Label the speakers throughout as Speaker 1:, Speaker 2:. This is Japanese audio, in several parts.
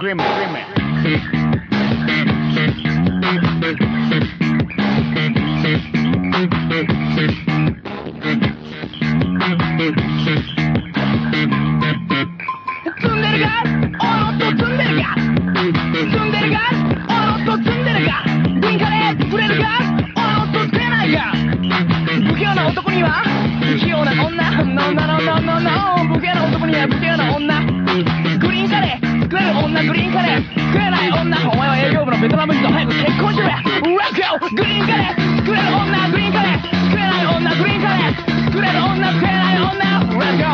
Speaker 1: Rima, Rima.
Speaker 2: Tsundere-gas, Oro to Tsundere-gas. Tsundere-gas, Oro to Tsundere-gas. 銀貨で触れるガス、Oro to 出ないガス。不器用な男には不器用な女 No, no, no, no, no, no. 不器用な男には不器用な女グリーンカレー作れる女グリーンカレー食えない女お前は営業部のベトナム人と早く結婚しろやラックよグリーンカレー作れる女グリーンカレー作れない女グリーンカレー作れる女食えない女ラックよ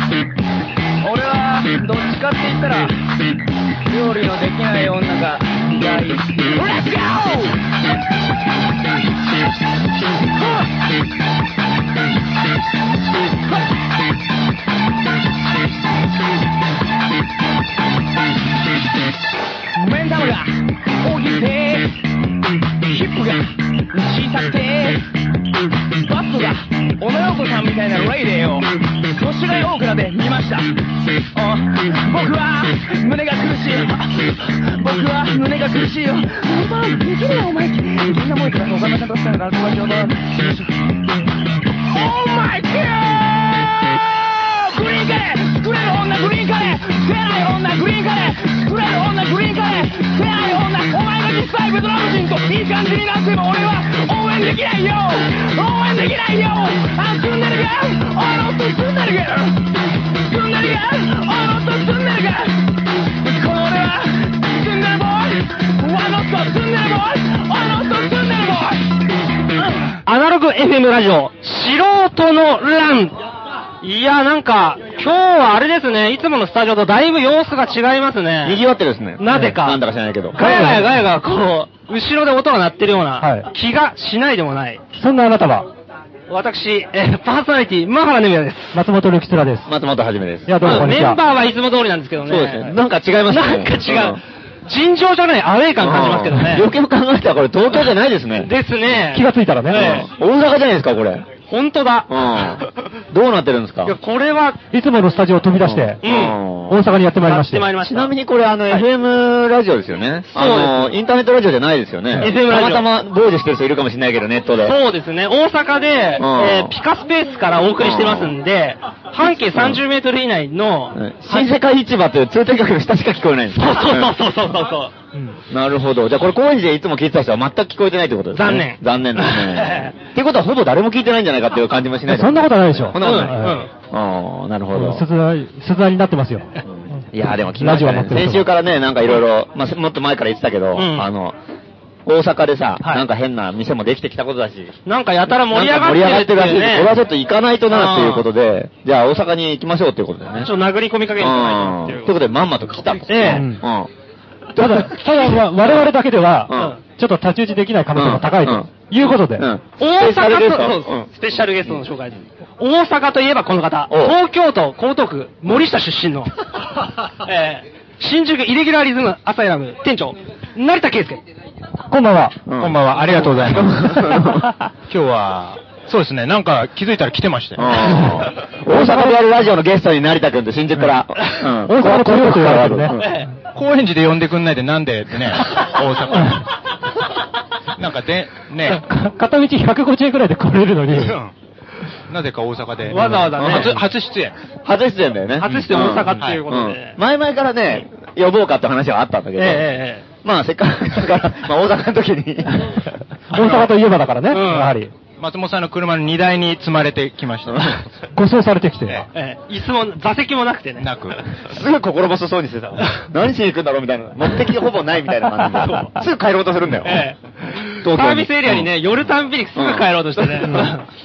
Speaker 2: 俺はどっちかって言ったら料理のできない女が大好き Let's go! 目ん玉が大きくてヒップが小さくてバットが小野洋子さんみたいなレイデーを年が大倉で見ましたあ僕は胸が苦しい僕は胸が苦しいよお前できるよお前みんなもう一回岡田さんとしたら友達をどう Oh my god! グリーンカレー作れる女グリーンカレー出ない女グリーンカレー作れる女グリーンカレー出ない女お前が実際ベトナム人といい感じになっても俺は応援できないよ応援できないよあツンデレが俺のとツンデレがツンデレが俺のとツンデレがこの俺はツンデレボーイワノットツンデレボーイ俺のとツンデレボーイ
Speaker 3: アナログ FM ラジオ、素人のラン。いや、なんか、今日はあれですね、いつものスタジオとだいぶ様子が違いますね。
Speaker 1: 賑わってるですね。
Speaker 3: なぜか
Speaker 1: なんだか知らないけど。
Speaker 3: ガヤガヤガヤが、こう、後ろで音が鳴ってるよう
Speaker 4: は
Speaker 3: な気がしないでもない。
Speaker 4: そんなあなたは、
Speaker 3: 私、えーパーソナリティ、マハラネミヤです。
Speaker 4: 松本力虎です。
Speaker 1: 松本はじめです。
Speaker 4: いや、どうもこんに
Speaker 3: メ
Speaker 4: ち
Speaker 3: ン
Speaker 4: は。
Speaker 3: バーはいつも通りなんですけどね。
Speaker 1: そうですね。なんか違います
Speaker 3: な
Speaker 1: ね。
Speaker 3: んか違う。尋常じゃないアウェイ感感じますけどね。
Speaker 1: よくよく考えたらこれ東京じゃないですね。
Speaker 3: ですね。
Speaker 4: 気がついたら
Speaker 1: ね
Speaker 4: ね、
Speaker 1: 大阪じゃないですか、これ。
Speaker 3: 本当だ。
Speaker 1: うん。どうなってるんですか
Speaker 3: いや、これは、
Speaker 4: いつものスタジオを飛び出して、
Speaker 3: う
Speaker 4: 大阪にやってまいりまして。
Speaker 3: やってまいりまし
Speaker 1: ち
Speaker 3: た。
Speaker 1: なみにこれあの、FM ラジオですよね。
Speaker 3: そうです
Speaker 1: あの、インターネットラジオじゃないですよね。
Speaker 3: FM ラジオ
Speaker 1: たまたま傍受してる人いるかもしれないけど、ネットで。
Speaker 3: そうですね、大阪で、
Speaker 1: うん
Speaker 3: えーピカスペースからお送りしてますんで、半径30メートル以内の、
Speaker 1: はい新世界市場という通天閣の下しか聞こえないんです
Speaker 3: そうそうそうそうそうそう。
Speaker 1: うんなるほど。じゃあこれ高円寺でいつも聞いてた人は全く聞こえてないってことですね。
Speaker 3: 残念
Speaker 1: 残念ですね。ってことはほぼ誰も聞いてないんじゃないかっていう感じもしないでも
Speaker 4: そんなことはないでしょ
Speaker 1: そんなことない。
Speaker 3: うんうん
Speaker 1: ああ、なるほ
Speaker 4: うん
Speaker 1: ど。
Speaker 4: 鈴な、鈴なになってますよ。
Speaker 1: いやーでも聞
Speaker 4: ラジオ
Speaker 1: た
Speaker 4: はな
Speaker 1: ね
Speaker 4: ってる
Speaker 1: 先週からね、なんかいろいろ、まあ、せもっと前から言ってたけど、
Speaker 3: うん
Speaker 1: あの、大阪でさ、
Speaker 3: はい
Speaker 1: なんか変な店もできてきたことだし、
Speaker 3: なんかやたら盛り上
Speaker 1: なんか盛り上
Speaker 3: が
Speaker 1: が
Speaker 3: っ
Speaker 1: ってて
Speaker 3: るっ
Speaker 1: るら
Speaker 3: て
Speaker 1: し
Speaker 3: い
Speaker 1: い。
Speaker 3: う
Speaker 1: こ
Speaker 3: ね
Speaker 1: れはちょっと行かないとなっていうことで、じゃあ大阪に行きましょうっていうことだよね。
Speaker 3: ちょっと殴り込みかけに行かないとって
Speaker 1: うんとい
Speaker 3: いうう。
Speaker 1: ことで、まんまと来たと。
Speaker 3: ええ
Speaker 1: うん。うん
Speaker 4: ただ、ただ、わ我々だけでは
Speaker 1: う、
Speaker 4: ちょっと立ち打ちできない可能性が高い
Speaker 1: うん
Speaker 4: ということで、
Speaker 1: うん
Speaker 3: 大
Speaker 1: スペシャルゲ
Speaker 3: 阪と、
Speaker 1: スト
Speaker 3: そう
Speaker 1: うん
Speaker 3: スペシャルゲストの紹介です。大阪といえばこの方、
Speaker 1: おう
Speaker 3: 東京都江東区森下出 身の、えー新宿イレギュラーリズムアサイラム店長、成田圭介。
Speaker 4: こんばんは。
Speaker 1: うん。
Speaker 5: こんばんは、ありがとうございます今 日は、そうですね、なんか気づいたら来てま したよ。
Speaker 1: 大阪でやるラジオのゲストに成田くんと新宿から。
Speaker 4: 大阪の来ようと言われてるね。
Speaker 3: えー
Speaker 5: 高円寺で呼んでくんないでなんでって ね、大阪に。なんかで、 ね、
Speaker 4: か片道150円くらいで来れるの に、
Speaker 5: うんなぜか大阪で。
Speaker 3: わざわざね
Speaker 5: 初初出演。
Speaker 1: 初出演だよね。
Speaker 3: 初出演大阪っていうことで
Speaker 1: んん前々からね、呼ぼうかって話はあったんだけ
Speaker 3: えーえ
Speaker 1: ど、まあせっかくだから、まあ大阪の時に。
Speaker 4: 大阪といえばだからね、や
Speaker 3: うん
Speaker 4: はり、
Speaker 5: 松本さんの車の荷台に積まれてきました。
Speaker 4: 護送されてきて
Speaker 5: え、
Speaker 3: ーえー椅子も、座席もなくてね。
Speaker 5: なく。
Speaker 1: すぐ心細そう にしてた。何しに行くんだろうみたいな。目的ほぼないみたいな感 じで。すぐ帰ろうとするんだよ。
Speaker 3: ええ
Speaker 1: 東京に
Speaker 3: サービスエリアにね、寄るたんびにすぐ帰ろうとしてね、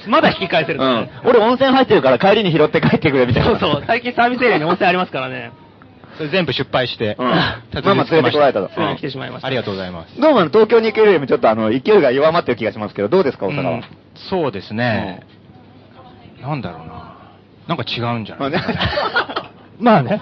Speaker 3: まだ引き返せる
Speaker 1: う
Speaker 3: の
Speaker 1: ん
Speaker 3: ね。。
Speaker 1: 俺温泉入ってるから帰りに拾って帰ってくれみたい
Speaker 3: そう
Speaker 1: な。
Speaker 3: そう、最近サービスエリアに温泉ありますからね、
Speaker 5: それ全部失敗して、
Speaker 1: うん。
Speaker 5: たどり
Speaker 1: ママ
Speaker 5: 着き
Speaker 1: 連れ
Speaker 5: ました
Speaker 1: てこられたと。
Speaker 3: ついに来てしまいました。
Speaker 5: ありがとうございます。
Speaker 1: どうもあの東京に行けるよりもちょっとあの、勢いが弱まってる気がしますけど、どうですか、大阪
Speaker 5: う
Speaker 1: は
Speaker 5: ん。そうですね。なんだろうな。なんか違うんじゃ
Speaker 1: ま
Speaker 5: な
Speaker 1: あ
Speaker 5: い
Speaker 1: ね
Speaker 6: まあね。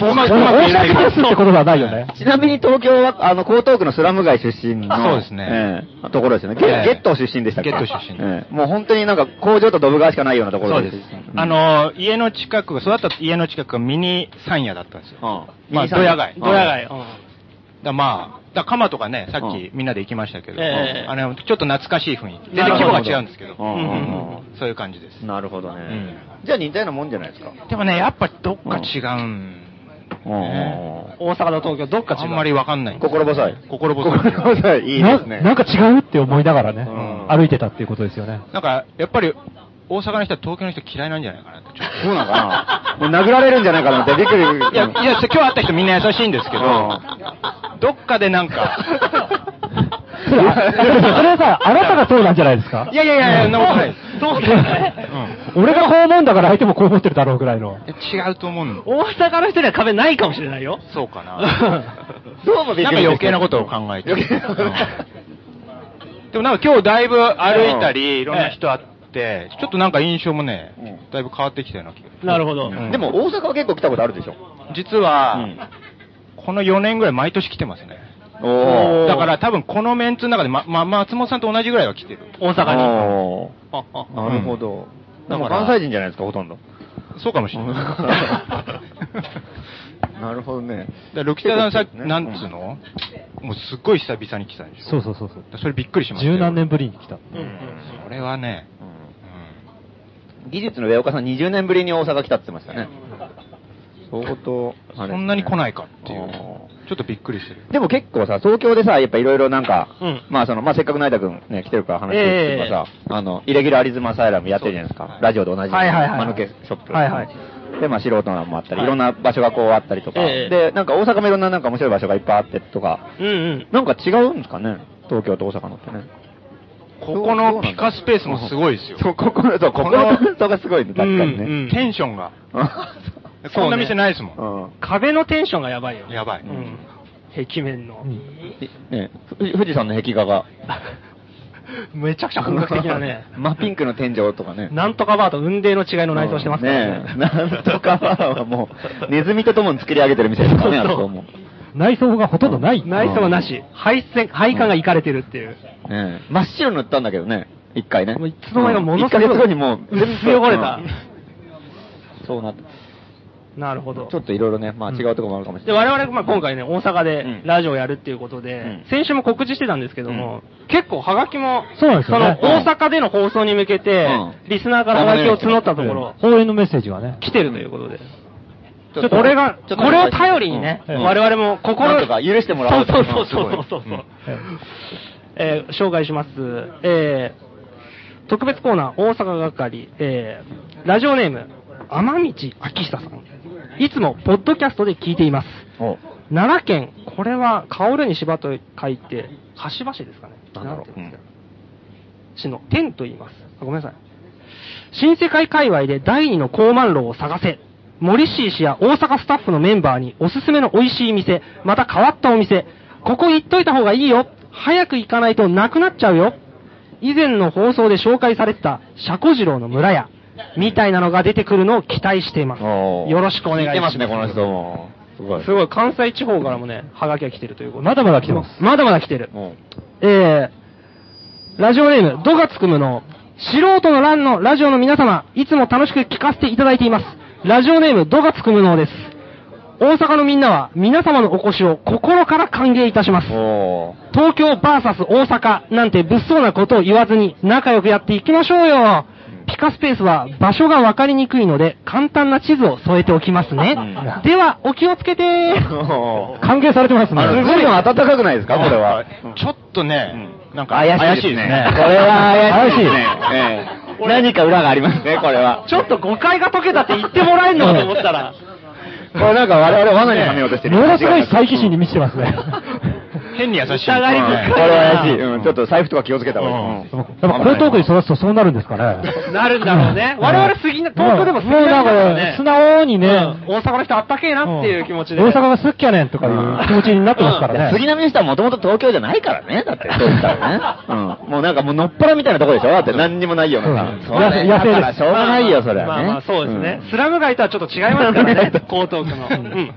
Speaker 5: うま
Speaker 6: 大
Speaker 5: くうまく言えない
Speaker 6: 阪ですってことはないよね。
Speaker 1: ちなみに東京は、あの、江東区のスラム街出身の、
Speaker 5: そうですね
Speaker 1: ええところですよね。ゲ,、
Speaker 5: ええ
Speaker 1: ゲットー出身でしたっけ
Speaker 5: ゲットー出身
Speaker 1: ええもう本当になんか工場とドブ川しかないようなとこ
Speaker 5: そ
Speaker 1: ろ
Speaker 5: うです。
Speaker 1: うん
Speaker 5: あの、家の近く、育った家の近くがミニ山屋だったんですよ。
Speaker 1: うん
Speaker 5: まあ、
Speaker 1: ミニ
Speaker 5: ド
Speaker 1: 山屋
Speaker 5: ヤ街。
Speaker 2: ドヤ街。うん
Speaker 5: だまあ、だ鎌とかね、さっき
Speaker 1: う
Speaker 5: みんなで行きましたけど、
Speaker 2: ええ
Speaker 5: あの、ちょっと懐かしい雰囲気。全
Speaker 1: な
Speaker 5: 然
Speaker 1: るほ
Speaker 5: 規
Speaker 1: ど
Speaker 5: 模が違うんですけど、
Speaker 1: うんうんうん
Speaker 5: うんそういう感じです。
Speaker 1: なるほどね、
Speaker 5: ん
Speaker 1: じゃあ似たようなもんじゃないですか。
Speaker 5: でもね、やっぱどっか違うん。
Speaker 1: うんうんうん
Speaker 2: 大阪と東京、どっか違う。
Speaker 5: あんまりわかんないんです
Speaker 1: 心細い。
Speaker 5: 心細い。
Speaker 1: 心細い。いいですね。
Speaker 6: ななんか違うって思いながらね、
Speaker 1: うん
Speaker 6: 歩いてたっていうことですよね。
Speaker 5: なんか、やっぱり、大阪の人は東京の人嫌いなんじゃないかなって、ちょっと。
Speaker 1: そうなのかなもう殴られるんじゃないかなって、びっくり。
Speaker 5: いや、いや、今日会った人みんな優しいんですけど、どっかでなん か、
Speaker 6: それあそれはさ、あなたがそうなんじゃないですか
Speaker 5: いやいやいや、そんなことないです。
Speaker 2: どう
Speaker 6: う
Speaker 2: ですかね
Speaker 6: 俺がこう思うんだから相手もこう思ってるだろうぐらいの。
Speaker 5: いや違うと思うの。
Speaker 2: 大阪の人には壁ないかもしれないよ。
Speaker 5: そうかな。
Speaker 1: どうもびっ
Speaker 5: な
Speaker 1: く
Speaker 5: んか
Speaker 1: りして
Speaker 5: 余計なことを考えて。
Speaker 1: 余計なこと
Speaker 5: うんでもなんか今日だいぶ歩いたり、いろんな人会って、ちょっとなんか印象もね
Speaker 1: う、
Speaker 5: だいぶ変わってきたような気がする。
Speaker 2: なるほど。
Speaker 5: うん
Speaker 1: でも大阪は結構来たことあるでしょ。
Speaker 5: 実
Speaker 1: う
Speaker 5: は
Speaker 1: ん、
Speaker 5: この4年ぐらい毎年来てますね。
Speaker 1: おー
Speaker 5: だから多分このメンツの中で、ま、ま、松本さんと同じぐらいは来てる。
Speaker 2: 大阪に。
Speaker 1: お
Speaker 2: ああ
Speaker 1: ーなるほど。
Speaker 5: う
Speaker 1: で
Speaker 5: ん
Speaker 1: も関西人じゃないですか、ほとんど。
Speaker 5: そうかもしれない。だか
Speaker 1: なるほどね。
Speaker 5: ら、ルキタさんさ、
Speaker 1: ね
Speaker 5: なんつうのもうすっごい久々に来たんでしょ。
Speaker 6: そうそうそうそう。
Speaker 5: だからそれびっくりしましたよ。
Speaker 6: 十何年ぶりに来た。
Speaker 2: うんうん
Speaker 5: それはね、
Speaker 1: うん
Speaker 5: うん
Speaker 1: 技術の上岡さん20年ぶりに大阪来たって言ってましたね。 相当、あれですね
Speaker 5: そんなに来ないかっていう。
Speaker 1: あー
Speaker 5: ちょっとびっくりしてる。
Speaker 1: でも結構さ、東京でさ、やっぱいろいろなんか、
Speaker 2: うん
Speaker 1: まあその、まあせっかく成田くんね、来てるから話してるからさ、あの、イレギュラーリズムアサイラムやってるじゃないですか。
Speaker 5: そうです
Speaker 1: ラジオで同じ。
Speaker 2: はいはいはい
Speaker 1: マヌケショップ。
Speaker 2: はいはい
Speaker 1: で、まあ素人なのもあった
Speaker 2: は
Speaker 1: り、
Speaker 2: い
Speaker 1: いろんな場所がこうあったりとか、
Speaker 2: ええ
Speaker 1: で、なんか大阪もいろんななんか面白い場所がいっぱいあってとか、
Speaker 2: うんうん。
Speaker 1: なんか違うんですかね東京と大阪のってね。
Speaker 5: ここのピカスペースもすごいですよ。
Speaker 1: そう、ここの、そう、ここの感想がすごいね、確かにね。
Speaker 2: うんうん
Speaker 5: テンション が。
Speaker 1: う
Speaker 5: こんな店ないですもん。
Speaker 1: ん。
Speaker 2: 壁のテンションがやばいよ。
Speaker 5: やばい
Speaker 2: うん。壁面の。
Speaker 1: ねふ富士山の壁画が。
Speaker 2: めちゃくちゃ本格的なね。
Speaker 1: 真ピンクの天井とかね。
Speaker 2: なんとかバーと雲泥の違いの内装してますから
Speaker 1: ねえ なんとかはもう、ネズミと共に作り上げてる店ですからね、あそこも。
Speaker 6: 内装がほとんどない。
Speaker 2: 内装はなし。配線、配管がいかれてるっていう。
Speaker 1: ねえ真っ白塗ったんだけどね、一回ね。
Speaker 2: もういつの間にかものすごい
Speaker 1: うん一ヶ月後にもう、
Speaker 2: うっす汚れた
Speaker 1: うんそうなった。
Speaker 2: なるほど。
Speaker 1: ちょっといろいろね、まあ違うとこもあるかもし
Speaker 2: で、
Speaker 1: れない。
Speaker 2: 我々、まあ、今回ね、大阪で
Speaker 1: うん
Speaker 2: ラジオやるっていうことで、
Speaker 1: うん
Speaker 2: 先週も告知してたんですけども、結構ハガキも、
Speaker 6: そうなんですよね
Speaker 2: その、大阪での放送に向けて、
Speaker 1: うん
Speaker 2: リスナーからハガキを募ったところ、
Speaker 6: 応援のメッセージはね。
Speaker 2: 来てるということで。
Speaker 1: ちょっと
Speaker 2: これが、
Speaker 1: ちょっと
Speaker 2: これを頼りにね、
Speaker 1: うん
Speaker 2: 我々も心、
Speaker 1: なんとか許してもらおうと
Speaker 2: そうそうそうそうそう
Speaker 5: うん
Speaker 2: えー紹介します。えー特別コーナー、大阪係、えーラジオネーム、天道明久さん。いつも、ポッドキャストで聞いています。
Speaker 1: お
Speaker 2: 奈良県、これは、薫に芝と書いて、橋橋ですかね。
Speaker 1: なんだろう
Speaker 2: て言んですか市の天と言います。あごめんなさい。新世界界隈で第二の高慢楼を探せ。森氏氏や大阪スタッフのメンバーにおすすめの美味しい店、また変わったお店。ここ行っといた方がいいよ。早く行かないとなくなっちゃうよ。以前の放送で紹介されてた、車庫次郎の村屋、みたいなのが出てくるのを期待しています。
Speaker 1: おー
Speaker 2: よろしくお願いします。
Speaker 1: 聞てますね、この人も。すごい。
Speaker 2: すごい、関西地方からもね、ハガキが来てるということで
Speaker 6: まだまだ来てます。
Speaker 2: まだまだ来てる。
Speaker 1: も
Speaker 2: えー、ラジオネーム、ドガツクムの、素人のランのラジオの皆様、いつも楽しく聞かせていただいています。ラジオネーム、ドガツクムのです。大阪のみんなは、皆様のお越しを心から歓迎いたします
Speaker 1: う。。おー
Speaker 2: 東京 VS 大阪なんて物騒なことを言わずに仲良くやっていきましょうよ。ピカスペースは場所がわかりにくいので簡単な地図を添えておきますね。
Speaker 1: うん
Speaker 2: では、お気をつけて
Speaker 1: おー
Speaker 6: 歓迎されてますね。
Speaker 1: あの、随分暖かくないですか、これは。
Speaker 5: ちょっとね、なんか
Speaker 1: 怪
Speaker 5: 怪
Speaker 1: し
Speaker 5: し
Speaker 1: い
Speaker 5: い
Speaker 1: で
Speaker 5: で
Speaker 1: す
Speaker 5: す
Speaker 1: ね
Speaker 5: ね。。
Speaker 1: これは怪しいですね。ええ
Speaker 2: 俺
Speaker 1: 何か裏がありますね、これは。
Speaker 2: ちょっと誤解が解けたって言ってもらえんのかと思ったら。
Speaker 1: これなんか我々罠にはめようとしてる。
Speaker 6: ものすごい再起心に満ちてますね。
Speaker 7: 変に優しい。
Speaker 2: 下がりづらい
Speaker 1: これは怪しい。うん、ちょっと財布とか気をつけた方がいい。
Speaker 4: やっぱ江東区に育つとそうなるんですかね。
Speaker 2: なるんだろうね。我々杉な、東京でも
Speaker 4: す
Speaker 2: 杉並だからね。
Speaker 4: 素直にね、
Speaker 2: うん大阪の人あったけえなっていう気持ちで。
Speaker 4: 大阪がすっきゃねんとかいう気持ちになってますからね。
Speaker 1: 杉並の人はもともと東京じゃないからね、だって、そう言ったら ね。うん。もうなんかもうのっぱらみたいなとこでしょだって何にもないような
Speaker 4: うん
Speaker 1: さ。そうだね
Speaker 4: 野生
Speaker 1: だからしょうがないよ、それはね。
Speaker 2: まあまあ、そうですね。スラム街とはちょっと違いますからね、江東区の。うん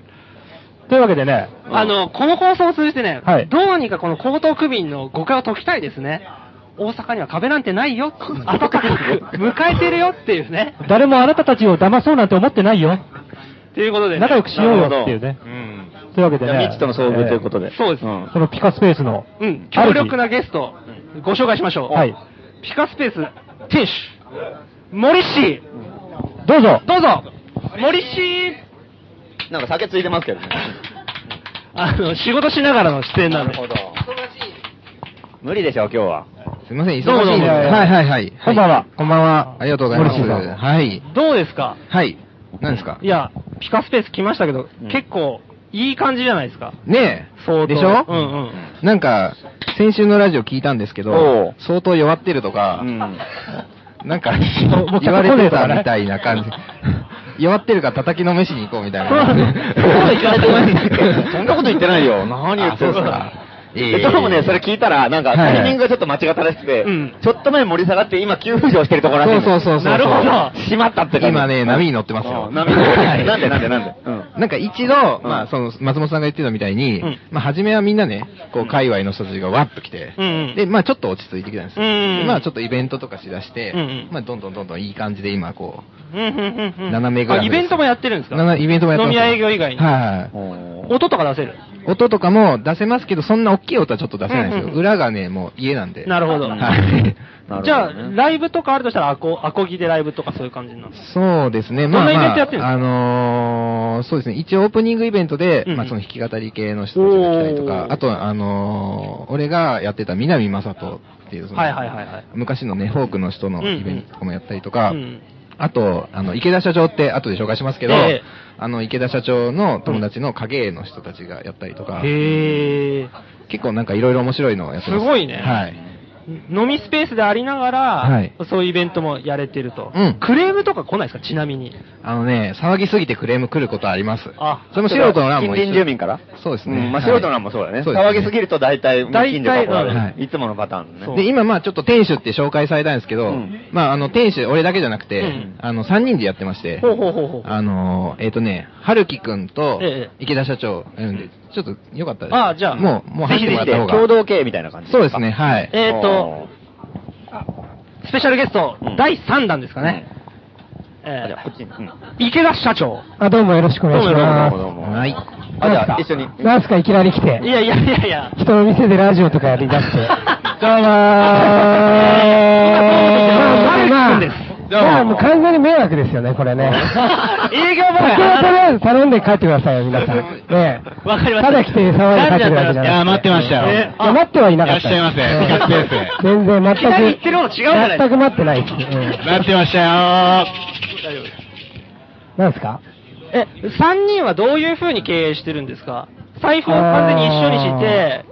Speaker 4: というわけでね、
Speaker 2: あの、この放送を通じてね
Speaker 4: はい、
Speaker 2: どうにかこの江東区民の誤解を解きたいですね。大阪には壁なんてな いよ。暖かく迎えてるよっていうね。
Speaker 4: 誰もあなたたちを騙そうなんて思ってないよ。
Speaker 2: ということでね。
Speaker 4: 仲良くしようよっていうね。
Speaker 7: うん。
Speaker 4: というわけ
Speaker 1: うん。
Speaker 4: で
Speaker 1: じゃあ
Speaker 4: ね。
Speaker 1: 未知との遭遇ということで。
Speaker 2: そうです
Speaker 1: ん
Speaker 4: そのピカスペースの。
Speaker 2: うん、強力なゲスト、ご紹介しましょう。
Speaker 4: はい
Speaker 2: ピカスペース、店主、森氏、
Speaker 4: どうぞ
Speaker 2: どうぞ森氏
Speaker 1: なんか酒ついてますけどね。
Speaker 2: あの、仕事しながらの出演なので。
Speaker 1: ど。無理でしょ、今日は。
Speaker 8: すみません、忙しい
Speaker 2: どうもどうも
Speaker 8: はいはいはい。
Speaker 4: こんばんは。
Speaker 8: こんばんは。ありがとうございます。
Speaker 4: 森氏さん
Speaker 8: はい。
Speaker 2: どうですか
Speaker 8: はい。何ですか
Speaker 2: いや、ピカスペース来ましたけど、結構、いい感じじゃないですか。
Speaker 8: ねえ。
Speaker 2: 相当。
Speaker 8: でしょ
Speaker 2: うんうん。
Speaker 8: なんか、先週のラジオ聞いたんですけ
Speaker 1: お
Speaker 8: ど
Speaker 1: う、
Speaker 8: 相当弱ってるとか、
Speaker 1: うん。
Speaker 8: なんか
Speaker 4: もう、
Speaker 8: 言われてた
Speaker 4: もう
Speaker 8: みたいな感じ。弱ってるから叩きのめしに行こう みたい
Speaker 2: そう
Speaker 8: な。
Speaker 2: そう言われ てない
Speaker 1: そんなこと言ってないよ。何言ってるん
Speaker 8: あそ
Speaker 1: だ。
Speaker 8: うですか
Speaker 1: えどうもね、それ聞いたら、なんか、
Speaker 8: はい
Speaker 1: タイミングがちょっと間違ったらしくて、
Speaker 2: うん
Speaker 1: ちょっと前に盛り下がって、今、急浮上してるところらしいんです
Speaker 8: そうそうそうそう
Speaker 2: なるほど。
Speaker 1: 閉まったって感じ。
Speaker 8: 今ね波に乗ってますよ
Speaker 1: うん波に乗ってますなんでなんでなんで。 うん
Speaker 8: なんか一度、
Speaker 1: うん
Speaker 8: まあその松本さんが言ってたみたいに、
Speaker 2: うん
Speaker 8: まあ初めはみんなね、こう界隈の人たちがわっと来て、
Speaker 2: うんうん
Speaker 8: で、まあちょっと落ち着いてきたんですよ。
Speaker 2: うんうん
Speaker 8: でまあちょっとイベントとかしだして、
Speaker 2: うんうん
Speaker 8: まあどんどんどんどんいい感じで今こ
Speaker 2: うんうんうんうん。
Speaker 8: 斜めぐらい
Speaker 2: あ
Speaker 8: です
Speaker 2: イベントもやってるんです
Speaker 8: う、
Speaker 2: か
Speaker 8: なイベントもやって
Speaker 2: 飲
Speaker 8: ます
Speaker 2: み
Speaker 8: よ
Speaker 2: 屋営業以外に。
Speaker 8: はいはい、
Speaker 2: 音とか出せる。
Speaker 8: 音とかも出せますけど、そんな大きい音はちょっと出せないんですよ。
Speaker 2: うんうん
Speaker 8: 裏がね、もう家なんで。
Speaker 2: なるほど。
Speaker 8: はい。
Speaker 1: なるほどね
Speaker 2: じゃあ、ライブとかあるとしたら、アコ、アコギでライブとかそういう感じなんですか
Speaker 8: そうですね。
Speaker 2: ん
Speaker 8: ま
Speaker 2: な
Speaker 8: あ、
Speaker 2: イベント
Speaker 8: ま
Speaker 2: やってるんですか
Speaker 8: あ、あのー、そうですね。一応オープニングイベントで、
Speaker 2: うんうん
Speaker 8: まあその弾き語り系の人たちが来たりと
Speaker 2: お
Speaker 8: か
Speaker 2: ー、
Speaker 8: あと、あのー、俺がやってた南雅人っていう、その
Speaker 2: はいはいはいはい。
Speaker 8: 昔のね、フォークの人のイベントとかもやったりとか、
Speaker 2: うん
Speaker 8: あと、あの、池田社長って後で紹介しますけど、
Speaker 2: ええ
Speaker 8: あの、池田社長の友達の影絵の人たちがやったりとか、
Speaker 2: へえ。
Speaker 8: 結構なんかいろいろ面白いのをやってます。
Speaker 2: すごいね
Speaker 8: はい。
Speaker 2: 飲みスペースでありながら、
Speaker 8: はい
Speaker 2: そういうイベントもやれてると。
Speaker 8: うん
Speaker 2: クレームとか来ないですかちなみに。
Speaker 8: あのね、騒ぎすぎてクレーム来ることはあります。
Speaker 2: あ
Speaker 8: それも素人の欄も一緒
Speaker 1: 近隣住民から
Speaker 8: そうですね。
Speaker 1: んまあ、
Speaker 8: はい
Speaker 1: 素人なんもそうだね。
Speaker 8: そうですね
Speaker 1: 騒ぎすぎると大体、もう近所が怒られ
Speaker 8: 大
Speaker 1: る
Speaker 8: 体うん
Speaker 1: いつものパターンね。
Speaker 2: そう
Speaker 8: で、今まあちょっと店主って紹介されたんですけど、
Speaker 1: うん
Speaker 8: まああの店主、俺だけじゃなくて、
Speaker 2: うん
Speaker 8: あの3人でやってまして、
Speaker 2: ほうほうほうほう。
Speaker 8: あのー、えっ、とね、はるきくんと
Speaker 2: ええ
Speaker 8: 池田社長、うんで、ちょっとよかったです。
Speaker 2: あじゃあ
Speaker 8: もう、もう
Speaker 1: ぜ
Speaker 8: 入っ
Speaker 1: ひ
Speaker 8: て
Speaker 1: ぜ
Speaker 8: もらった方
Speaker 1: ひ
Speaker 8: が。
Speaker 1: で、共同経営みたいな感じ。
Speaker 8: そうですね、はい。
Speaker 2: えーと、スペシャルゲスト、
Speaker 1: うん
Speaker 2: 第3弾ですかね。
Speaker 1: あー。
Speaker 2: え
Speaker 1: じゃあ、こっちに。うん
Speaker 2: ー池田社長。
Speaker 4: あ、どうもよろしくお願いし
Speaker 1: どう
Speaker 4: ま
Speaker 1: も
Speaker 4: す
Speaker 1: どう。もどうも。
Speaker 8: はい
Speaker 1: あ、じゃ
Speaker 4: なん
Speaker 1: あ、
Speaker 4: す
Speaker 1: 一
Speaker 4: か
Speaker 1: 緒に。
Speaker 4: なんすかいきなり来
Speaker 2: い
Speaker 4: て。
Speaker 2: やいやいやいや。
Speaker 4: 人の店でラジオとかやりだして。どうもー。まあまあまあ
Speaker 2: どうも
Speaker 4: まあもう完全に迷惑ですよね、これね。
Speaker 2: 営業ボーイ
Speaker 4: 酒をとりあえず頼んで帰ってくださいよ、皆さん。ねえ
Speaker 2: わかりました
Speaker 4: ただ来て騒いで帰ってくるわけじゃない。
Speaker 7: いや待ってましたよ
Speaker 4: いや待ってはいなかった。
Speaker 7: いらっしゃいませ
Speaker 4: うん
Speaker 7: ピカスペースへ
Speaker 4: 全然、全く。
Speaker 2: いきなり言ってること違うじゃないですか
Speaker 4: 全く待ってないです。うん
Speaker 7: なってましたよ
Speaker 4: なんですか
Speaker 2: え、3人はどういう風に経営してるんですか財布を完全に一緒にして、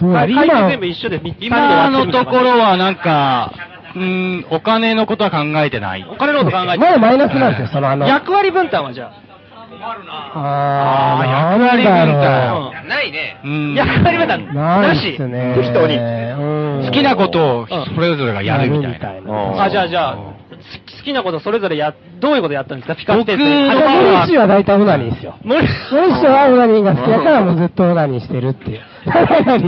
Speaker 4: どうや
Speaker 2: 会
Speaker 4: る
Speaker 2: 計
Speaker 4: 今
Speaker 2: 全部一緒で、み
Speaker 7: 今のところ
Speaker 2: は、
Speaker 7: はなんか、うーん、お金のことは考えてない。
Speaker 2: お金のこと考えて
Speaker 4: もうマイナスなんですよ、そのあの。
Speaker 2: 役割分担はじゃあ。
Speaker 4: あー、
Speaker 7: 役割分
Speaker 4: なん
Speaker 7: 担
Speaker 4: だろう。
Speaker 7: うん
Speaker 2: 役割分担、
Speaker 4: な
Speaker 2: ない
Speaker 4: っ
Speaker 2: し
Speaker 4: す。ね。
Speaker 1: 適当に
Speaker 4: うん
Speaker 7: 好きなことを
Speaker 2: うん
Speaker 7: それぞれがやるみたいな。
Speaker 4: やるみ
Speaker 1: うん
Speaker 2: あ、じゃあじゃあ、す好きなことそれぞれや、どういうことやったんですかピカステース。
Speaker 7: 僕
Speaker 4: あ
Speaker 7: の
Speaker 4: と、
Speaker 7: 方
Speaker 4: モリ
Speaker 7: は
Speaker 4: ッチは大体オナニーですよ。
Speaker 2: もう、
Speaker 4: モリッチはオナニーが好きだからもうずっとオナニーしてるっていう。何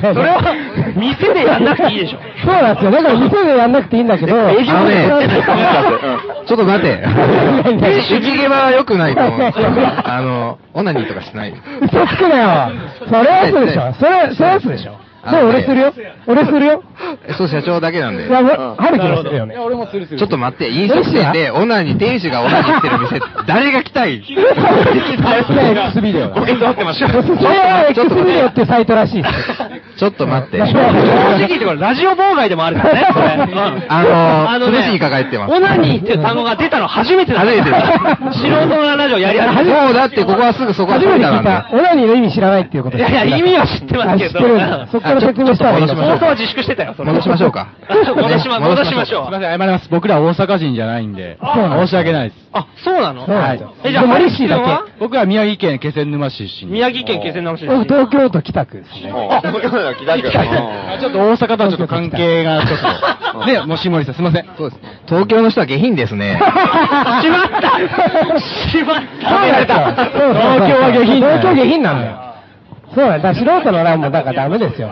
Speaker 2: それは、店でやんなくていいでしょ。
Speaker 4: そうなんですよ。だから店でやんなくていいんだけど。
Speaker 1: 営業で
Speaker 4: あの
Speaker 8: ちょっと待て。
Speaker 4: 何何
Speaker 8: 手切れは良くないと思うんですよ。 あの、オナニーとかしない。
Speaker 4: 嘘つくなよ。それは嘘でしょ。それ、それは嘘でしょ。それ俺するよ。俺するよ。
Speaker 8: えそう、社長だけなんで
Speaker 4: い。や、春樹もするよね。
Speaker 7: 俺もするする。
Speaker 8: ちょっと待って、飲食店でオナニー、店主がオナニーしてる 店、誰が来たい
Speaker 4: ね X ビデオ
Speaker 9: ご
Speaker 4: だ。
Speaker 9: めんなさいってました。
Speaker 4: それは X ビデオってサイトらしいですよ。
Speaker 8: ちょっと待って。
Speaker 2: 正直言ってこれ、ラジオ妨害でも あるからね、これ。うん
Speaker 8: あのー、潰しにかかってます。
Speaker 2: オナニーっていう単語が出たの初めてだ
Speaker 8: 初めてだ
Speaker 2: 素人のラジオやり始め
Speaker 8: もうだってここはすぐそこは
Speaker 4: 初
Speaker 8: セ
Speaker 4: め
Speaker 8: ン
Speaker 4: て
Speaker 8: ターなん
Speaker 4: 聞いた。
Speaker 8: で。
Speaker 4: オナニーの意味知らないっていうこと
Speaker 2: いやいや、意味は知ってますけ
Speaker 4: あ知
Speaker 2: ど。
Speaker 4: ってるんだそっから説明した方がいいんだ
Speaker 8: あちょっと戻しましょう
Speaker 2: 当時粛してたよ、それ。
Speaker 8: 戻しましょうか
Speaker 2: 戻しま、
Speaker 8: ね
Speaker 2: 戻しましょ
Speaker 7: すみま
Speaker 2: う。
Speaker 7: せん、謝ります。僕ら大阪人じゃないんで、
Speaker 4: そうなんだ
Speaker 7: 申し訳ないです。
Speaker 2: あ、そうなの
Speaker 4: そうなんだ
Speaker 2: え、じゃあ、
Speaker 4: でも
Speaker 2: マリ
Speaker 4: 嬉
Speaker 2: シ
Speaker 4: し
Speaker 2: ー
Speaker 4: い
Speaker 2: だ
Speaker 7: 僕は宮城県気仙沼市出身。
Speaker 2: 宮城県気仙沼市出身。
Speaker 4: 東京都北区ですね。
Speaker 1: あ、そうだ、来たけど
Speaker 7: あ ちょっと大阪とはちょっと関係がちょっ と。ね、もしもりさん、すいません。
Speaker 8: そうです。東京の人は下品ですね。
Speaker 2: しまったしまった
Speaker 4: そうだそうそう
Speaker 7: 東京は下品だよ
Speaker 4: 東京下品なんだよ。そうなんだ。素人の欄もだからダメですよ。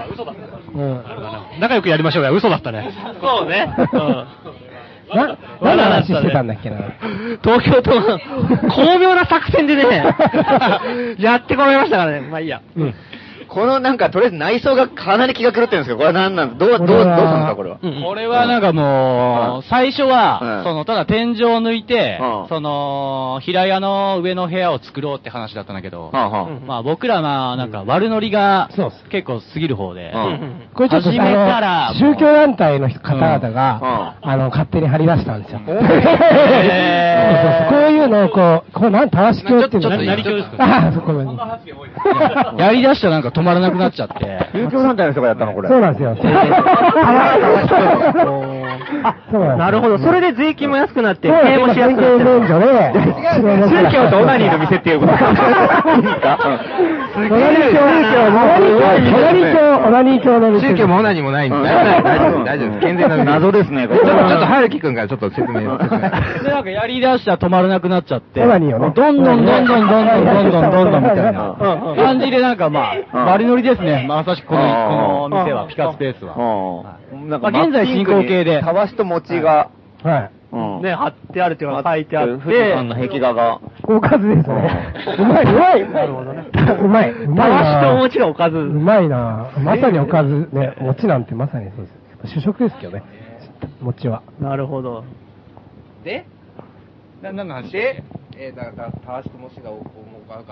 Speaker 4: うん。
Speaker 2: 仲良くやりましょうや、嘘だったね。そうね。うん
Speaker 4: な、何の話してたんだっけな。
Speaker 2: 東京と、巧妙な作戦でね、やってこられましたからね。まあいいや。
Speaker 4: うん。
Speaker 1: このなんか、とりあえず内装がかなり気が狂ってるんですけど、これは何なんどう、どう、どうしたんですか、これは。
Speaker 2: うん
Speaker 7: これはなんかもう、最初
Speaker 1: うん
Speaker 7: は、その、ただ天井を抜いて
Speaker 1: うん、
Speaker 7: その、平屋の上の部屋を作ろうって話だったんだけど、
Speaker 1: はあは
Speaker 2: ん
Speaker 7: まあ僕らまあなんか悪ノリが
Speaker 4: そうっす
Speaker 7: 結構過ぎる方で、
Speaker 1: うん
Speaker 4: これちょっと
Speaker 7: 始めたら
Speaker 4: あの宗教団体の方々が、あの、勝手に貼り出したんですよ。そうそうそう こういうのをこう、こうなん、たわし教っていうの
Speaker 8: なちょっと何教です
Speaker 4: ああ、そこ に。
Speaker 7: やり出したらなんか止まらなくなっちゃって、
Speaker 1: 宗教団体の人がやったの、これ。
Speaker 4: そうなんですよ。あそうなんですよ
Speaker 2: なるほど。それで税金も安くなって、
Speaker 4: そう
Speaker 2: 経営もしやすくなってる。
Speaker 4: 免許で、
Speaker 1: 宗教とオナニーの店っていうことか。いいですか
Speaker 4: オナニー教、オナニー教、オナニー教の
Speaker 8: 宗教もオナニーもないんで。大丈夫、大丈夫です。健全な店
Speaker 1: 謎ですね、こ
Speaker 8: ちょっ
Speaker 1: れ。
Speaker 8: と、ちょっと、はるきくんからちょっと説明を。説明
Speaker 7: でなんかやり出したら止まらなくなっちゃって、
Speaker 4: オナニーをね
Speaker 7: どんどんどんどんどんどんどんどんどんどんみたいな
Speaker 4: うん
Speaker 7: 感じでなんかまあ、悪ノリですね、まさしくこの、この店は、ピカスペースは。
Speaker 1: うん。なん
Speaker 7: まあ現在進行形で
Speaker 1: たわしと餅が、
Speaker 4: はい。
Speaker 1: うん
Speaker 2: ね、貼ってあるっていうのが書いてあって、
Speaker 1: 富士山の壁画が。
Speaker 4: おかずですね。うまい、うまい。なるほどね。うまい、うま
Speaker 2: た
Speaker 4: い
Speaker 2: わしとお
Speaker 4: な。
Speaker 2: 餅がおかず。
Speaker 4: うまいな。まさにおかずね。餅なんてまさにそうです。主食ですけどね。餅は。
Speaker 2: なるほど。
Speaker 8: で、な、なんの話で、えー、だから、たわしともしがお、お、お、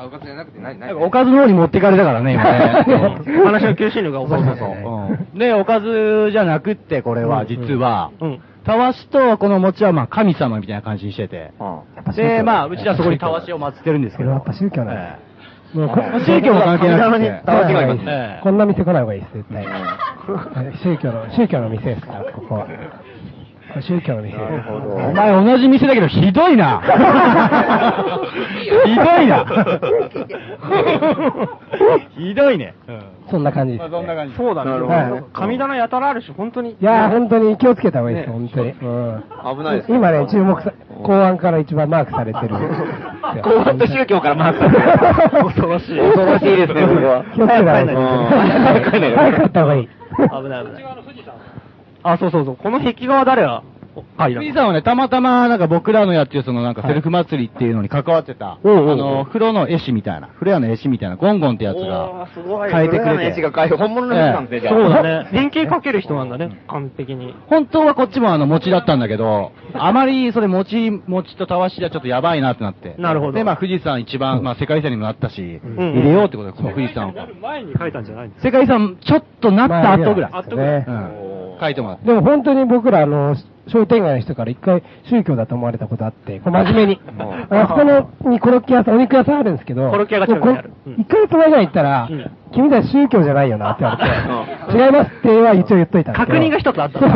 Speaker 8: おかずじゃなくて、何、
Speaker 7: なんかおかずの方に持ってかれたからね、今ね。
Speaker 2: 話の求心力がおかしい。
Speaker 7: そうそうそう。で、おかずじゃなくって、これは、実は、
Speaker 2: うん。
Speaker 7: たわしとこの餅は、まあ、神様みたいな感じにしてて。で、まあ、うちらそこにたわしを祀ってるんです
Speaker 4: こ
Speaker 7: け
Speaker 4: れはや
Speaker 7: ど
Speaker 4: っ。ぱ宗教なんで
Speaker 7: え
Speaker 4: す。もうこ
Speaker 7: え宗教も関係なくて。
Speaker 1: たわしがいますね。
Speaker 7: ええ
Speaker 4: こんな店来ない方がいいです、絶対。宗教の、宗教の店ですから、ここは。これ宗教の店です。
Speaker 7: お前同じ店だけどひどいな ひどいなひどいね。
Speaker 4: そんな感じです、ね。
Speaker 2: そうだね。
Speaker 4: なるほど
Speaker 2: 神棚やたらあるし、本当に。
Speaker 4: いやー、本当に気をつけた方がいいです、本当に。うん。
Speaker 1: 危ないですね。
Speaker 4: 今ね、注目さ、公安から一番マークされてる。
Speaker 1: 公安と宗教から回った。 恐ろしい。恐ろしいですね、これは。
Speaker 4: 気をつけた方がいいです。
Speaker 1: 早く帰んないで
Speaker 4: 早く帰った方がいい。
Speaker 2: 危ない危ない。 あ、そうそうそう。この壁画は誰が書いた
Speaker 7: 富
Speaker 2: の
Speaker 7: 士山はね、たまたま、なんか僕らのやっていう、そのなんかセルフ祭りっていうのに関わってた、
Speaker 4: おうおうおう
Speaker 7: あの、風呂の絵師みたいな、フレアの絵師みたいな、ゴンゴンってやつが、変えてく
Speaker 1: 黒
Speaker 7: れ
Speaker 1: 柳
Speaker 7: て。
Speaker 1: 氏が変え本物の人なんですね、じゃあ。
Speaker 2: そうだね。変形かける人なんだね、完璧に。
Speaker 7: 本当はこっちもあの、餅だったんだけど、あまりそれ餅、餅とたわしじゃちょっとやばいなってなって。
Speaker 2: なるほど
Speaker 7: で、まあ富士山一番、まあ世界遺産にもなったし、
Speaker 2: ん
Speaker 7: 入れようってことで、この富士山を。
Speaker 2: 前に書いたんじゃない
Speaker 7: 世界遺産、ちょっとなった後ぐらい。
Speaker 4: まあいいや
Speaker 7: う
Speaker 4: ね
Speaker 7: ん。書いてもらって。
Speaker 4: でも本当に僕ら、あの、商店街の人から一回宗教だと思われたことあって、こう真面目に。あそこのにコロッケ屋さん、お肉屋さんあるんですけど、
Speaker 2: コロッケ屋が近くにある
Speaker 4: もうこ一回隣に行ったら、
Speaker 2: うん
Speaker 4: 君たち宗教じゃないよなって言われて、違いますっては一応言っといたんですけ
Speaker 2: 確
Speaker 4: ど
Speaker 2: 認が一つあったんだな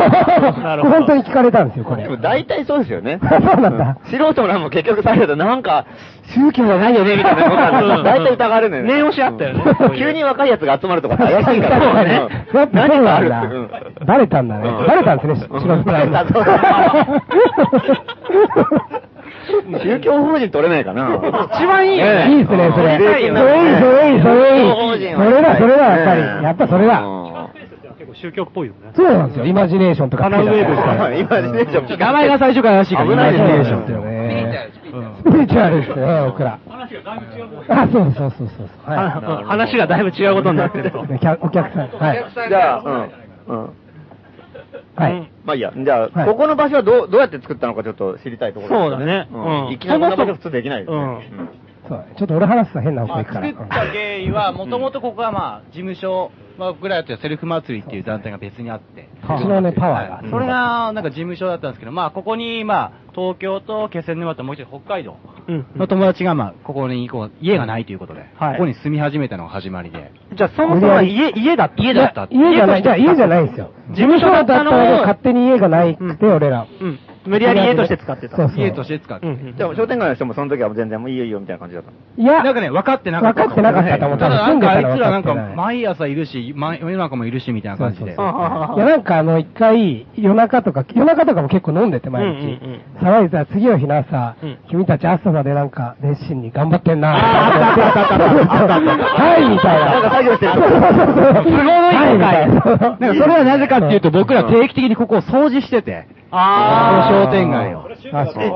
Speaker 2: るほど。
Speaker 4: 本当に聞かれたんですよ、これ
Speaker 1: で。も大体そうですよね。
Speaker 4: そうなんだ。
Speaker 1: 素人らも結局されると、なんか、宗教じゃないよね、みたいなことなんだ。大体疑われるのよね。
Speaker 2: 念押しあったよね
Speaker 1: うん
Speaker 2: そういう
Speaker 1: 急に若いやつが集まるとかって怪しいから
Speaker 4: やっぱそう
Speaker 1: 何がある
Speaker 4: なんだ。バレたんだね。バレたんですね、
Speaker 1: うん
Speaker 4: 白くらい
Speaker 1: バレた 宗教法人取れないかな。
Speaker 2: 一番いいよね。
Speaker 4: いいですね、それ。それいい、それいい、それいい。それだ、それだ、やっぱり。やっぱそれだ。
Speaker 2: 結構宗教っぽいよね。
Speaker 4: そうなんですよ。イマジネーションとか。
Speaker 1: 今、ね、
Speaker 7: 名前が最初から怪しいから、
Speaker 1: 危ないですね
Speaker 7: イマジネー
Speaker 4: シ
Speaker 7: シ
Speaker 4: ョ
Speaker 7: ョ
Speaker 4: ンっていう
Speaker 7: ン
Speaker 4: ね。ね。スピリチュアルですね、僕ら。話がだいぶ違うあ、そうそうそうそうそう。
Speaker 2: あの話がだいぶ違うことになってると。
Speaker 4: ねきゃ お客さん。はい。
Speaker 1: じゃあ、うん。うん。
Speaker 4: はい。
Speaker 1: まあいいや、じゃあ、
Speaker 4: はい
Speaker 1: ここの場所はどうどうやって作ったのかちょっと知りたいところですね。
Speaker 2: そうだねうん
Speaker 1: いきなりこんな場所普通できないですね。
Speaker 2: うん
Speaker 1: うん
Speaker 4: そうちょっと俺話すと変な方
Speaker 7: ま
Speaker 4: 向
Speaker 7: あ
Speaker 4: 行くか
Speaker 7: 作
Speaker 4: ら。
Speaker 7: った原因は、もともとここはまあ、事務所、まあ、僕らやってるセルフ祭りっていう団体が別にあって、
Speaker 4: うんうちのね、パワーが。
Speaker 7: それが、なんか事務所だったんですけど、まあ、ここに、まあ、東京と気仙沼ともう一人北海道
Speaker 2: うん
Speaker 7: の友達が、まあ、ここにこう、家がないということで、
Speaker 2: はい
Speaker 7: ここに住み始めたのが始まりで、
Speaker 2: じゃあ、そもそも家、家だった。
Speaker 7: 家だったって
Speaker 4: 家じゃない、じゃあ家じゃないんですよ。事務所だったのに勝手に家がないくて、俺ら。
Speaker 2: うん。無理やり家として使ってた。
Speaker 4: そうそう
Speaker 7: 家として使って、
Speaker 2: うんうん
Speaker 1: でも商店街の人もその時はもう全然もういいよいいよみたいな感じだったの。
Speaker 4: いや、
Speaker 7: なんかね、分かってなかっ
Speaker 4: 分
Speaker 7: た。
Speaker 4: かってなかったと思
Speaker 7: た
Speaker 4: った
Speaker 7: だ
Speaker 4: の。
Speaker 7: なんかあいつらなんか
Speaker 4: 住で
Speaker 7: 毎朝いるし、毎夜中もいるしみたいな感じで。
Speaker 4: そうそうそういや、なんかあの、一回、夜中とか、夜中とかも結構飲んでて、毎
Speaker 2: うん
Speaker 4: 日。 騒いでたら、次の日の朝
Speaker 2: うん、
Speaker 4: 君たち朝までなんか、熱心に頑張ってんな
Speaker 2: あーあったあったあったあったあったあった
Speaker 4: はい、みたいな。
Speaker 1: なんか作業してる
Speaker 4: そうそうそう
Speaker 2: 都合のいい
Speaker 4: はみたいな。
Speaker 2: 世界
Speaker 7: なんかそれはなぜかっていうと、僕ら定期的にここを掃除してて、
Speaker 2: あ
Speaker 7: この商店街を。
Speaker 4: 確かに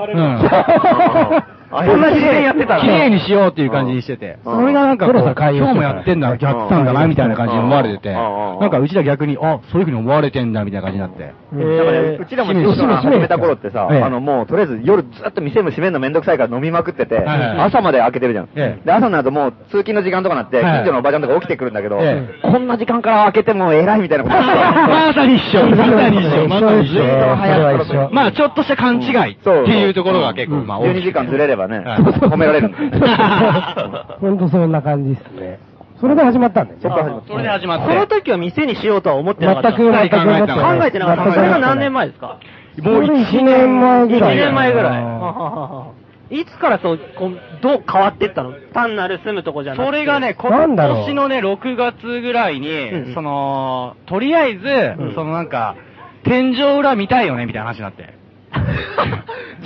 Speaker 1: うん
Speaker 2: そんな自然やってたの
Speaker 7: 綺麗にしようっていう感じにしてて、
Speaker 1: う
Speaker 7: そ
Speaker 1: ん
Speaker 7: れがなんかこう、
Speaker 4: 黒田
Speaker 7: 今
Speaker 4: 海洋
Speaker 7: 日もやってんだ、逆算だな、みたいな感じに思われてて、
Speaker 1: うんうん
Speaker 7: なんかうちら逆に、あ、そういうふうに思われてんだ、みたいな感じになって。
Speaker 2: ー。
Speaker 1: だからね
Speaker 2: え
Speaker 1: うちらも仕事が始めた頃ってさ、
Speaker 7: ええ
Speaker 1: あのもうとりあえず夜ずっと店も閉めるのめんどくさいから飲みまくってて、
Speaker 7: はいはい
Speaker 1: 朝まで開けてるじゃん。
Speaker 7: ええ
Speaker 1: で、朝になるともう通勤の時間とかなって、
Speaker 7: はい
Speaker 1: 近所のおばちゃんとか起きてくるんだけど、
Speaker 7: え
Speaker 1: こんな時間から開けても偉いみたいなこと言ってたの
Speaker 7: まさに一緒、まさに一緒、まさに
Speaker 4: 一緒ですねそれは一緒
Speaker 7: まあ、ちょっとした勘違いって
Speaker 1: そう
Speaker 7: いうところが結構、まあ、大
Speaker 1: 12
Speaker 7: きい。
Speaker 1: 時間ずれればね、
Speaker 7: はい
Speaker 1: 褒められるんだよ
Speaker 4: ほんとそんな感じですね。それで始まったんだよね。
Speaker 1: そっから始まった
Speaker 7: それで始ま
Speaker 2: その
Speaker 7: っ
Speaker 2: 時は店にしようとは思って
Speaker 4: 全
Speaker 2: なかった。
Speaker 4: く、全く思って
Speaker 7: 考
Speaker 2: 考えてなかった。それが何年前ですか
Speaker 7: て、
Speaker 4: も
Speaker 7: も
Speaker 4: う
Speaker 7: う一
Speaker 4: 1年前ぐらい。
Speaker 2: 1年前ぐらい。は
Speaker 4: あ
Speaker 2: は
Speaker 4: ー
Speaker 2: ははいつからそう、こうどう変わってったの単なる住むとこじゃなくて。
Speaker 7: それがね、
Speaker 4: な
Speaker 7: 今
Speaker 4: んだろう
Speaker 7: 年のね、6月ぐらい
Speaker 2: うんうん
Speaker 7: に、その、とりあえ
Speaker 2: うん
Speaker 7: ず、そのなんか、天井裏見たいよね、みたいな話にな って。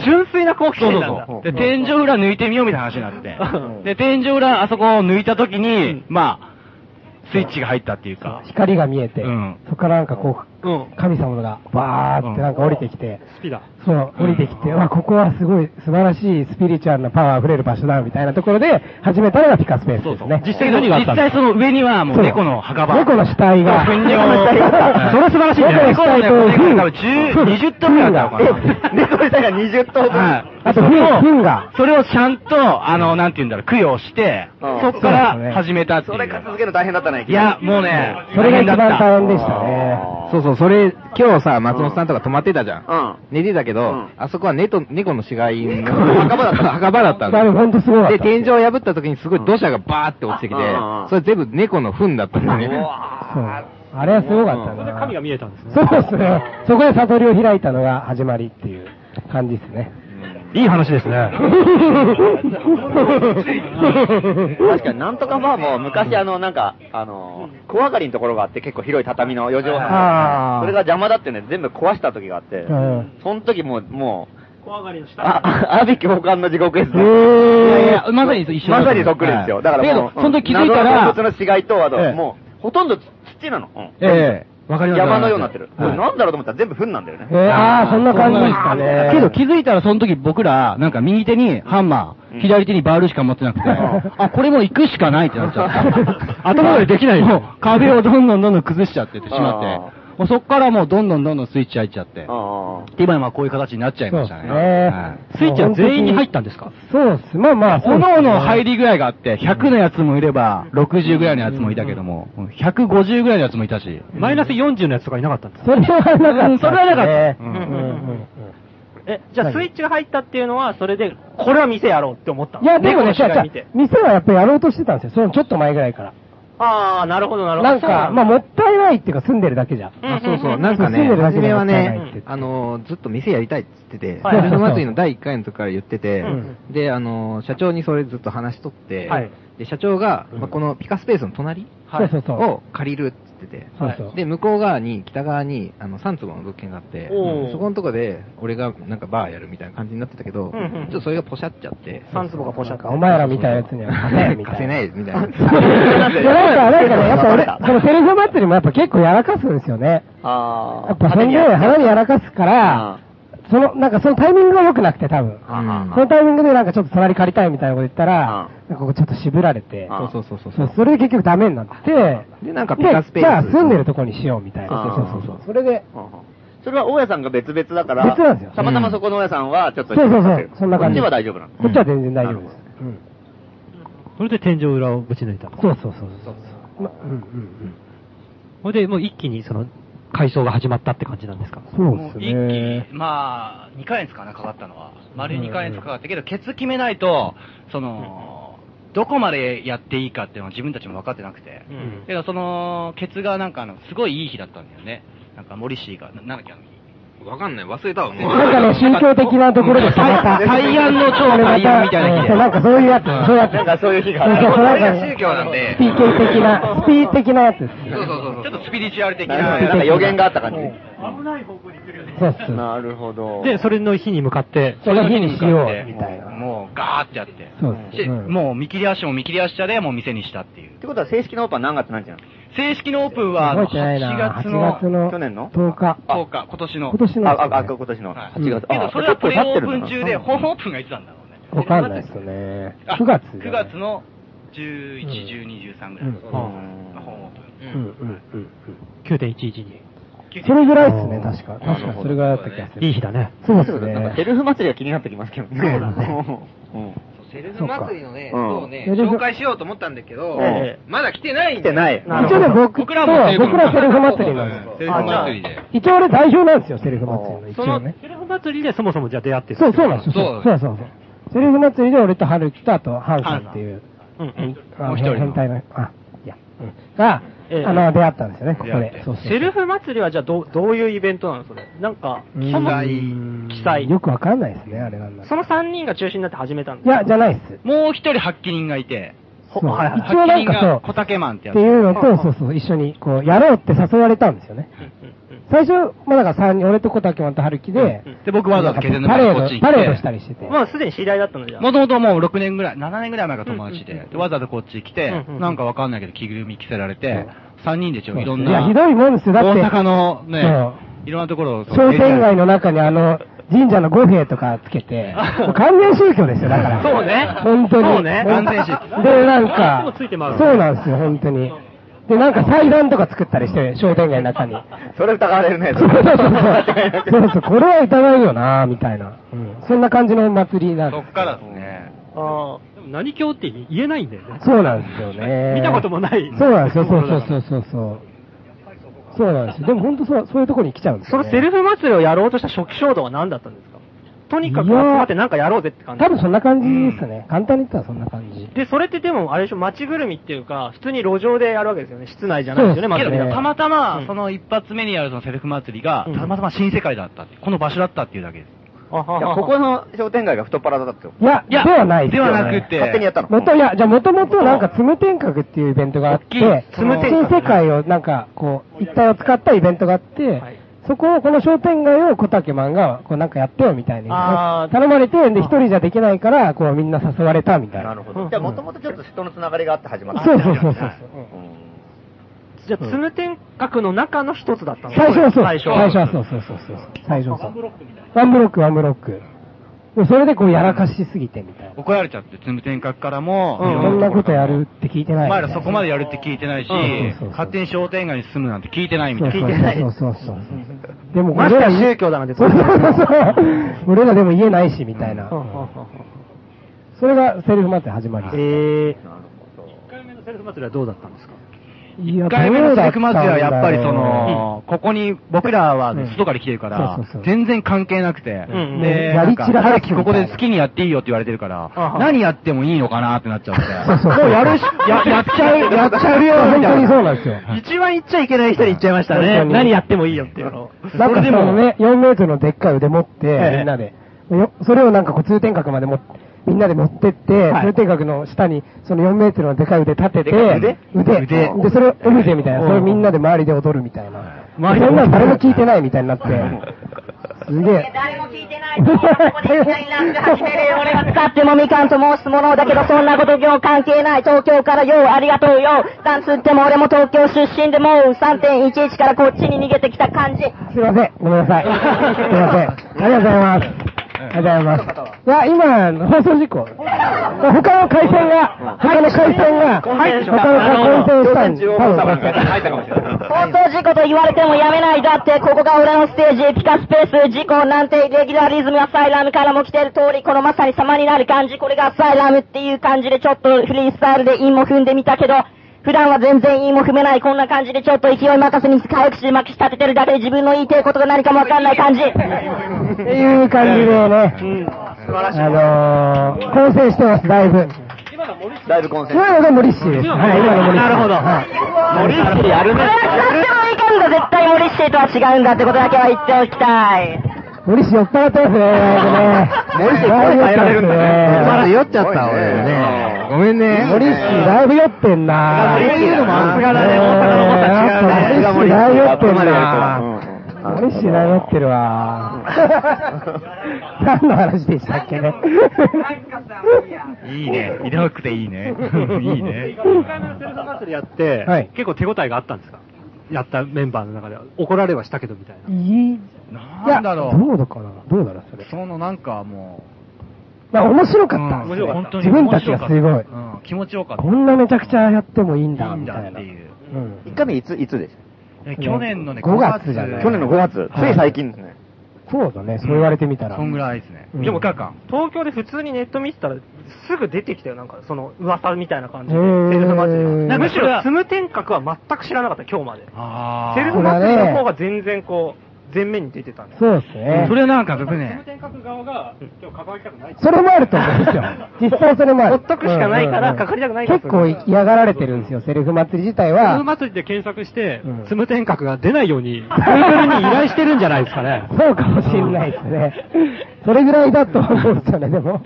Speaker 2: 純粋な好奇
Speaker 7: そうそ
Speaker 2: 心
Speaker 7: う
Speaker 2: なんだ。
Speaker 7: そう。で、天井裏抜いてみようみたいな話にな
Speaker 2: う
Speaker 7: って。で、天井裏あそこを抜いたときに、まあ、スイッチが入ったっていうか。
Speaker 4: 光が見えて、
Speaker 7: うん
Speaker 4: そこからなんかこ
Speaker 2: うん
Speaker 4: う、神様がバーってなんか降りてきて、
Speaker 2: 好きだ。
Speaker 4: そう、降りてきて、わ、ここはすごい素晴らしいスピリチュアルなパワー溢れる場所だ、みたいなところで始めたのがピカスペースですね。
Speaker 7: 実際何があった実際その上にはもう
Speaker 4: そう
Speaker 7: 猫の墓場。
Speaker 4: 猫の死体が。
Speaker 7: 糞尿の死体が
Speaker 4: それは素晴らしいね。
Speaker 7: 猫の死体と
Speaker 4: 糞
Speaker 7: 多分10 20トンぐらいあったの かな
Speaker 1: え猫自体が20頭分。
Speaker 7: はい。
Speaker 4: あと糞
Speaker 7: それを
Speaker 4: 糞が
Speaker 7: それをちゃんと、あの、なんて言うんだろう、供養して、
Speaker 1: うん
Speaker 7: そっから始めたってい。
Speaker 1: そうれか続けるの大変だったね。
Speaker 7: いや、もうね、
Speaker 4: それが一番
Speaker 7: 大変だった
Speaker 4: 大変でしたね。
Speaker 8: そうそう、それ、今日さ、松本さんとか泊まってたじゃん。
Speaker 1: うん。
Speaker 8: 寝てたけど、
Speaker 1: うん
Speaker 8: あそこは寝と猫の死骸の
Speaker 1: 墓場だった
Speaker 8: 墓場だった
Speaker 4: だいぶほんとすごかった
Speaker 8: で、天井を破った時にすごい土砂がバーって落ちてきて
Speaker 1: うんうん、
Speaker 8: それ全部猫の糞だったんだよね。
Speaker 4: そうあれはすごかったな。
Speaker 7: が見えたんです
Speaker 4: そうですね。そこで悟りを開いたのが始まりっていう感じですね。
Speaker 7: いい話ですね。
Speaker 1: 確かになんとかバーも昔あのなんか、あの、小上がりのところがあって結構広い畳の余剰
Speaker 4: あー
Speaker 1: それが邪魔だってね、全部壊した時があって
Speaker 4: うん、
Speaker 1: その時もう、もう、
Speaker 2: 小上がりの下。
Speaker 1: あ、阿鼻教官の地獄絵図。
Speaker 7: いやいやまさに一緒
Speaker 1: まさにそっくりですよ。だからもう、
Speaker 7: だけど、その時気づいたら、
Speaker 1: 謎の動物の死骸と、あと、
Speaker 7: ええ
Speaker 1: もう、ほとんど土なの。うん
Speaker 7: ええ、わかります
Speaker 1: 山のようになってる。こ
Speaker 7: は
Speaker 1: れ
Speaker 7: い
Speaker 1: なんだろうと思ったら全部糞なんだよね
Speaker 4: え。ー、ああ、そんな感じでしたね。
Speaker 7: けど気づいたらその時僕ら、なんか右手にハンマ
Speaker 1: う
Speaker 7: ー、
Speaker 1: ん
Speaker 7: 左手にバールしか持ってなくて、
Speaker 4: ん
Speaker 7: あ、これもう行くしかないってなっちゃ った。頭でできないよ。壁をどんどんどんどん崩しちゃってってしまって、もうそっからもうどんどんどんどんスイッチ入っちゃって、
Speaker 1: あー
Speaker 7: で今今こういう形になっちゃいましたね。
Speaker 4: そうです ね
Speaker 7: はいスイッチは全員に入ったんですか
Speaker 4: そうっす。まあまあ、
Speaker 7: おのおの入
Speaker 4: り。
Speaker 7: りぐらいがあって、100のやつもいれば、60ぐらいのやつもいたけども、150ぐらいのやつもいたし。
Speaker 2: マイナス40のやつとかいなかったんです
Speaker 4: それはなかった、
Speaker 7: うんそれはなかった
Speaker 4: ね
Speaker 7: うん
Speaker 4: うんうん
Speaker 2: え、じゃあスイッチが入ったっていうのは、それで、これは店やろうって思った
Speaker 4: うん。
Speaker 2: の
Speaker 4: いや、でもね、違
Speaker 2: 猫の
Speaker 4: う
Speaker 2: 死
Speaker 4: 違
Speaker 2: 骸見
Speaker 4: う
Speaker 2: て。
Speaker 4: 店はやっぱりやろうとしてたんですよ。そのちょっと前ぐらいから。
Speaker 2: ああ、なるほど、なるほど。
Speaker 4: なんか、まあもったいないっていうか住んでるだけじゃん。
Speaker 2: うん
Speaker 8: あそうそう、なんか
Speaker 4: 住ん
Speaker 8: ね、
Speaker 4: でるだ
Speaker 8: 初
Speaker 4: けで
Speaker 8: め
Speaker 4: も
Speaker 8: は
Speaker 4: ったいないって言
Speaker 8: ね
Speaker 4: って、
Speaker 8: あのー、ずっと店やりたいっつってて、
Speaker 2: はい
Speaker 8: ルル祭りの第1回の時から言ってて
Speaker 2: ん、
Speaker 8: で、あのー、社長にそれずっと話しとって
Speaker 2: はい、
Speaker 8: で、社長が、まあこのピカスペースの隣
Speaker 4: そうそうそう。
Speaker 8: を借りるっつってて、
Speaker 4: そうそう。
Speaker 8: で、向こう側に、北側に、あの、3坪の物件があって、
Speaker 2: おー
Speaker 8: うんそこのとこで、俺がなんかバーやるみたいな感じになってたけど、
Speaker 2: うんう
Speaker 8: ちょ
Speaker 2: ん
Speaker 8: っとそれがポシャっちゃって、
Speaker 2: 3坪がポシャ
Speaker 4: なん
Speaker 2: って
Speaker 4: かお前らみたいなやつには勝てないみ たいな。
Speaker 8: 貸せないみたいな。
Speaker 4: いやなんか、なんかね、やっぱ俺、そ のセルフ祭りもやっぱ結構やらかすんですよね。
Speaker 1: あー。
Speaker 4: やっぱそんで、花にやらかすから、その、なんかそのタイミングが良くなくて、多分。
Speaker 10: あまあまあ
Speaker 4: そのタイミングでなんかちょっと隣借りたいみたいなこと言ったら、なんかここちょっと渋られて、
Speaker 10: そうそうそうそう
Speaker 4: そうそれで結局ダメになって、
Speaker 10: でなんかピカスペース
Speaker 4: でじゃあ住んでるとこにしようみたいな。
Speaker 10: そうそうそうそう
Speaker 4: それで、
Speaker 1: うんうんそれは大家さんが別々だから、
Speaker 4: 別なんですよ
Speaker 1: たまたまそこの大家さんはちょっと、
Speaker 4: そうそうそう、そんな感じ。
Speaker 1: こっちは大丈夫なの。
Speaker 4: こっちは全然大丈夫です。うん。
Speaker 11: それで天井裏をぶち抜いたの。
Speaker 4: そうそうそうそう。まうんうんうん。
Speaker 11: それで、もう一気にその、改装が始まったって感じなんですか
Speaker 4: そう
Speaker 7: もう
Speaker 4: で
Speaker 7: 一
Speaker 4: す
Speaker 7: 気
Speaker 4: ね
Speaker 7: に。、まあ、2ヶ月かな、かかったのは。丸2ヶ月かかったけど、ケツ決めないと、その、どこまでやっていいかっていうのは自分たちも分かってなくて。
Speaker 2: うん
Speaker 7: けど、その、ケツがなんかあの、すごいいい日だったんだよね。なんか、モリシーが、ななんだっけ、あの日。
Speaker 12: わかんない、忘れたわ、も
Speaker 4: なんかの宗教的なところで止まった。
Speaker 7: 対案の超対案みたいな日で
Speaker 4: そう なんかそういうやつ、そういうやつ。
Speaker 1: なんかそういう日が
Speaker 4: そうそうそう
Speaker 12: 俺が
Speaker 4: なん
Speaker 12: 宗
Speaker 4: か
Speaker 12: 教なんで
Speaker 4: スピ。ー系的な、スピー的なやつです。
Speaker 12: そうそうそうそう。ちょっとスピリチュアル的
Speaker 1: な
Speaker 12: な。
Speaker 1: るほどなんか予言があった感じ。
Speaker 4: そうっす。
Speaker 1: なるほど。
Speaker 11: で、それの日に向かって、
Speaker 4: その日にしよう、みたいな。
Speaker 7: もう、ガーってやって。
Speaker 4: そうっす
Speaker 7: で
Speaker 4: うん
Speaker 7: もう、見切り足も見切り足者で、もう店にしたっていう
Speaker 1: っ。てことは正式なオープンは何月何日な
Speaker 7: 正式のオープンは、あ
Speaker 4: 覚
Speaker 7: の
Speaker 4: えてないな。
Speaker 7: 8月の
Speaker 4: 8月の
Speaker 1: 去年の
Speaker 4: 10日。
Speaker 7: 10日、今年の。
Speaker 4: 今年の
Speaker 1: のあ、あ、あ、
Speaker 4: ですね
Speaker 1: 今年の
Speaker 7: はい
Speaker 1: 8月。
Speaker 7: け
Speaker 1: あ
Speaker 7: ど、それはプレオープン中で、
Speaker 1: あ
Speaker 7: 本オープンがいつなんだろうね。
Speaker 4: わかんないですよね。9月。
Speaker 7: 9月。の11、12、13ぐらい。
Speaker 4: うん
Speaker 7: まあ本オープ
Speaker 4: うんうんうん
Speaker 11: 9.11に。
Speaker 4: うん。それぐらいですね、確か。確かそれぐらいだった気がする。
Speaker 11: いい日だね。
Speaker 4: そうです
Speaker 1: なんか
Speaker 4: ね。
Speaker 1: セルフ祭りが気になってきますけどね。そうだね。
Speaker 13: セルフ祭りのね、
Speaker 1: うん
Speaker 13: そうね、
Speaker 4: うん
Speaker 13: 紹介しようと思ったんだけど
Speaker 1: え、
Speaker 13: まだ来てないんだ
Speaker 1: 来て
Speaker 13: よ
Speaker 1: ない。
Speaker 4: 一応ね、僕と、僕
Speaker 12: 僕らもセルフ
Speaker 4: らセルフ祭りなんです
Speaker 12: セ
Speaker 4: よ。
Speaker 12: ルフ祭りで。
Speaker 4: 一応俺代表なんですよ、セルフ祭りの。一
Speaker 11: そ
Speaker 4: 応
Speaker 11: の
Speaker 4: ね。、
Speaker 11: セルフ祭りでそもそもじゃあ出会って
Speaker 4: そう、そうなんです
Speaker 12: そ
Speaker 4: よ。
Speaker 12: う
Speaker 4: そうそうそう。セルフ祭りで俺と春樹と、あと、ハンさんっていう、
Speaker 11: うんうん。
Speaker 4: あ
Speaker 12: もう
Speaker 4: の
Speaker 12: 一人の
Speaker 4: 変態の、あ、いや、うんが、
Speaker 2: ええ
Speaker 4: あの、出会ったんですよね、ここ
Speaker 12: 出会って
Speaker 4: で。そうそうそう
Speaker 2: セルフ祭りはじゃあどう、どういうイベントなのそれ。なんか、
Speaker 4: うーん
Speaker 2: その記載。
Speaker 4: よくわかんないですね、あれなんだろう。
Speaker 2: その3人が中心になって始めたん
Speaker 4: い
Speaker 2: です
Speaker 4: や、じゃないっす。
Speaker 7: ン。もう一人発起人がいて、
Speaker 4: そう
Speaker 7: はいはい
Speaker 4: 一応な
Speaker 7: 発起人
Speaker 4: んか
Speaker 7: が
Speaker 4: そう、
Speaker 7: 小竹マンってや
Speaker 4: っ
Speaker 7: つ
Speaker 4: ていうのと、そうそう、一緒に、こう、やろうって誘われたんですよね。最初、まあだから3人、俺と小竹マンと春樹で、
Speaker 7: で、僕わざわざ気仙沼
Speaker 4: パレ
Speaker 7: に
Speaker 4: ー
Speaker 7: こっち
Speaker 4: ド、
Speaker 7: に来
Speaker 4: パレードしてた、りしてて。
Speaker 2: まあ、すでに知り合いだったのじゃあ。
Speaker 7: もともともう6年ぐらい、7年ぐらい前から友達
Speaker 2: うんうんう
Speaker 7: で
Speaker 2: ん、
Speaker 7: でわざわざこっちに来て
Speaker 2: うんうんう、ん
Speaker 7: なんかわかんないけど着ぐるみ着せられて、3人でちょ、いろん
Speaker 4: いや、
Speaker 7: な、
Speaker 4: ひどいもんですよ。だ
Speaker 7: 大
Speaker 4: って、
Speaker 7: 阪のね
Speaker 4: そう、
Speaker 7: いろんなところを、
Speaker 4: 商店街の中にあの、神社の五兵とかつけて、もう完全宗教ですよ、だから。
Speaker 2: そうね
Speaker 4: 本当に。
Speaker 2: そうね
Speaker 4: 本当
Speaker 7: 完全宗教
Speaker 4: で、なん
Speaker 11: いつも
Speaker 4: か、
Speaker 11: ついて回る
Speaker 4: そうなんですよ、本当に。で、なんか祭壇とか作ったりして、商店街の中に。
Speaker 1: それ疑われるね。
Speaker 4: そうそうそう。
Speaker 1: そ
Speaker 4: そうそう、これは疑うよなみたいな。うんそんな感じの祭りなん
Speaker 7: そ
Speaker 4: で
Speaker 7: っからですね。
Speaker 11: ああ。でも何教って言えないんだよね
Speaker 4: す。。そうなんですよ ね。
Speaker 11: 見たこともない
Speaker 4: そうなんですよ、そうそうそうそうそう。そうなんですよ。でも本当そう、そういうとこに来ちゃうんです
Speaker 2: そ
Speaker 4: よ、ね。
Speaker 2: のセルフ祭りをやろうとした初期衝動は何だったんですかとにかく集
Speaker 4: いやー
Speaker 2: まってなんかやろうぜって感じ
Speaker 4: 多。分そんな感じですかね。簡単に言ったらそんな感じ。
Speaker 2: で、それってでも、あれでしょ、街ぐるみっていうか、普通に路上でやるわけですよね。室内じゃないですよね、
Speaker 4: そう
Speaker 2: 街
Speaker 7: けど
Speaker 4: です
Speaker 2: ぐるみ
Speaker 4: ね
Speaker 7: た
Speaker 2: は。
Speaker 7: また
Speaker 2: うん
Speaker 7: ま、その一発目にやるそのセルフ祭りが、
Speaker 2: うん
Speaker 7: たまたま新世界だったって、この場所だったっていうだけです。
Speaker 1: いや、ここの商店街が太っ腹だったよ。
Speaker 4: いや、
Speaker 7: いや
Speaker 4: ではない
Speaker 7: ではなくて、
Speaker 1: 勝手にやったの。
Speaker 4: もと、いや、じゃあもともとなんか、つむ天閣っていうイベントがあ
Speaker 7: 大
Speaker 4: って
Speaker 7: きい、
Speaker 4: その新世界をなんか、こう、一体を使ったイベントがあって
Speaker 2: はい、
Speaker 4: そこを、この商店街を小竹マンが、こうなんかやってよみたいな。
Speaker 2: あー
Speaker 4: 頼まれて、で、一人じゃできないから、こうみんな誘われたみたいな。
Speaker 1: なるほど。じゃあ、もともとちょっと人のつながりがあって始まった。
Speaker 4: そうそうそうそう。
Speaker 2: じゃあ、つむ天閣の中の一つだったの
Speaker 4: 最初はそう。最
Speaker 2: 最
Speaker 4: 初
Speaker 2: 初
Speaker 4: はそうそうそうそう。最初はそう。ワンブロック、ワンブロック。でそれでこうやらかしすぎてみたいな。
Speaker 7: 怒られちゃって、つむ天閣からも、
Speaker 4: こ
Speaker 7: いろ
Speaker 4: ん
Speaker 7: ろ
Speaker 4: な
Speaker 7: ろ
Speaker 4: ことやるって聞いてない
Speaker 7: お
Speaker 4: みた
Speaker 7: 前
Speaker 4: いな。
Speaker 7: らそこまでやるって聞いてないし
Speaker 4: うんそうそうそう、
Speaker 7: 勝手に商店街に住むなんて聞いてないみ
Speaker 4: そ
Speaker 7: た
Speaker 4: う
Speaker 7: い
Speaker 4: そう
Speaker 7: な。
Speaker 4: そうそうそう。でも
Speaker 2: ましてや宗教だなんて
Speaker 4: そうそうそう。 俺らでも言えないし、みたいな。それがセルフマッチ始まりです。
Speaker 2: えー、
Speaker 11: 1回目のセルフ祭りはどうだったんですか
Speaker 4: いや
Speaker 7: 1回目のセクマジはやっぱり
Speaker 4: ど
Speaker 7: そう
Speaker 4: だたんだろ
Speaker 7: の、ここに僕らは
Speaker 4: うん
Speaker 7: 外から来てるから
Speaker 4: そうそうそう、
Speaker 7: 全然関係なくて
Speaker 2: んう、ん
Speaker 7: で、
Speaker 4: や
Speaker 7: なん
Speaker 4: りち
Speaker 7: から
Speaker 4: は
Speaker 7: 荒
Speaker 4: らき
Speaker 7: 木ここで好きにやっていいよって言われてるから
Speaker 2: あは、
Speaker 7: 何やってもいいのかなってなっちゃ
Speaker 4: そう
Speaker 7: っ
Speaker 4: そ
Speaker 7: て、
Speaker 4: う
Speaker 7: もうやるし、ややっちゃう、やっちゃうよ
Speaker 4: 本
Speaker 7: み
Speaker 4: 当
Speaker 7: たい
Speaker 4: にそう
Speaker 7: な。
Speaker 4: なんですよ。
Speaker 2: 一番言っちゃいけない人に言っちゃいました
Speaker 4: 本当
Speaker 2: ね。
Speaker 4: に
Speaker 2: 何やってもいいよっていうのを。
Speaker 4: なんかそのね、4メートルのでっかい腕持って、
Speaker 2: ええ
Speaker 4: みんなで。よそれをなんかこう通天閣までもみんなで持ってって、通天閣の下にその4メートルのでかい腕立てて、
Speaker 1: でかい腕
Speaker 4: 腕。で、それを腕みたいな、それをみんなで周りで踊るみたいな。そんなの誰も聞いてないみたいにな って。すげえ。
Speaker 3: 誰も聞いてない。ここでいきなりラップ始めるよ。俺は使ってもみかんと申すものだけど、そんなことよう関係ない。東京からようありがとうよ。なんつっても俺も東京出身でもう3.11からこっちに逃げてきた感じ。
Speaker 4: すいません。ごめんなさい。すいません。ありがとうございます。ありがとうございます。いや、今、放送事故。他の回線が、他の回線が、他の回線をしたんで、多 分
Speaker 3: 放送事故と言われてもやめない。だって、ここが俺のステージ、ピカスペース、事故なんて、レギュラーリズムはサイラムからも来てる通り、このまさに様になる感じ、これがサイラムっていう感じで、ちょっとフリースタイルで韻も踏んでみたけど、普段は全然韻も踏めない、こんな感じでちょっと勢い任せに早口でまき立ててるだけで自分の言いてえことが何かもわかんない感じ。
Speaker 4: っていう感じでね、あのー、構成してます、だいぶ。
Speaker 1: だいぶ混戦。
Speaker 4: 今のが森氏です。はい、今の森氏。
Speaker 1: なるほど
Speaker 4: はい
Speaker 1: 森氏やるね。
Speaker 3: でもいかんだ、絶対森氏とは違うんだってことだけは言っておきたい。
Speaker 4: 森氏酔っ払ってますね、森氏だいぶ酔ってますね。
Speaker 10: まだ酔っちゃった、俺ね。ごめんね。
Speaker 4: 森氏だいぶ酔ってんな
Speaker 10: そういうのもさすがだね、
Speaker 4: やっぱ森氏だいぶ酔ってんな森氏だいぶ酔ってるわ。何の話でしたっけね。
Speaker 7: いいね。いなくていい ね。いいね。
Speaker 11: 1回目のセルフ祭りやって、
Speaker 4: はい
Speaker 11: 結構手応えがあったんですかやったメンバーの中では。怒られはしたけどみたいな。
Speaker 4: いい。
Speaker 7: なんだろう。
Speaker 4: どうだかなどうだろう、それ。
Speaker 7: そのなんかも
Speaker 4: まあ面白かった。
Speaker 7: うん面白かった
Speaker 4: 自分たちがすごい。
Speaker 7: う、うん、気持ちよかった。
Speaker 4: こんなめちゃくちゃやってもいいんだ、
Speaker 7: いいん
Speaker 4: み
Speaker 7: だ
Speaker 4: たい
Speaker 7: っ
Speaker 4: な
Speaker 7: て。いう。
Speaker 4: うん
Speaker 1: 一回目いつ、いつでし
Speaker 7: え去年のね、
Speaker 4: 5月じゃない
Speaker 1: 去年の5月。つい最近ですね。
Speaker 4: そうだね、そう言われてみたら。
Speaker 7: そんぐらいですね。
Speaker 4: うん
Speaker 7: 4日間。
Speaker 2: 東京で普通にネット見てたら、すぐ出てきたよ、なんか、その噂みたいな感じ
Speaker 4: へ
Speaker 2: で。
Speaker 4: ー
Speaker 2: セルフ祭り
Speaker 4: な
Speaker 2: は。
Speaker 4: んか
Speaker 2: む
Speaker 4: そ
Speaker 2: し
Speaker 4: れは
Speaker 2: ろ、つむ天閣は全く知らなかった、今日まで。
Speaker 7: あ
Speaker 2: セルフ祭りの方が全然こう、前面に出てたね。
Speaker 4: そうですね。
Speaker 7: それなんか僕ね、
Speaker 4: それもあると思うん ですよ。実際それもある。
Speaker 2: ほっとくしかないから
Speaker 4: うんうんうん
Speaker 2: かかりたくないから
Speaker 4: 結構嫌がられてるんですよ、セルフ祭り自
Speaker 11: セ
Speaker 4: 体
Speaker 11: ルフ
Speaker 4: は。
Speaker 11: 祭りで検索して
Speaker 4: うん、
Speaker 11: つむ天閣が出ないよう に、Google に依頼してるんじゃないですかね。
Speaker 4: そうかもしれないですね。それぐらいだと思うんですよね、でも。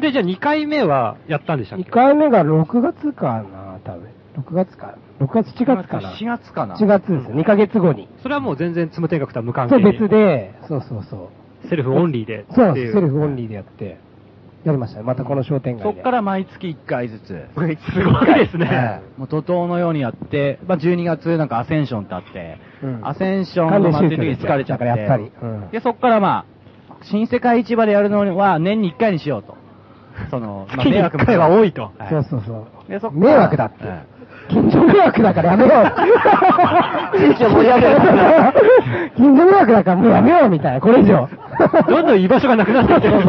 Speaker 11: で、じゃあ2回目はやったんでしたっ
Speaker 4: 2
Speaker 11: け
Speaker 4: 回目が6月かな、多分。6月か。6月、7月かな。
Speaker 7: 4月かな。
Speaker 4: 7月です。2ヶ月後に。
Speaker 11: それはもう全然つむ天閣とは無関
Speaker 4: そう、
Speaker 11: 係
Speaker 4: 別で、そうそうそう。
Speaker 11: セルフオンリーでっていう。
Speaker 4: そう、セルフオンリーでやって、 やりましたね。またこの商店街
Speaker 10: そ
Speaker 4: で。
Speaker 10: っから毎月1回ずつ。
Speaker 11: すごいですね。
Speaker 10: もう怒涛のようにやって、まあ、12月なんかアセンションってあって、
Speaker 4: うん
Speaker 10: アセンションの祭りの時に疲れちゃって、
Speaker 4: だからやっぱりうん
Speaker 10: で、そっからまあ、新世界市場でやるのは年に1回にしようと。そ の、まあ、迷惑も
Speaker 11: 回は多いと。
Speaker 10: はい
Speaker 4: そうそうそう。
Speaker 10: でそっから
Speaker 4: 迷惑だって。近所迷惑だからやめよう。近所盛り上げる。 近所迷惑だからもうやめようみたいな、これ以上。
Speaker 11: どんどん居場所がなくなってきて る。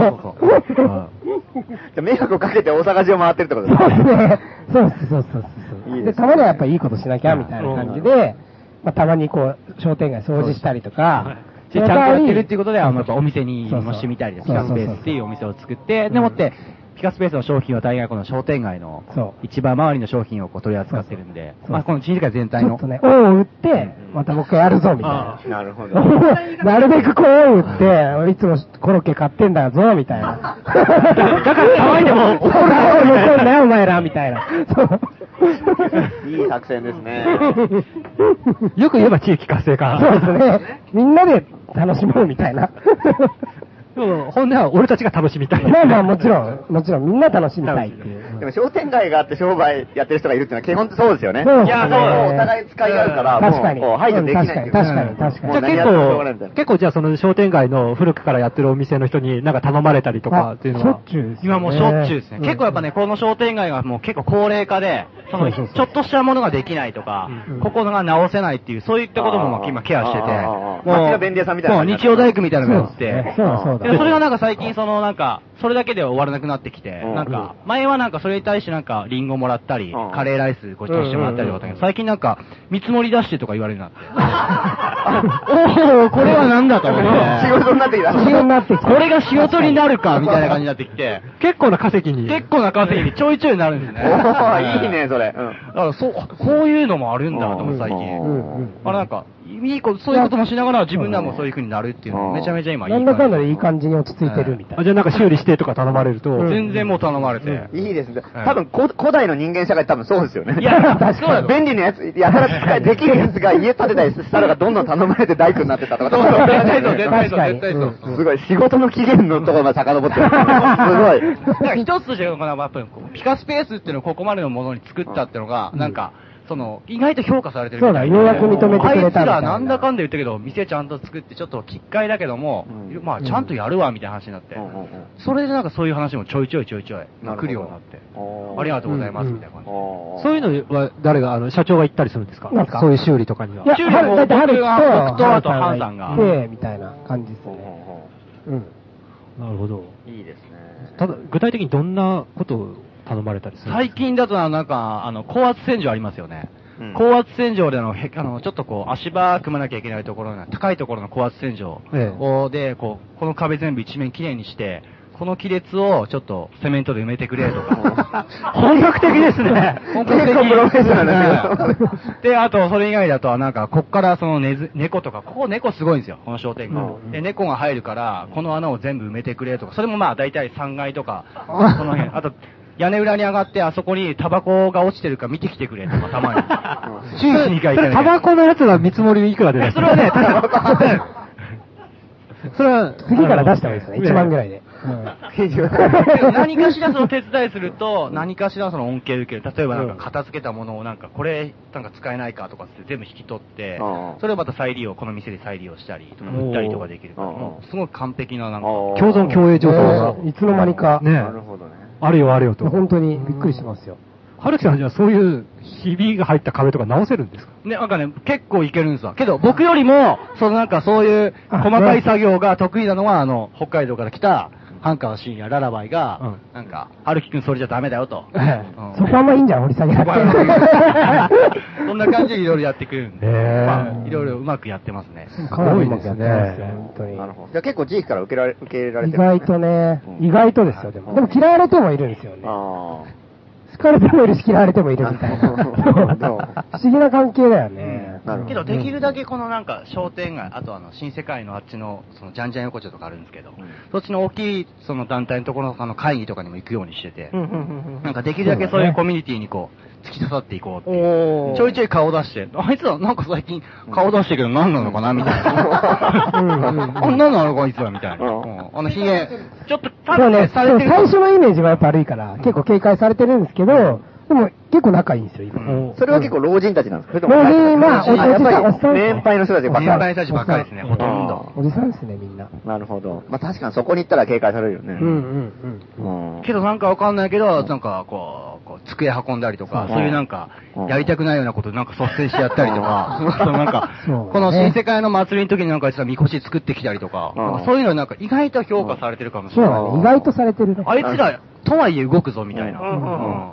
Speaker 1: 迷惑をかけて大阪中を回ってるってことです
Speaker 4: そうです
Speaker 1: ね。
Speaker 4: ね。そうそうそうそうそう
Speaker 1: いい
Speaker 4: で、
Speaker 1: ですね
Speaker 4: たまにはやっぱいいことしなきゃみたいな感じで、まあ、たまにこう、商店街掃除したりとか、
Speaker 10: でちゃんとやってるっていうことで、あの、やっぱお店にもしてみたりで、ピ
Speaker 4: そうそう
Speaker 10: カスペースっていうお店を作って、でもって、ピカスペースの商品は大概この商店街の
Speaker 4: そ、う
Speaker 10: 一番周りの商品をこう取り扱ってるんで
Speaker 4: そう、そう
Speaker 10: まあこの新世界全
Speaker 4: ち
Speaker 10: 体
Speaker 4: ょ
Speaker 10: の
Speaker 4: っと。ね、恩を売って、またもう一回やるぞみたいな。
Speaker 1: なるほど。
Speaker 4: なるべくこう恩を打って、俺いつもコロッケ買ってんだぞ、みたい な。だから騒いでも、怒る なよ、怒るなよ、お前ら、みたいな。そう。
Speaker 1: いい作戦ですね。
Speaker 11: よく言えば地域活性化。
Speaker 4: そうですね。みんなで楽しもう、みたいな。
Speaker 11: でも、本音は俺たちが楽しみたい。
Speaker 4: まあまあ、もちろん、もちろん、みんな楽しみたいっていう。
Speaker 1: でも商店街があって商売やってる人がいるっていうのは基本そうですよね。
Speaker 4: そうですね
Speaker 1: いや、そう、お互い使い合うから、
Speaker 4: 確かに。
Speaker 1: もうこう排除できないっていう
Speaker 4: 確かに、確かに、確か
Speaker 1: も
Speaker 11: じゃ
Speaker 4: に
Speaker 1: う
Speaker 11: あ
Speaker 1: 何
Speaker 11: 結
Speaker 1: やってもしょうがないみた
Speaker 11: 構、
Speaker 1: いな
Speaker 11: 結構じゃあその商店街の古くからやってるお店の人になんか頼まれたりとかっていうの
Speaker 4: まあし
Speaker 11: は
Speaker 4: ょっ。ちゅうですね
Speaker 7: 今もうしょっちゅうですね。結構やっぱね、この商店街がもう結構高齢化で、その、ち
Speaker 4: そうそうそう
Speaker 7: ょっとしたものができないとか、ここのが直せないっていう、そういったこともまあ今ケアしてて、
Speaker 1: あー
Speaker 7: も
Speaker 1: あー街の便利屋さんみたいな
Speaker 7: もう
Speaker 1: 感じ
Speaker 7: 日曜大工みたいなのがやってて、
Speaker 4: そうだそう
Speaker 7: でそれが
Speaker 4: だ。
Speaker 7: なんか最近そのなんか、それだけでは終わらなくなってきて、
Speaker 1: うん
Speaker 7: なんか、前はなんかそれに対してなんか、リンゴもらったり
Speaker 1: うん、
Speaker 7: カレーライスご馳走してもらったりとかだったけど、最近なんか、見積もり出してとか言われるようになって。おおこれはなんだと思って。
Speaker 1: 仕事になってきた。
Speaker 4: 必要になってきて。
Speaker 7: これが仕事になるか、みたいな感じになってきて、
Speaker 11: 結構な稼ぎに。
Speaker 7: 結構な稼ぎにちょいちょいになるんですね。
Speaker 1: おーいいね、それ。うん
Speaker 7: だからそう、こういうのもあるんだと思って最近。
Speaker 1: うん
Speaker 7: あれなんか、いいこと、そういうこともしながら自分らもそういう風になるっていうのめちゃめちゃ今いい
Speaker 4: なんだかんだでいい感じに落ち着いてるみたいな。
Speaker 11: あじゃあなんか修理してとか頼まれると、
Speaker 7: 全然もう頼まれて。
Speaker 1: いいですね。多分、こ古代の人間社会多分そうですよね。
Speaker 7: いや確かに
Speaker 1: 便利なやつ、やたら使い、できるやつが家建てたりしたのがどんどん頼まれて大工になってたとか。
Speaker 4: そうそう絶対そう絶対そう絶
Speaker 1: 対そう。すごい、仕事の期限のところまで遡ってる。
Speaker 7: だ
Speaker 1: す
Speaker 7: から一つじゃ、やっぱりこうピカスペースっていうのをここまでのものに作ったっていうのが、なんか、その、意外と評価されてるみたいで
Speaker 4: そうだようやく認めてくれたみたいな
Speaker 7: あいつらなんだかんだ言ったけど、店ちゃんと作って、ちょっときっかいだけども、まあ、ちゃんとやるわ、みたいな話になって、それでなんかそういう話もちょいちょいちょいちょい、来るようになって、ありがとうございます、みたいな感じ。
Speaker 11: そういうのは誰が、あの、社長が行ったりするんですか
Speaker 4: なんすか
Speaker 11: そういう修理とかには。
Speaker 4: いや、
Speaker 7: 修理も
Speaker 4: だいたい春樹と、
Speaker 7: 僕とあと
Speaker 4: ハル
Speaker 7: ハンさんが
Speaker 4: 行ってみたいな感じですね。うん。
Speaker 11: なるほど。
Speaker 1: いいですね。
Speaker 11: ただ、具体的にどんなことを頼まれたりするんです
Speaker 7: 最近だとな、なんか、あの、高圧洗浄ありますよね。高圧洗浄であの、へあの、ちょっとこう、足場組まなきゃいけないところの、高いところの高圧洗浄
Speaker 11: え
Speaker 7: を、で、こう、この壁全部一面きれいにして、この亀裂をちょっとセメントで埋めてくれと か。
Speaker 11: か本格的ですね。
Speaker 7: 本格的
Speaker 1: 結構プロフェッショナ
Speaker 7: ね
Speaker 1: ル
Speaker 7: で、あと、それ以外だと、なんか、こっからそのねず猫とか、ここ猫すごいんですよ、この商店街。で、猫が入るから、この穴を全部埋めてくれとか、それもまあ、大体3階とか、この辺。あと、屋根裏に上がって、あそこにタバコが落ちてるか見てきてくれとか、たま に。週に2回行かなきゃいけない
Speaker 11: タバコのやつは見積もりいくらで
Speaker 7: それはね、ただ、
Speaker 11: それは、
Speaker 4: 次から出した方がいいですよね。1万ぐらいで。
Speaker 7: 何かしらその手伝いすると、何かしらその恩恵を受ける。例えばなんか片付けたものをなんか、これなんか使えないかとかって全部引き取って
Speaker 1: うん、
Speaker 7: それをまた再利用、この店で再利用したりとか、売ったりとかできるから、
Speaker 1: うん
Speaker 7: もうすごい完璧ななんか、
Speaker 1: 共
Speaker 11: 共存共栄情報が
Speaker 4: ねいつの間にか。
Speaker 11: ね
Speaker 1: なるほどね。
Speaker 11: あるよあるよと。
Speaker 4: 本当にびっくりしますよ。
Speaker 11: はるきさんじゃあそういうひびが入った壁とか直せるんですか
Speaker 7: ね、なんかね、結構いけるんですわ。けど、僕よりも、そのなんかそういう細かい作業が得意なのは、あの、北海道から来た、ハンカー深夜ララバイが、なんか、春樹くんそれじゃダメだよと。うん
Speaker 4: そこあんまいいんじゃん、掘り下げなくて。
Speaker 7: そんな感じでいろいろやってくるんで、まあいろいろうまくやってますね。
Speaker 4: かなりうまくやってますよ、本当に。
Speaker 1: なるほど。じゃあ結構地域から受けられ、受け入れられ
Speaker 4: 意
Speaker 1: てるん
Speaker 4: 外
Speaker 1: ですね。
Speaker 4: とね、
Speaker 1: うん
Speaker 4: 意外とですよ、でも。でも嫌われてもいるんですよね。
Speaker 1: ああ。
Speaker 4: 好かれてもいるし、嫌われてもいるみたいな。
Speaker 1: なるほど
Speaker 4: 不思議な関係だよね。
Speaker 1: なるほ
Speaker 7: け
Speaker 1: ど
Speaker 7: ど、。できるだけこのなんか商店街、あとあの新世界のあっちの、そのジャンジャン横丁とかあるんですけど、そっちの大きいその団体のところのあの会議とかにも行くようにしてて、なんかできるだけそういうコミュニティにこう、突き刺さっていこうっていうちょいちょい顔出して、あいつらなんか最近顔出してるけど何なのかなみたいな。あ、何なのかあいつらみたいな。うんあのヒゲ、ちょっとタ
Speaker 4: そう
Speaker 7: ッ
Speaker 4: ね、
Speaker 7: ね
Speaker 4: で
Speaker 7: され
Speaker 4: も
Speaker 7: て
Speaker 4: 最
Speaker 7: るかも
Speaker 4: 初のイメージはやっぱ悪いから、結構警戒されてるんですけど、でも結構仲いいんですよ、今。
Speaker 1: それは結構老人たちなんですかそれとも
Speaker 4: 老人、まあ、おじ
Speaker 1: やっぱ
Speaker 4: さん、おじさん。
Speaker 1: り年配の人たちばっ
Speaker 7: 年
Speaker 1: か
Speaker 7: 配の人たちばっかりですね、ほとんど。
Speaker 4: おじさんですね、みんな。
Speaker 1: り。なるほど。まあ確かにそこに行ったら警戒されるよね。
Speaker 4: うんうん
Speaker 1: うん。
Speaker 7: けどなんかわかんないけど、なんかこう、こう机運んだりとか、
Speaker 1: そう
Speaker 7: そういうなんか
Speaker 1: うん、
Speaker 7: やりたくないようなことなんか率先してやったりとか、 そうなんか
Speaker 4: そうね、
Speaker 7: この新世界の祭りの時になんかあいつらみこし作ってきたりとか、
Speaker 1: うん
Speaker 7: なんかそういうのなんか意外と評価されてるかも
Speaker 4: うん。
Speaker 7: し
Speaker 4: そ
Speaker 7: れ
Speaker 4: う
Speaker 7: ない。
Speaker 4: だね、意外とされてるね。
Speaker 7: あいつら、とはいえ動くぞみたいな。
Speaker 1: うんうんうん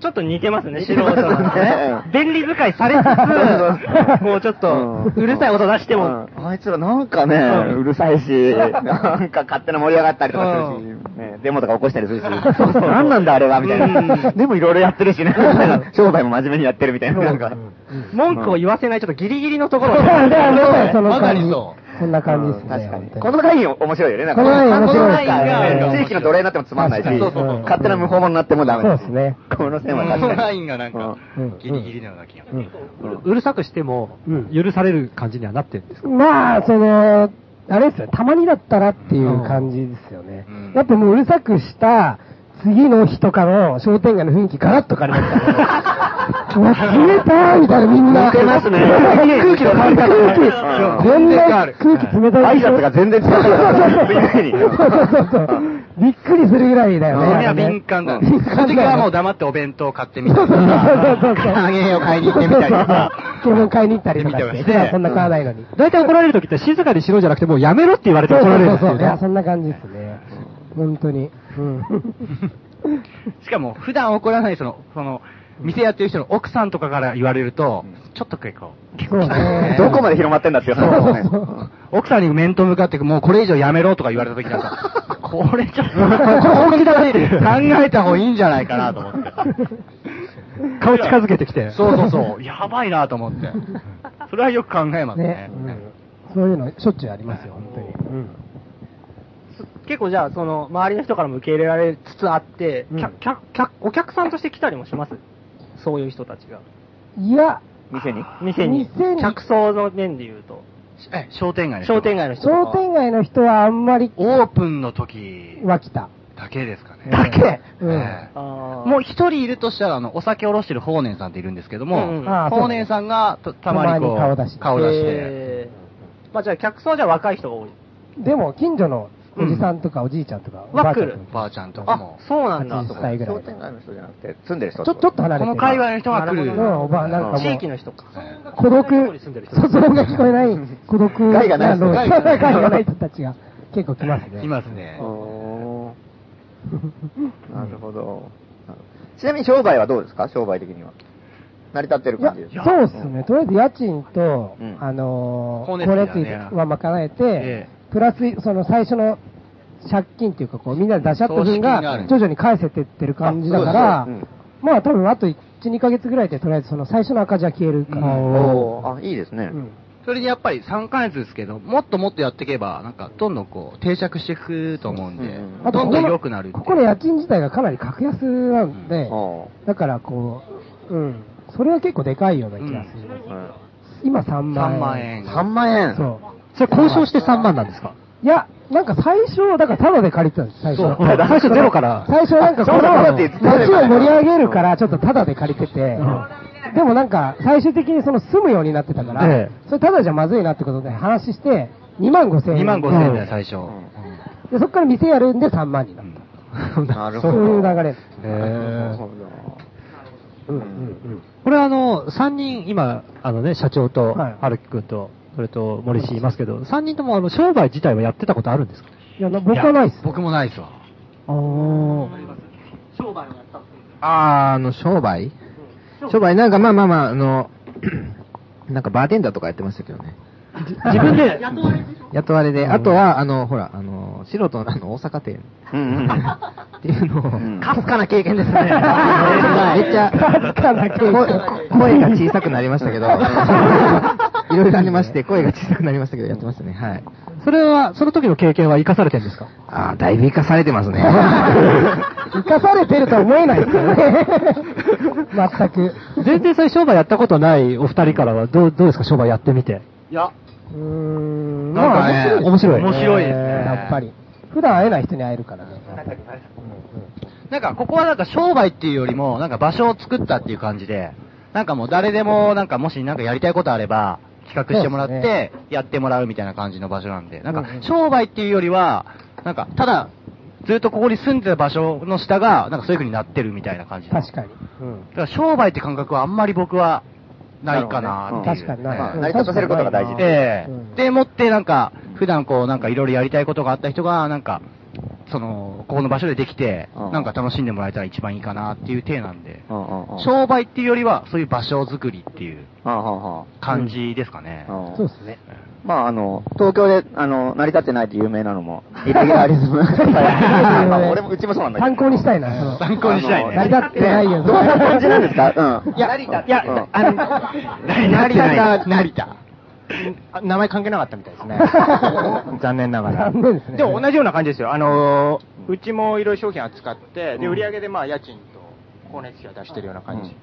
Speaker 14: ちょっと似てますね、素人さん。便利使いされ つつ、もうちょっと、うるさい音出しても、
Speaker 1: うんあいつらなんかね、うるさいし、なんか勝手な盛り上がったりとかするし、ね、デモとか起こしたり するし、 何なんだあれはみたいな。でもいろいろやってるしね、商売も真面目にやってるみたいな。なんか、
Speaker 14: 文句を言わせないちょっとギリギリのとこ
Speaker 4: そ
Speaker 14: ろ
Speaker 4: うだね、まさにその
Speaker 7: まさ
Speaker 4: 感
Speaker 7: に
Speaker 4: じ
Speaker 7: そ。
Speaker 4: そんな感じですね。
Speaker 1: 確かに。
Speaker 4: 本当
Speaker 1: この会議面白いよね、なんか。
Speaker 4: この会議面白い
Speaker 1: この会議
Speaker 4: う
Speaker 1: が
Speaker 4: ん
Speaker 1: 地域の奴隷になってもつまんないし、
Speaker 4: そうそうそう
Speaker 1: 勝手な無法者になってもダメ
Speaker 4: そう
Speaker 1: だし
Speaker 4: ですね。
Speaker 1: この線は
Speaker 7: この
Speaker 1: 確か
Speaker 7: ラ
Speaker 1: に。
Speaker 7: インがなんか
Speaker 4: うん、
Speaker 7: ギリギリなような気がする。
Speaker 11: うるさくしても、許される感じにはなってるんですか
Speaker 4: まあ、その、あれですよ、たまにだったらっていう感じですよね。
Speaker 7: うん
Speaker 4: だってもううるさくした、次の日とかの商店街の雰囲気ガラッと変わりましたからね。うわ、 消えたみたいなみんな。
Speaker 1: 抜けますね
Speaker 4: 空気の変わり方。空気、 全然空気冷た い。
Speaker 1: 挨拶が全然違うから、みんな
Speaker 4: そうそうそうそう。びっくりするぐらいだよ
Speaker 7: み
Speaker 4: ね。
Speaker 7: んな敏感だね。そ
Speaker 4: 敏
Speaker 7: の
Speaker 4: 感だ
Speaker 7: 時
Speaker 4: よ
Speaker 7: はもう黙ってお弁当買ってみ
Speaker 4: そ
Speaker 7: た
Speaker 4: う
Speaker 7: り
Speaker 4: そ
Speaker 7: と
Speaker 4: うそう
Speaker 7: か、
Speaker 4: そうそう。
Speaker 1: 唐揚げを買いに行ってみたりとか
Speaker 4: そうそうそう。買いに行ったりとか
Speaker 7: 行って
Speaker 4: し
Speaker 7: み
Speaker 4: て。
Speaker 7: たりし
Speaker 4: 普
Speaker 7: て
Speaker 4: 段そんな買わないのに。
Speaker 11: 大体怒られる時って静かにしろじゃなくてもうやめろって言われて
Speaker 4: そう
Speaker 11: 怒
Speaker 4: そ
Speaker 11: られるん
Speaker 4: う
Speaker 11: です
Speaker 4: そ
Speaker 11: よ
Speaker 4: う。い
Speaker 11: ね
Speaker 4: や、そんな感じですね。本当に。うん。
Speaker 7: しかも普段怒らないその、その、店やってる人の奥さんとかから言われると、ちょっと結構、
Speaker 4: そうね。
Speaker 1: どこまで広まってんだっていう話もね
Speaker 7: 奥さんに面と向かって、もうこれ以上やめろとか言われた時なんか、これ ちょっと、本気だね考えた方がいいんじゃないかなと思って。
Speaker 11: 顔近づけてきて。
Speaker 7: そうそうそう、やばいなと思って。それはよく考えますね。
Speaker 4: ねそういうのしょっちゅうありますよ、本当に。
Speaker 15: 結構じゃあ、その、周りの人からも受け入れられつつあって、客客客お客さんとして来たりもしますそういう人たちが。
Speaker 4: いや、
Speaker 1: 店に
Speaker 15: 店に。
Speaker 4: 店に
Speaker 15: 客層の面で言うと。
Speaker 7: 商店街の人
Speaker 15: 商店街の人とかは
Speaker 4: 商店街の人はあんまり
Speaker 7: オープンの時
Speaker 4: は来た。
Speaker 7: だけですかね。
Speaker 4: だけうん
Speaker 7: ええもう一人いるとしたら、あの、お酒おろしてる法然さんっているんですけども、
Speaker 15: うんうんああそう
Speaker 7: 法然さんがたたまにこう、
Speaker 4: たまに顔出して
Speaker 7: て
Speaker 15: へーまあじゃあ、客層はじゃあ若い人が多い。
Speaker 4: でも、近所のおじさんとかおじいちゃんとか、おばあちゃんとか
Speaker 7: ばあちゃんとか
Speaker 15: あ
Speaker 7: も。、
Speaker 15: そうなんだ。
Speaker 4: 80歳ぐらい。
Speaker 1: 店街の人じゃなくて、住んでる人
Speaker 4: ちょちょっと離れてる
Speaker 7: この界隈の人が来る。
Speaker 4: うんおばあなんかもう
Speaker 15: 地域の人か。
Speaker 4: 孤独、そう、それが聞こえない、孤独
Speaker 1: 害がない
Speaker 4: の、 害
Speaker 1: 害がない
Speaker 4: がない人たちが結構来ますね。
Speaker 7: いますね。
Speaker 1: おー なるほど。ちなみに商売はどうですか商売的には。成り立ってる
Speaker 4: いや
Speaker 1: 感じです、
Speaker 4: そうっすね。とりあえず家賃と
Speaker 1: うん、
Speaker 4: あの
Speaker 7: 光
Speaker 4: ー、
Speaker 7: 熱
Speaker 4: 光
Speaker 7: 費
Speaker 4: 熱
Speaker 7: だね
Speaker 4: 費は賄えて
Speaker 7: え、
Speaker 4: プラス、その最初の借金っていうか、こう、みんなで出し合った
Speaker 7: 投資
Speaker 4: 分
Speaker 7: 金があ
Speaker 4: が
Speaker 7: る
Speaker 4: 徐々に返せてってる感じだから、
Speaker 1: そうですね
Speaker 4: まあ多分あと1、2ヶ月ぐらいでとりあえずその最初の赤字は消えるか
Speaker 1: うん
Speaker 4: ら。
Speaker 1: おーあ、いいですね。
Speaker 7: それでやっぱり3ヶ月ですけど、もっともっとやっていけば、なんか、どんどんこう、定着していくと思うんで、
Speaker 4: あ
Speaker 7: ど
Speaker 4: とこ
Speaker 7: ん
Speaker 4: こ
Speaker 7: ど
Speaker 4: の
Speaker 7: ん良くなるってい
Speaker 4: こ
Speaker 7: う
Speaker 4: この家賃自体がかなり格安なんで、
Speaker 1: おー
Speaker 4: だからこう、うん、それは結構でかいような気がする。今3万
Speaker 7: 3万円。
Speaker 4: 円。
Speaker 1: 3万円。
Speaker 4: そう。
Speaker 2: それ交渉して3万なんですか
Speaker 4: いや、なんか最初、だからタダで借りてたんです、最初。
Speaker 2: そう最初ゼロから
Speaker 4: 最初なんかこ
Speaker 1: そうだそうだ
Speaker 4: の、
Speaker 1: って言ってたね
Speaker 4: 街を盛り上げるから、ちょっとタダで借りてて、でもなんか、最終的にその住むようになってたから、
Speaker 2: ええ
Speaker 4: それタダじゃまずいなってことで話して、2万5千円。
Speaker 7: 2万5千円だよ、最初。
Speaker 4: で、そっから店やるんで3万になった。
Speaker 1: なるほ
Speaker 4: そう
Speaker 1: ど。
Speaker 4: いう流れ。
Speaker 1: なるほど
Speaker 2: これあの、3人、今、あのね、社長と
Speaker 4: はい、
Speaker 2: 春樹くんと、それと森氏いますけど、3人ともあの、商売自体はやってたことあるんですか
Speaker 4: いや、な僕はないっす。
Speaker 7: 僕もないっすわ。
Speaker 4: あー
Speaker 15: 商売をやったっていう。
Speaker 8: あー、あの、商売商売、なんかまあまあまあ、あの、 なんかバーテンダーとかやってましたけどね。
Speaker 2: 自分で、
Speaker 8: 雇われで、あとは、あの、ほら、あの、素人のあの、大阪店
Speaker 1: うんうん。
Speaker 8: っていうのを、
Speaker 1: ん
Speaker 8: かすかな経験ですね。めっち
Speaker 4: かすかな
Speaker 8: ゃ、
Speaker 4: 経験
Speaker 8: こ声が小さくなりま したけど、いろいろありまして、声が小さくなりましたけど、やってましたね。はい。
Speaker 2: それは、その時の経験は生かされてるんですか
Speaker 8: あー、だいぶ生かされてます ね。
Speaker 4: 生かされてるとは思えないですよね。 全く。
Speaker 2: 全然それ商売やったことないお二人からは、どう、どうですか商売やってみて。
Speaker 7: いや、
Speaker 4: うーん、
Speaker 2: なんか
Speaker 4: まあ
Speaker 2: ね面白い
Speaker 7: 面白いですね
Speaker 4: やっぱり。普段会えない人に会えるから ね。
Speaker 7: なんか、ここはなんか商売っていうよりも、なんか場所を作ったっていう感じで、なんかもう誰でも、なんかもしなんかやりたいことあれば、企画してもらっ
Speaker 4: そうで
Speaker 7: て、やってもらうみたいな感じの場所なんで、なん
Speaker 4: う
Speaker 7: か
Speaker 4: んうん
Speaker 7: 商売っていうよりは、なんか、ただ、ずっとここに住んでた場所の下が、なんかそういう風になってるみたいな感じ。だか
Speaker 4: 確かに。うん。
Speaker 7: ら商売って感覚はあんまり僕は、ないかなっていう。
Speaker 4: 確かに
Speaker 1: ま
Speaker 4: な
Speaker 1: あ。成り立たせることが大事です
Speaker 7: ええ
Speaker 4: うん
Speaker 7: でもってなんか、普段こうなんかいろいろやりたいことがあった人が、なんか、その、ここの場所でできて、
Speaker 1: うん
Speaker 7: なんか楽しんでもらえたら一番いいかなっていう体なんで、
Speaker 1: うんうんうん。
Speaker 7: 商売っていうよりは、そういう場所作りっていう
Speaker 1: うんうんうん
Speaker 7: 感じですかね。
Speaker 1: うん
Speaker 4: そうですね。
Speaker 1: まあ、あの、東京で、あの、成り立ってないって有名なのも、イレギュラリズム。まあ 俺も、うちもそうなんだけど。
Speaker 4: 参考にしたいな。そう
Speaker 7: 参考にしたいね。
Speaker 4: 成り立ってないよ。
Speaker 1: どんな感じなんですかうん。
Speaker 8: いや、いや、あの、成田、成田。あ名前関係なかったみたいですね。 残念ながら。
Speaker 4: 残念ですね。
Speaker 5: でも同じような感じですよ。あのーうちもいろいろ商品扱って、で、売り上げでまあ家賃と光熱費は出してるような感じ。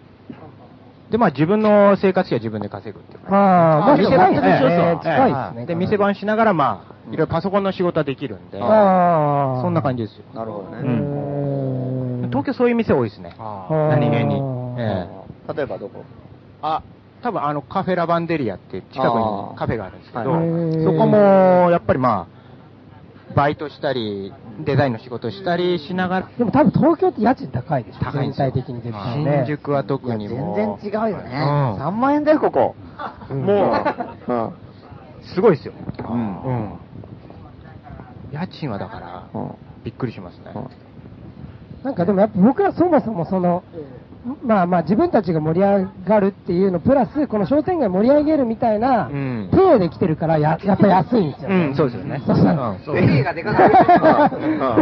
Speaker 5: で、まあ自分の生活費は自分で稼ぐっていう
Speaker 4: ああ、まあ、
Speaker 5: 店
Speaker 4: 近
Speaker 5: 番
Speaker 4: い
Speaker 5: し
Speaker 4: です
Speaker 5: て
Speaker 4: ね。近いですね。
Speaker 5: で、店番しながらまあ、いろいろパソコンの仕事はできるんで、
Speaker 4: ああ。
Speaker 5: そんな感じですよ。
Speaker 1: なるほどね。
Speaker 4: うん
Speaker 5: 東京そういう店多いですね。
Speaker 4: ー
Speaker 5: 何気に。ええ
Speaker 1: 例えばどこ
Speaker 5: あ、多分あのカフェラバンデリアって近くに
Speaker 1: あー
Speaker 5: カフェがあるんですけど、
Speaker 1: はい
Speaker 5: そこもやっぱりまあ、バイトしたり、デザインの仕事したりしながら、
Speaker 4: でも多分東京って家賃高いでしょ。
Speaker 5: 高いん
Speaker 4: 全
Speaker 5: ですよ
Speaker 4: 体的に絶対ね。
Speaker 5: 新宿は特にもう、
Speaker 1: 全然違うよね。
Speaker 5: うん
Speaker 1: 3万円だよ、ここ。
Speaker 5: も
Speaker 1: うん。
Speaker 5: う、すごいですよ。
Speaker 1: うん
Speaker 5: う。ん。家賃はだから、びっくりしますね。
Speaker 4: なんかでもやっぱ僕はそもそもその、まあまあ自分たちが盛り上がるっていうのプラス、この商店街盛り上げるみたいな、
Speaker 5: うん
Speaker 4: 手で来てるからや、やっぱ安いんですよ、ね。
Speaker 5: うん、そうですよね。
Speaker 4: そうそう
Speaker 5: うん
Speaker 1: 手がでかくな る。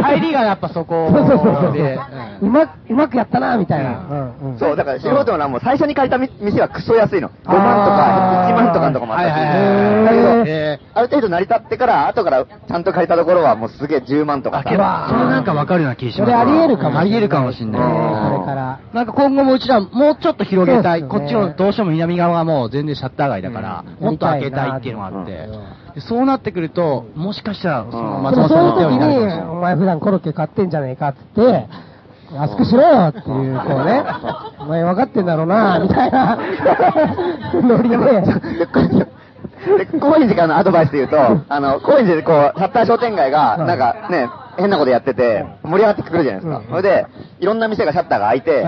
Speaker 7: 入りがやっぱそこ
Speaker 4: そうそうそうそう
Speaker 7: で、
Speaker 4: うま、うまくやったな、みたいな。うんうん
Speaker 1: そう、だから素人の欄も最初に書いたみ店はクソ安いの。5万とか1万とかのとこもあったし。だけど、ある程度成り立ってから、後からちゃんと書いたところはもうすげえ10万とかさ。
Speaker 7: それなんかわかるような気がします。
Speaker 1: それあり
Speaker 7: 得るかも。あり得るかもしれない。これから。なんか今後もうちらもうちょっと広げたい。こっちのどうしても南側はもう全然シャッター街だから、もっと開けたいっていうのがあって。でそうなってくると、もしかしたら、その
Speaker 4: で
Speaker 7: 松
Speaker 4: も
Speaker 7: 本
Speaker 4: そ
Speaker 7: さん
Speaker 4: う
Speaker 7: の
Speaker 4: い
Speaker 7: 言っ
Speaker 4: う
Speaker 7: たよう
Speaker 4: 時
Speaker 7: になるかもしれない
Speaker 4: に、お前普段コロッケ買ってんじゃねえかってって、安くしろよっていう、こうね、 お前分かってんだろうな、みたいな、 ノリで。
Speaker 1: で、高円寺からのアドバイスで言うと、あの、高円寺でこう、シャッター商店街が、なんかね、変なことやってて、盛り上がってくるじゃないですか。それで、いろんな店がシャッターが開いて、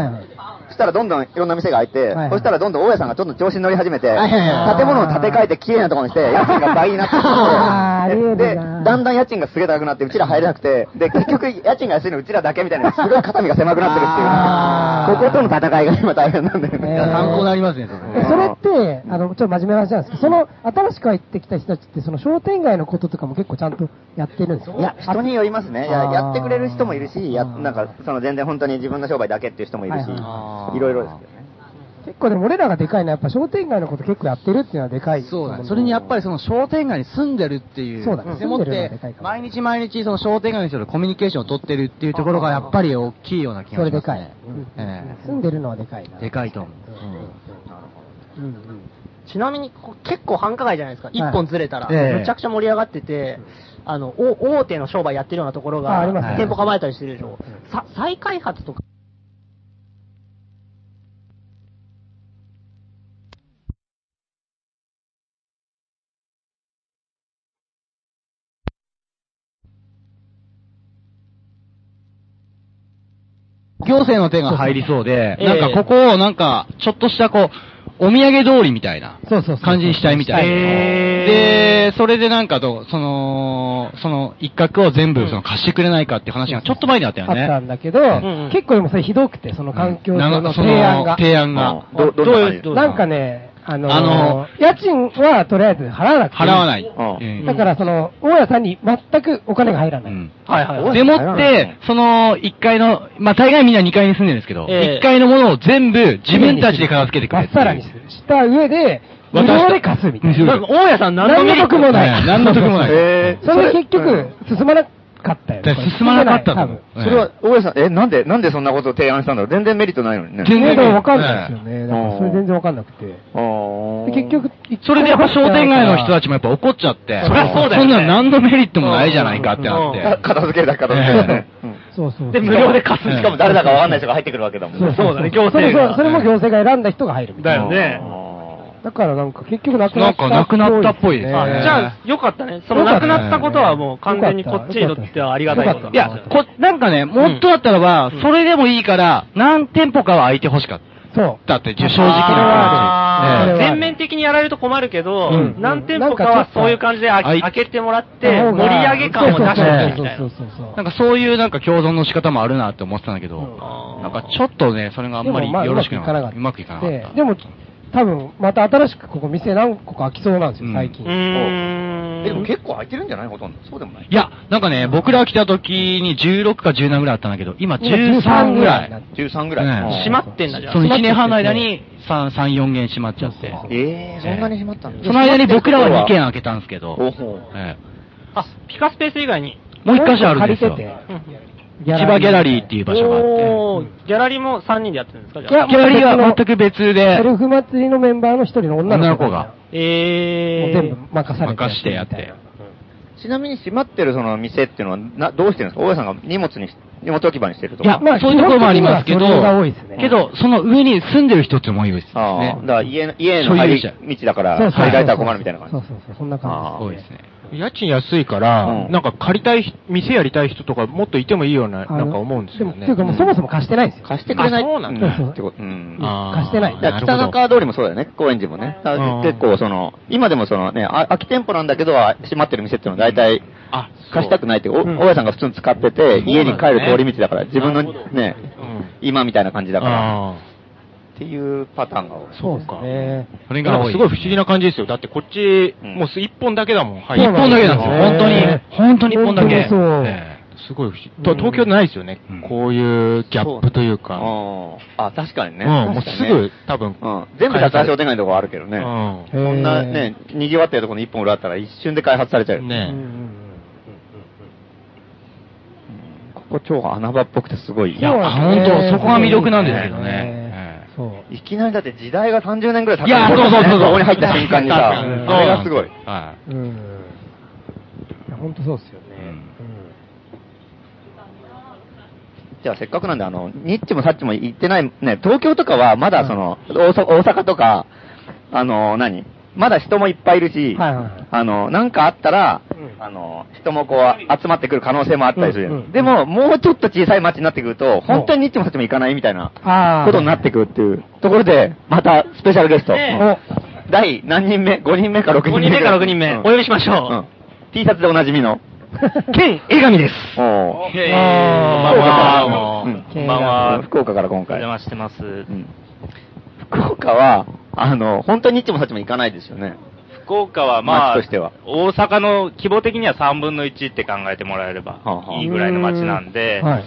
Speaker 1: そしたらどんどんいろんな店が開いて、そしたらどんどん大家さんがちょっと調子に乗り始めて、建物を建て替えて綺麗なところにして、家賃が倍になってきてで、だんだん家賃がすげえ高くなって、うちら入れなくて、で、結局家賃が安いのうちらだけみたいな、すごい肩身が狭くなってるっていう、こことの戦いが今大変なんだよね。
Speaker 7: 参考になりますね、
Speaker 4: えそれって、あの、ちょっと真面目な話なんですけど、その、新しく入ってきた人たちって、その商店街のこととかも結構ちゃんとやってるんですか
Speaker 1: いや、人によりますね。い
Speaker 4: あ
Speaker 1: や
Speaker 4: ー
Speaker 1: やってくれる人もいるし、や、なんか、その全然本当に自分の商売だけっていう人もいるし、いろいろですけどね。
Speaker 4: 結構でも俺らがでかいのは、やっぱ商店街のこと結構やってるっていうのはでかい。そう
Speaker 7: それにやっぱりその商店街に住んでるっていう、
Speaker 4: そうだね
Speaker 7: でもっ
Speaker 4: 住んでるのが
Speaker 7: て
Speaker 4: でかい、
Speaker 7: 毎日毎日その商店街の人とコミュニケーションを取ってるっていうところがやっぱり大きいような気
Speaker 4: そ
Speaker 7: が
Speaker 4: れ
Speaker 7: しま
Speaker 4: ですかい
Speaker 7: ね。。え
Speaker 4: 住んでるのはでかいな
Speaker 7: え。でかいと思う。
Speaker 16: ちなみに、こう結構繁華街じゃないですか。
Speaker 4: い
Speaker 16: 一本ずれたら。
Speaker 4: ええ
Speaker 16: むちゃくちゃ盛り上がってて、あの、お大手の商売やってるようなところ
Speaker 4: ああ
Speaker 16: が
Speaker 4: りますね、
Speaker 16: 店舗構えたりしてるでしょ。さ、再開発とか。
Speaker 7: 行政の手が入りそうで、
Speaker 17: ええ
Speaker 7: なんかここをなんか、ちょっとしたこう、お土産通りみたいな
Speaker 17: そうそうそう
Speaker 7: 感じにしたいみたいで、それでなんかと、その、その一角を全部その貸してくれないかっていう話がちょっと前にあったよ
Speaker 4: あっ
Speaker 7: ね。
Speaker 4: たんだけど、結構でもそれひどくて、その環境
Speaker 7: な
Speaker 4: 省
Speaker 7: ん
Speaker 4: の
Speaker 7: か
Speaker 4: 提
Speaker 7: その
Speaker 4: 案が。
Speaker 7: 提案が。どどういうどういう
Speaker 4: なんかね、あのー
Speaker 7: あの
Speaker 4: 家賃はとりあえず払わなくていい
Speaker 7: 払わない。
Speaker 4: だから、その、大家さんに全くお金が入らない。
Speaker 7: はいはい。でもって、その、1階の、まあ、大概みんな2階に住んでるんですけど、
Speaker 4: ええ
Speaker 7: 1階のものを全部自分たちで片付けてくれる。
Speaker 4: さらにする。した上で、無
Speaker 7: 私た
Speaker 4: 料で貸すみたいな。
Speaker 7: なんか大家さん何の
Speaker 4: 何
Speaker 7: メリ
Speaker 4: の
Speaker 7: ット
Speaker 4: 得もな
Speaker 7: ね
Speaker 4: い。
Speaker 7: 何の得もないへー
Speaker 4: それ
Speaker 7: それ
Speaker 4: で結局、進まなかったよね。これ
Speaker 1: 進まなかった
Speaker 4: 進まない
Speaker 1: それは、大家さん、え、なんで、なんでそんなことを提案したんだろう全然メリットないのにね。
Speaker 4: 全然わかんないですよね。だからそれ全然わかんなくて。
Speaker 1: 然
Speaker 4: 結局、
Speaker 7: それでやっぱ商店街の人たちもやっぱ怒っちゃって、
Speaker 4: そりゃそうだよね
Speaker 7: んなの何のメリットもないじゃないかってなって。
Speaker 1: 片付けるだけ片付けるだけ。
Speaker 4: そうそう。
Speaker 1: で、無料で貸す。しかも誰だかわかんない人が入ってくるわけだもんね。
Speaker 4: それそうそれも行政が選んだ人が入るみたいな。
Speaker 1: ね。
Speaker 4: だからなんか結局なくなった。
Speaker 16: あじゃあ、よかったね。そのなくなったことはもう完全にこっちにとってはありがたいこと。
Speaker 7: いや、こ、なんかね、もっとだったらば、それでもいいから、何店舗かは空いてほしかった。
Speaker 4: そう。
Speaker 7: だって、正直な感じ。ええ
Speaker 16: 全面的にやられると困るけど、
Speaker 7: うん
Speaker 16: 何店舗かはそういう感じであ
Speaker 7: なんかちょっと
Speaker 16: 開けてもらって、盛り上げ感を出してほしいみたいな。
Speaker 7: なんかそういうなんか共存の仕方もあるなって思ってたんだけど、なんかちょっとね、それがあんまり
Speaker 4: でもまあ
Speaker 7: よろしくなかっ。
Speaker 4: うまくいかなかった
Speaker 7: うまくいかなかった。
Speaker 4: で、でも、多分、また新しくここ店何個か開きそうなんですよ、最近。
Speaker 1: えでも結構空いてるんじゃないほとんど。そうでもない。
Speaker 7: いや、なんかね、僕ら来た時に16か17ぐらいあったんだけど、今13ぐらい。。
Speaker 1: 13ぐらい。
Speaker 7: ね
Speaker 1: 閉ま
Speaker 16: ってんだじゃん
Speaker 7: その1年半の間に3、3、4軒閉まっちゃって。
Speaker 1: ええそんなに閉まったんだ
Speaker 7: その間に僕らは2軒開けたんですけど、え
Speaker 16: あ、ピカスペース以外に。
Speaker 7: もう一箇所あるんですよ
Speaker 16: もう一箇所借りてて
Speaker 7: え千葉ギャラリーっていう場所があって、
Speaker 16: おーギャラリーも3人でやってるんですかじゃあ。
Speaker 7: ギャラリーは全く別で
Speaker 4: セ、ルフ祭りのメンバーの一人の
Speaker 7: 女
Speaker 4: 女の
Speaker 7: の
Speaker 4: 子
Speaker 7: 子が
Speaker 16: え
Speaker 4: 全部任されて。
Speaker 1: 任
Speaker 7: してやって。
Speaker 1: ちなみに閉まってるその店っていうのは、な、どうしてるんですか大家さんが荷物にし、荷物置き場にしてると
Speaker 7: い
Speaker 1: か。
Speaker 7: や、そういうところもありますけど、けど、その上に住んでる人っていうのも多いです
Speaker 1: ああ、
Speaker 7: ね。
Speaker 1: だから家の、家の
Speaker 7: 所
Speaker 1: 入
Speaker 7: 有
Speaker 1: り
Speaker 7: 者
Speaker 1: 道だか
Speaker 7: そうそ
Speaker 1: ら、
Speaker 7: うそう
Speaker 1: 入られたら困るみたいな感じ。
Speaker 4: そうそうそう、そんな感
Speaker 1: じ
Speaker 7: です。そうですね。
Speaker 12: 家賃安いから、なんか借りたい、店やりたい人とかもっといてもいいような、なんか思うんですよ
Speaker 4: って
Speaker 12: ね。
Speaker 4: いうかもうそもそも貸してないんですよ。
Speaker 1: 貸してくれない。
Speaker 12: あそうなんだ
Speaker 1: うんってこと。うん。
Speaker 4: 貸してない
Speaker 1: だから北中通りもそうだよね、高円寺もね。だから結構その、今でもそのね、あ空き店舗なんだけど、あ閉まってる店っていうのは大体、貸したくないって、お大家さんが普通に使ってて、家に帰る通り道だから、自分のね、今みたいな感じだから。っていうパターンが多い。
Speaker 4: そうか。
Speaker 12: それがすごい不思議な感じですよ。だってこっち、もう一本だけだもん、
Speaker 4: そうなんですよね
Speaker 12: 本当に、
Speaker 7: 本当に一本だけ。
Speaker 4: そう。
Speaker 12: すごい不思議。と東京ないですよね、こういうギャップというか。
Speaker 1: あ、確かにね。
Speaker 12: うん、もうすぐ、多分。
Speaker 1: うん全部雑貨商店街のとこあるけどね。こんなね、賑わってるところに一本裏あったら一瞬で開発されちゃうよ
Speaker 12: ね。
Speaker 1: ここ超穴場っぽくてすごい。
Speaker 12: いや、本当そこが魅力なんですけどね。
Speaker 1: そう。いきなりだって時代が30年ぐらい経
Speaker 12: いやそうそうそうそう
Speaker 1: ここに入った瞬間にさ、
Speaker 12: 確かに
Speaker 1: あれがすごい。
Speaker 12: は
Speaker 4: うん。いや、本当そうですよね。
Speaker 1: じゃあせっかくなんで、あの、ニッチもサッチも行ってない、ね、東京とかはまだその、大阪大阪とか、あの、何まだ人もいっぱいいるし、
Speaker 4: はいはいはい。
Speaker 1: あの、なんかあったら、あの、人もこう、集まってくる可能性もあったりするじゃないでも、もうちょっと小さい町になってくると、本当にニッチもサッチも行かないみたいな
Speaker 4: ああ。
Speaker 1: ことになってくるっていうところで、またスペシャルゲスト。
Speaker 4: ね
Speaker 1: 第何人目 ?5 人目か6人目。
Speaker 2: 5人目か6人目お呼びしましょう
Speaker 1: うん。T シャツでおなじみの。
Speaker 2: ケン・江上です。
Speaker 1: おー。
Speaker 6: えー、
Speaker 1: まあまあ
Speaker 6: こんばんは。
Speaker 1: こんばんは。福岡から今
Speaker 6: お
Speaker 1: 回。
Speaker 6: 邪魔してます。
Speaker 1: 福岡は、あの、本当にニッチもサッチも行かないですよね。
Speaker 6: 福岡はまあ
Speaker 1: 町としては、
Speaker 6: 大阪の規模的には3分の1って考えてもらえればいいぐらいの街なんで、
Speaker 4: はい。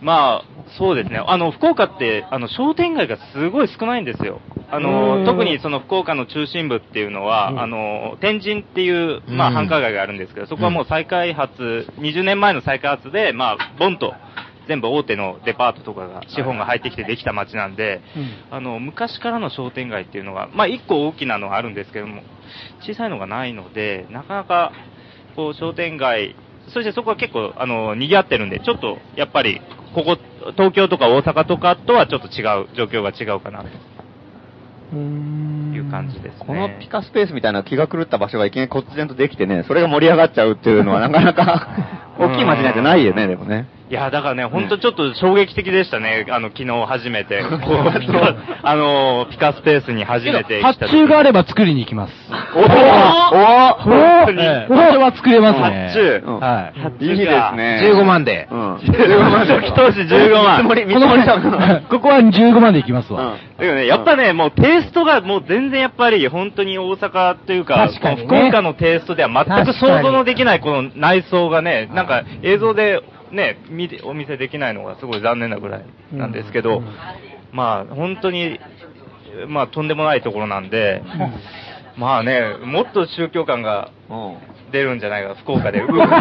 Speaker 6: まあ、そうですね。あの、福岡って、あの、商店街がすごい少ないんですよ。あ
Speaker 4: うん
Speaker 6: の、特にその福岡の中心部っていうのは、あの、天神っていう、まあ、
Speaker 4: うん
Speaker 6: 繁華街があるんですけど、そこはもう再開発、20年前の再開発で、まあ、ボンと、全部大手のデパートとかが、資本が入ってきてできた街なんで、あの、昔からの商店街っていうのが、まあ、一個大きなのはあるんですけども、小さいのがないので、なかなか、こう、商店街、そしてそこは結構、あの、賑わってるんで、ちょっと、やっぱり、ここ、東京とか大阪とかとはちょっと違う、状況が違うかな、という感じですね。
Speaker 1: このピカスペースみたいな気が狂った場所がいきなりこっち然とできてね、それが盛り上がっちゃうっていうのはなかなか 大きい街なんてないよね、でもね。
Speaker 6: いや、だからね、ほんとちょっと衝撃的でしたね、あの、昨日初めて、こ うやって、あの、ピカスペースに初めて来
Speaker 17: 発
Speaker 6: た時
Speaker 17: 注があれば作りに行きます。
Speaker 1: おおお
Speaker 6: 本当に
Speaker 17: ええこれは作れますね。
Speaker 6: 発注
Speaker 17: はい。
Speaker 6: いいですね
Speaker 17: 15万で。
Speaker 1: うん。
Speaker 6: 15万初期投資15万
Speaker 1: 見積もり、見積もりしたのかな
Speaker 17: ここは15万で行きますわ。
Speaker 6: だけどね、やっぱね、もうテイストがもう全然やっぱり本当に大阪というか、
Speaker 17: 確かにね
Speaker 6: この福岡のテイストでは全く想像のできないこの内装がね、なんか映像でね、見てお見せできないのがすごい残念なぐらいなんですけど、まあ本当に、まあとんでもないところなんで、まあね、もっと宗教感が出るんじゃないか、福 岡で。うわそ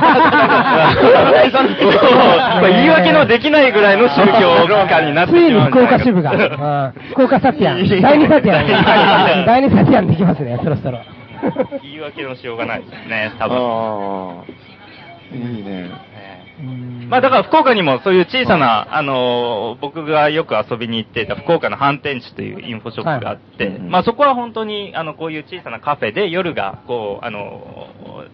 Speaker 6: う言い訳のできないぐらいの宗教感になって
Speaker 4: つい
Speaker 6: し
Speaker 4: に
Speaker 6: まうんじ
Speaker 4: 福
Speaker 6: ゃな
Speaker 4: 岡
Speaker 6: いか
Speaker 4: 支部が、うん福岡サティアン、第2サティアン、第2サティアンできますね、そろそろ。
Speaker 6: 言い訳のしようがないですね、多
Speaker 1: 分。いいね。
Speaker 6: まあだから福岡にもそういう小さな、あのー僕がよく遊びに行っていた福岡の反転地というインフォショップがあって、まあそこは本当に、あの、こういう小さなカフェで夜が、こう、あの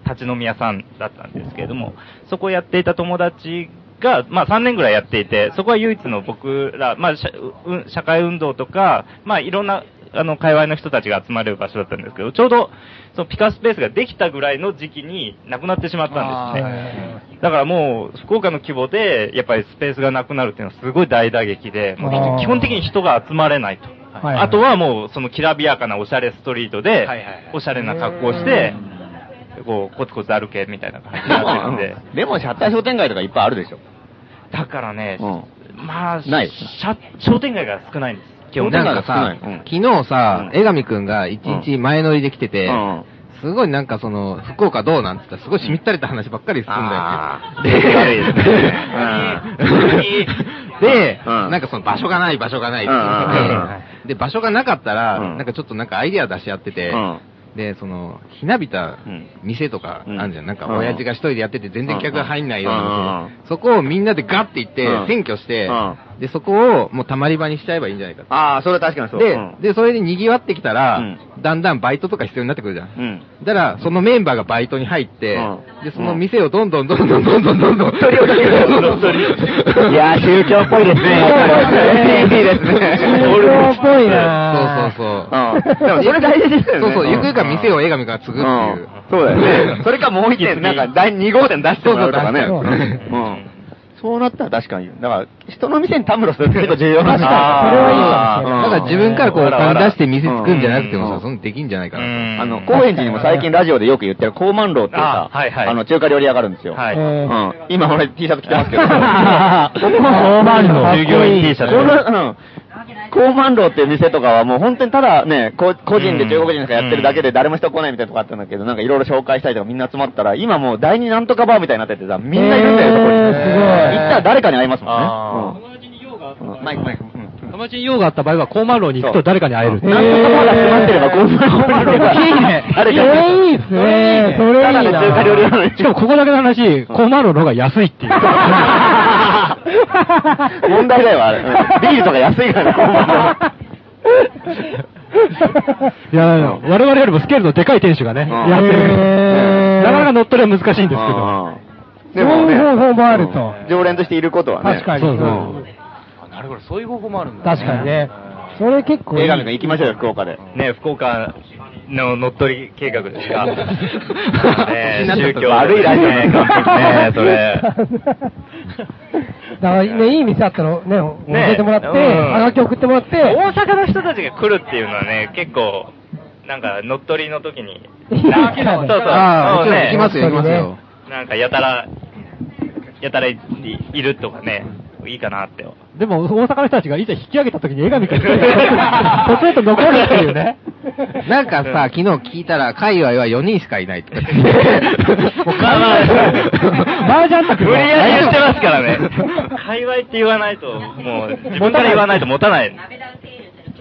Speaker 6: ー立ち飲み屋さんだったんですけれども、そこをやっていた友達が、まあ3年ぐらいやっていて、そこは唯一の僕ら、まあ社うん社会運動とか、まあいろんな、あの、界隈の人たちが集まる場所だったんですけど、ちょうど、そのピカスペースができたぐらいの時期になくなってしまったんですね。だからもう、福岡の規模で、やっぱりスペースがなくなるっていうのはすごい大打撃で、もう
Speaker 4: あー
Speaker 6: 基本的に人が集まれないと。
Speaker 4: はい
Speaker 6: あとはもう、そのきらびやかなおしゃれストリートで、おしゃれな格好をして、こう、コツコツ歩けみたいな感じになってるんで。
Speaker 1: でも、シャッター商店街とかいっぱいあるでしょ。
Speaker 6: だからね、まあ、
Speaker 1: ない
Speaker 6: しゃ商店街が少ないんです。基本的
Speaker 8: な
Speaker 6: に
Speaker 8: んかさ、昨日さ、江上くんが一日前乗りで来てて、すごいなんかその、福岡どうなんつったら、すごいしみったれた話ばっかりするんだよね。で、で、なんかその場所がない場所がないって言っててで、場所がなかったら、なんかちょっとなんかアイディア出し合ってて、で、その、ひなびた店とかあるじゃん。なんか、親父が一人でやってて全然客が入んないような店。そこをみんなでガッて行って
Speaker 1: うん、
Speaker 8: 占拠して
Speaker 1: うん、
Speaker 8: で、そこをもう溜まり場にしちゃえばいいんじゃないかって
Speaker 1: ああ、それは確かにそう。
Speaker 8: で、
Speaker 1: うん
Speaker 8: で、それで賑わってきたら、だんだんバイトとか必要になってくるじゃん。だから、そのメンバーがバイトに入って、で、その店をどんどんどんどんどんどんどんどん。取り寄せどんどん取り寄せ
Speaker 1: いやー、宗教っぽいですね。いいですね。
Speaker 8: 宗教っぽい
Speaker 1: な
Speaker 8: そうそう
Speaker 1: そう。でも、それ大事ですよね。
Speaker 8: そうそう、ゆくゆくは店を江上が継ぐっていう。そうだよね。
Speaker 1: それかもう一点、なんか、第2号店出してもらうとかね。うん。そうなったら確かに。だから、人の店にたむろするって結構重要なん
Speaker 8: 確
Speaker 1: だ
Speaker 8: かにそれはいい
Speaker 1: あ
Speaker 8: かもし
Speaker 1: ー
Speaker 8: れないだから自分からこう
Speaker 1: わわ
Speaker 8: お金出して店作るんじゃなくてもさそんなできんじゃないかな
Speaker 1: あの、高円寺にも最近ラジオでよく言ってる、高万楼っていうさ、あ,、の、中華料理屋があるんですよ。うん今俺 T シャツ着てますけど。
Speaker 12: 高
Speaker 1: 万楼
Speaker 12: 従業員 T シャツ
Speaker 1: うん。高万楼っていう店とかはもう本当にただね、こ個人で中国人しかやってるだけで誰も人来ないみたいなとこあったんだけど、なんかいろいろ紹介したりとかみんな集まったら、今もう第二なんとかバーみたいになっててさ、みんないるんだよ、そこに。行ったら誰かに会いますもんね。うんマイクマイク。
Speaker 2: 友達に用があった場合は、高万楼に行くと誰かに会える。
Speaker 1: なんとかまだ詰まってれば高万楼に行けば。
Speaker 2: いいね
Speaker 1: 誰かに会える。
Speaker 2: いいですね。それいいな。しかもここだけの話、コマロの方が安いっていう。
Speaker 1: 問題だよ、あれ。ビールとか安 いから、
Speaker 2: いや、我々よりもスケールのでかい店主がね、やってる。なかなか乗っ取りは難しいんですけど。
Speaker 1: でもね
Speaker 2: そういう方法もあると。
Speaker 1: 常連としていることはね。
Speaker 2: 確かにそうそう
Speaker 18: あなるほど、そういう方法もあるんだ。
Speaker 4: 確かにね。それ結構い
Speaker 1: 映
Speaker 4: い
Speaker 1: 画。館行きましょうよ、福岡で。
Speaker 6: ね、福岡の乗っ取り計画ですか。ね 宗教
Speaker 1: 悪いラジオ
Speaker 6: ね、完璧ね、そ れ。
Speaker 4: だからね、いい店あったのね、教
Speaker 6: ね
Speaker 4: えてもらって、
Speaker 6: うん
Speaker 4: あがき送ってもらって、
Speaker 6: 大阪の人たちが来るっていうのはね、結構、なんか乗っ取りの時に、なんかそうそう、
Speaker 8: ああ
Speaker 6: そうね
Speaker 8: 行きますよ行きますよ
Speaker 6: なんかやたら、やたらいいるとかね、いいかなって。
Speaker 2: でも、大阪の人たちがいざ引き上げた時に映画見 たら、ポツンと残るっていうね。
Speaker 8: なんかさ、昨日聞いたら、界隈は4人しかいないとか言って。
Speaker 2: 麻雀卓
Speaker 6: 無理やり言ってますからね。 界隈って言わないと、もう、自分から言わないと持たない。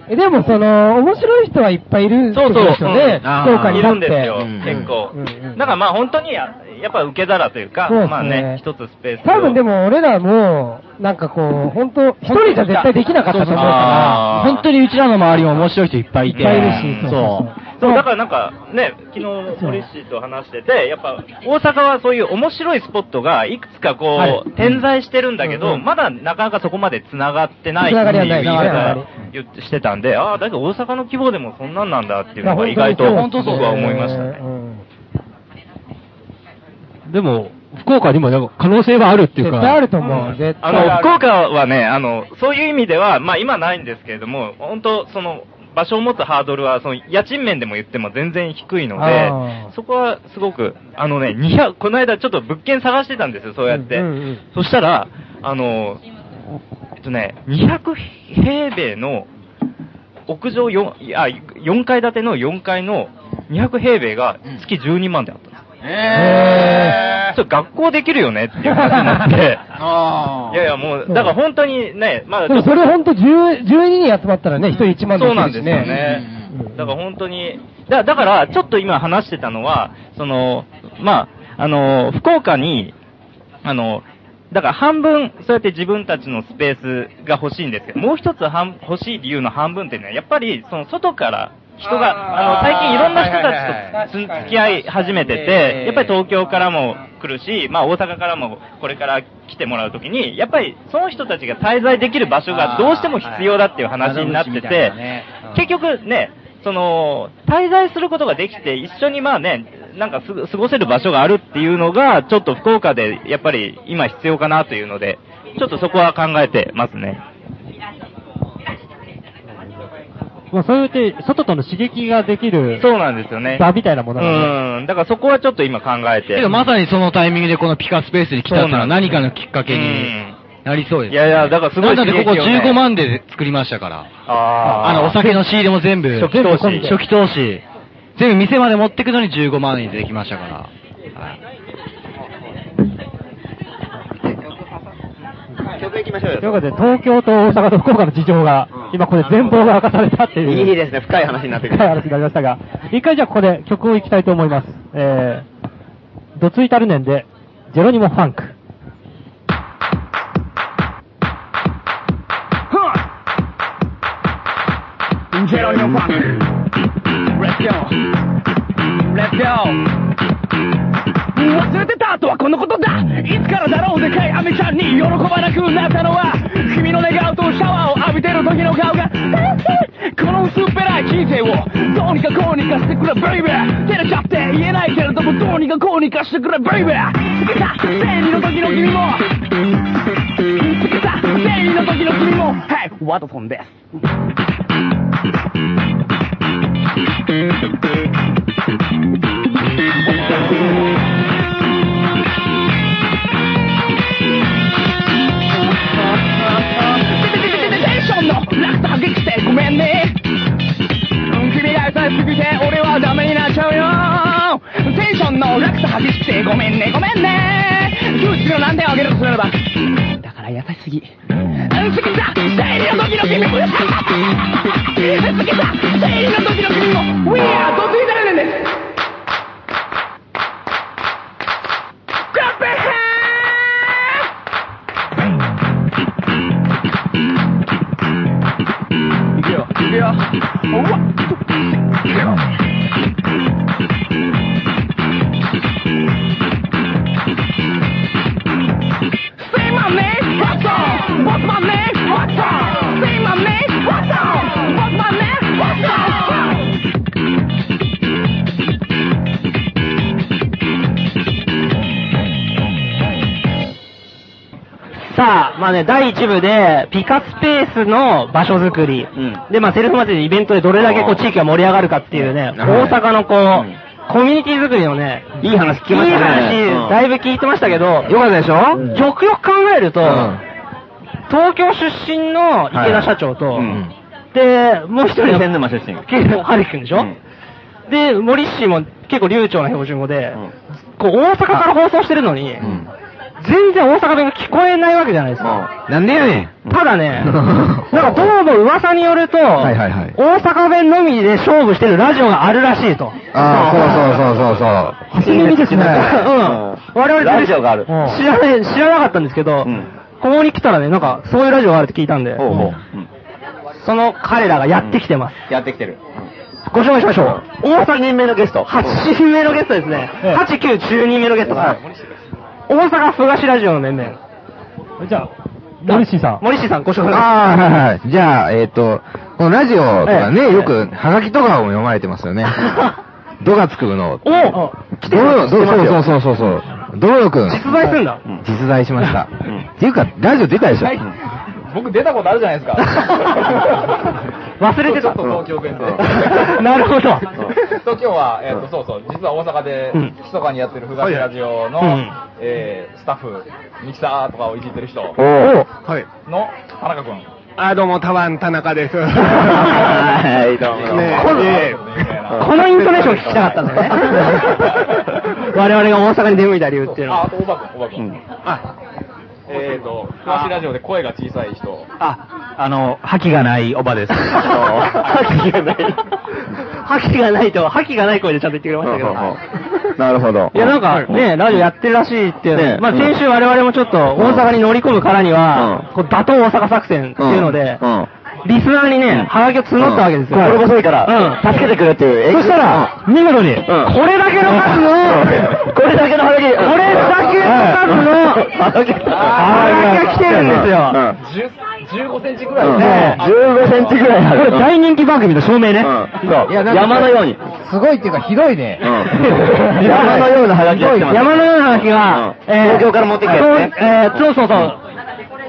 Speaker 4: えでもその、面白い人はいっぱいいるって
Speaker 6: そ
Speaker 4: こ
Speaker 6: う
Speaker 4: と
Speaker 6: そう、
Speaker 4: ですよね、
Speaker 6: あ
Speaker 4: 福岡
Speaker 6: ーい
Speaker 4: にだ
Speaker 6: る
Speaker 4: っ
Speaker 6: んですよ、
Speaker 4: て。
Speaker 6: 結構。だからまあ本当にや、やっぱ受け皿というか、
Speaker 4: そうですね
Speaker 6: まあね、一つスペースを。
Speaker 4: 多分でも俺らも、なんかこう、本当一人じゃ絶対できなかったと思うから、
Speaker 2: 本当にうちらの周りも面白い人いっぱいいて。
Speaker 4: いっぱいいるしそう
Speaker 2: そ
Speaker 6: そう、だからなんかね、昨日、ポリシーと話してて、やっぱ大阪はそういう面白いスポットがいくつかこう、
Speaker 2: はい
Speaker 6: 点在してるんだけど、まだなかなかそこまで繋がってないって
Speaker 2: 繋がり
Speaker 6: い
Speaker 2: はな
Speaker 6: う
Speaker 2: い
Speaker 6: 言
Speaker 2: 繋
Speaker 6: い
Speaker 2: がりはな
Speaker 6: 方
Speaker 2: い
Speaker 6: 言ってしてたんで、ああ、だけど大阪の規模でもそんなんなんだっていうのが意
Speaker 2: いや
Speaker 6: 外と
Speaker 2: 本当そう
Speaker 6: 僕は思いましたね。
Speaker 2: う。でも、福岡にもなんか可能性はあるっていうか。
Speaker 4: 絶対あると思う、絶対
Speaker 6: あの、福岡はね、あの、そういう意味では、まあ今ないんですけれども、本当その、場所を持つハードルは、その、家賃面でも言っても全然低いので
Speaker 12: あ、
Speaker 6: そこはすごく、あのね、200、この間ちょっと物件探してたんですよ、そうやって。そしたら、あの、えっとね、200平米の、屋上4、いや、4階建ての4階の200平米が月12万であったんです。えー、ちょっと学校できるよねっていう話になって。いやいや、もう、だから本当にね、まあ、
Speaker 4: でもそれ本当10 12人集まったらね、一人1万
Speaker 6: そうなん
Speaker 4: き
Speaker 6: で
Speaker 4: る
Speaker 6: す
Speaker 4: し
Speaker 6: よね。だから本当に、だだから、ちょっと今話してたのは、その、まあ、あの、福岡に、あの、だから半分、そうやって自分たちのスペースが欲しいんですけど、もう一つ半欲しい理由の半分っていうのは、やっぱり、その外から、人が、あの、最近いろんな人たちとつ付き合い始めてて、やっぱり東京からも来るし、まあ大阪からもこれから来てもらうときに、やっぱりその人たちが滞在できる場所がどうしても必要だっていう話になって
Speaker 12: あーはい
Speaker 6: て、結局ね、その、滞在することができて、一緒にまあね、なんかす過ごせる場所があるっていうのが、ちょっと福岡でやっぱり今必要かなというので、ちょっとそこは考えてますね。
Speaker 2: まあそうやって、外との刺激ができる。
Speaker 6: そうなんですよね。
Speaker 2: 場みたいなものがね
Speaker 6: うん。だからそこはちょっと今考えて。
Speaker 7: けどまさにそのタイミングでこのピカスペースに来たっていうのは
Speaker 6: そうなん
Speaker 7: 何
Speaker 6: です
Speaker 7: かのきっかけになりそうです、
Speaker 6: いやいやだからすごい
Speaker 7: なんだってここ
Speaker 6: 刺激をね
Speaker 7: 15万で作りましたから。
Speaker 6: あ
Speaker 7: あの、お酒の仕入れも全部。
Speaker 6: 初期投
Speaker 7: 全部
Speaker 6: 資
Speaker 7: 込みで初期投資。全部店まで持ってくのに15万円でできましたから。
Speaker 1: 曲行きましょうよ。
Speaker 2: ということで、東京と大阪と福岡の事情が、今ここで全貌が明かされたっていう。
Speaker 1: いいですね、深い話に なってく
Speaker 2: 深い
Speaker 1: る。
Speaker 2: 話になりましたが、一回じゃあここで曲をいきたいと思います。えー、ドツイタルネンで、ジェロニモ・ファンク。
Speaker 12: ジェロニモファンク。レッツゴー。レッツゴー。忘れてたとはこのことだいつからだろうでかいアメちゃんに喜ばなくなったのは君の願うとシャワーを浴びてる時の顔がこの薄っぺらい人生をどうにかこうにかしてくれベイベー照れちゃって言えないけれどもどうにかこうにかしてくれベイベー過ぎた生理の時の君も
Speaker 19: ワトソンです。
Speaker 14: テンションの落差激してごめんね君が歌いすぎて俺はダメになっちゃうよテンションの落差激しくてごめんねごめんね空知の難点を上げるとすればだから優しすぎ好きさ生理の時の君も好きさ生理の時の君も We are どついたれるんですカッペいくよ、いくよ。ワン、ツー、いくよ。Say my name, what's up? What's my name, what's up? Say my name, what's up? What's my name, what's up?
Speaker 2: さあ、まあね、第1部で、ピカスペースの場所づくり。で、まあ、セルフ祭りのイベントでどれだけこう、地域が盛り上がるかっていうね、
Speaker 14: なるほ
Speaker 2: 大
Speaker 14: ど
Speaker 2: 阪のこう、コミュニティづくりのね、
Speaker 1: いい話聞きましたね
Speaker 2: いい話、
Speaker 1: うん
Speaker 2: だいぶ聞いてましたけど、よ
Speaker 1: かったでしょ
Speaker 2: よくよく考えると、東京出身の池田社長と、で、もう一人の、
Speaker 1: 千沼出身。
Speaker 2: ケイハリ君でしょ、で、森氏も結構流暢な標準語で、こう大阪から放送してるのに、全然大阪弁が聞こえないわけじゃないですか。
Speaker 8: なんでやねん。
Speaker 2: た だね、なんかどうも噂によると、大阪弁のみで勝負してるラジオがあるらしいと。
Speaker 8: ああ、そうそうそうそうそう。
Speaker 2: いいですね。うん。我々
Speaker 8: ラジオがある
Speaker 2: 知らない、知らなかったんですけど、ここに来たらね、なんかそういうラジオがあるって聞いたんで、その彼らがやってきてます。
Speaker 1: やってきてる。
Speaker 2: ご紹介しましょう。大阪
Speaker 1: 人目のゲスト。
Speaker 2: 8人目のゲストですね。8、9、10人目のゲストが。大阪ふがしラジオの面々。じゃあ、森氏さん。森氏さん、ご紹介し
Speaker 8: ああ、
Speaker 2: ま
Speaker 8: はいはい。じゃあ、えっ、と、このラジオとか
Speaker 2: え
Speaker 8: ね、
Speaker 2: え
Speaker 8: よく、はがきとかも読まれてます よね。どがつくの。
Speaker 2: す。お来て
Speaker 8: どよ、ど
Speaker 2: 来てますよ
Speaker 8: そうそうそうそう。どよくん。
Speaker 2: 実在すんだ。
Speaker 8: 実在しました。っていうか、ラジオ出たでしょ
Speaker 13: 僕出たことあるじゃないですか。
Speaker 2: 忘れてた。
Speaker 13: 東京弁で。
Speaker 2: なるほど。
Speaker 13: と今日は、えっと、そうそう、実は大阪で、
Speaker 2: うん
Speaker 13: 密かにやってるふがしラジオの、
Speaker 2: うん
Speaker 13: えースタッフ、ミキサーとかをいじってる人の、
Speaker 1: お
Speaker 13: 田中君。
Speaker 20: あ、どうも、タワン、田中です。
Speaker 1: はい、どうも。
Speaker 20: ね
Speaker 2: このイントネーション聞きたかったんだ よね。我々が大阪に出向いた理由っていうの
Speaker 13: あ、
Speaker 2: は。
Speaker 13: あと、おばくん、おばくん。あ、えっ、と、ふがしラジオで声が小さい人。
Speaker 19: あの、覇気がないおばです。
Speaker 2: 覇気がない。覇気がないと、覇気がない声でちゃんと言ってくれましたけど。
Speaker 1: なるほど。
Speaker 2: いや、なんかね、ラジオやってるらしいっていうの
Speaker 1: ね
Speaker 2: まあ
Speaker 1: うん
Speaker 2: 先週我々もちょっと大阪に乗り込むからには、こう打倒大阪作戦っていうので、リスナーにね、ハガキを募ったわけですよ。
Speaker 1: うんこれ細いから、
Speaker 2: うん。
Speaker 1: 助けてくれっていう。
Speaker 2: そしたら、見事に、これだけの数の、
Speaker 1: これだけのハガキ
Speaker 2: これだけの数の、ハガキが来てるんですよ。
Speaker 13: 15センチぐらい。
Speaker 2: ね
Speaker 1: 15センチぐらいある
Speaker 2: これ大人気番組の証明ね。
Speaker 1: そう山のように。
Speaker 2: すごいっていうか、ひどいね。
Speaker 1: 山のようなハガキが来てます
Speaker 2: 山のようなハガキが、えー
Speaker 1: 東京から持ってきたやつね
Speaker 2: そうえーそうそうそう。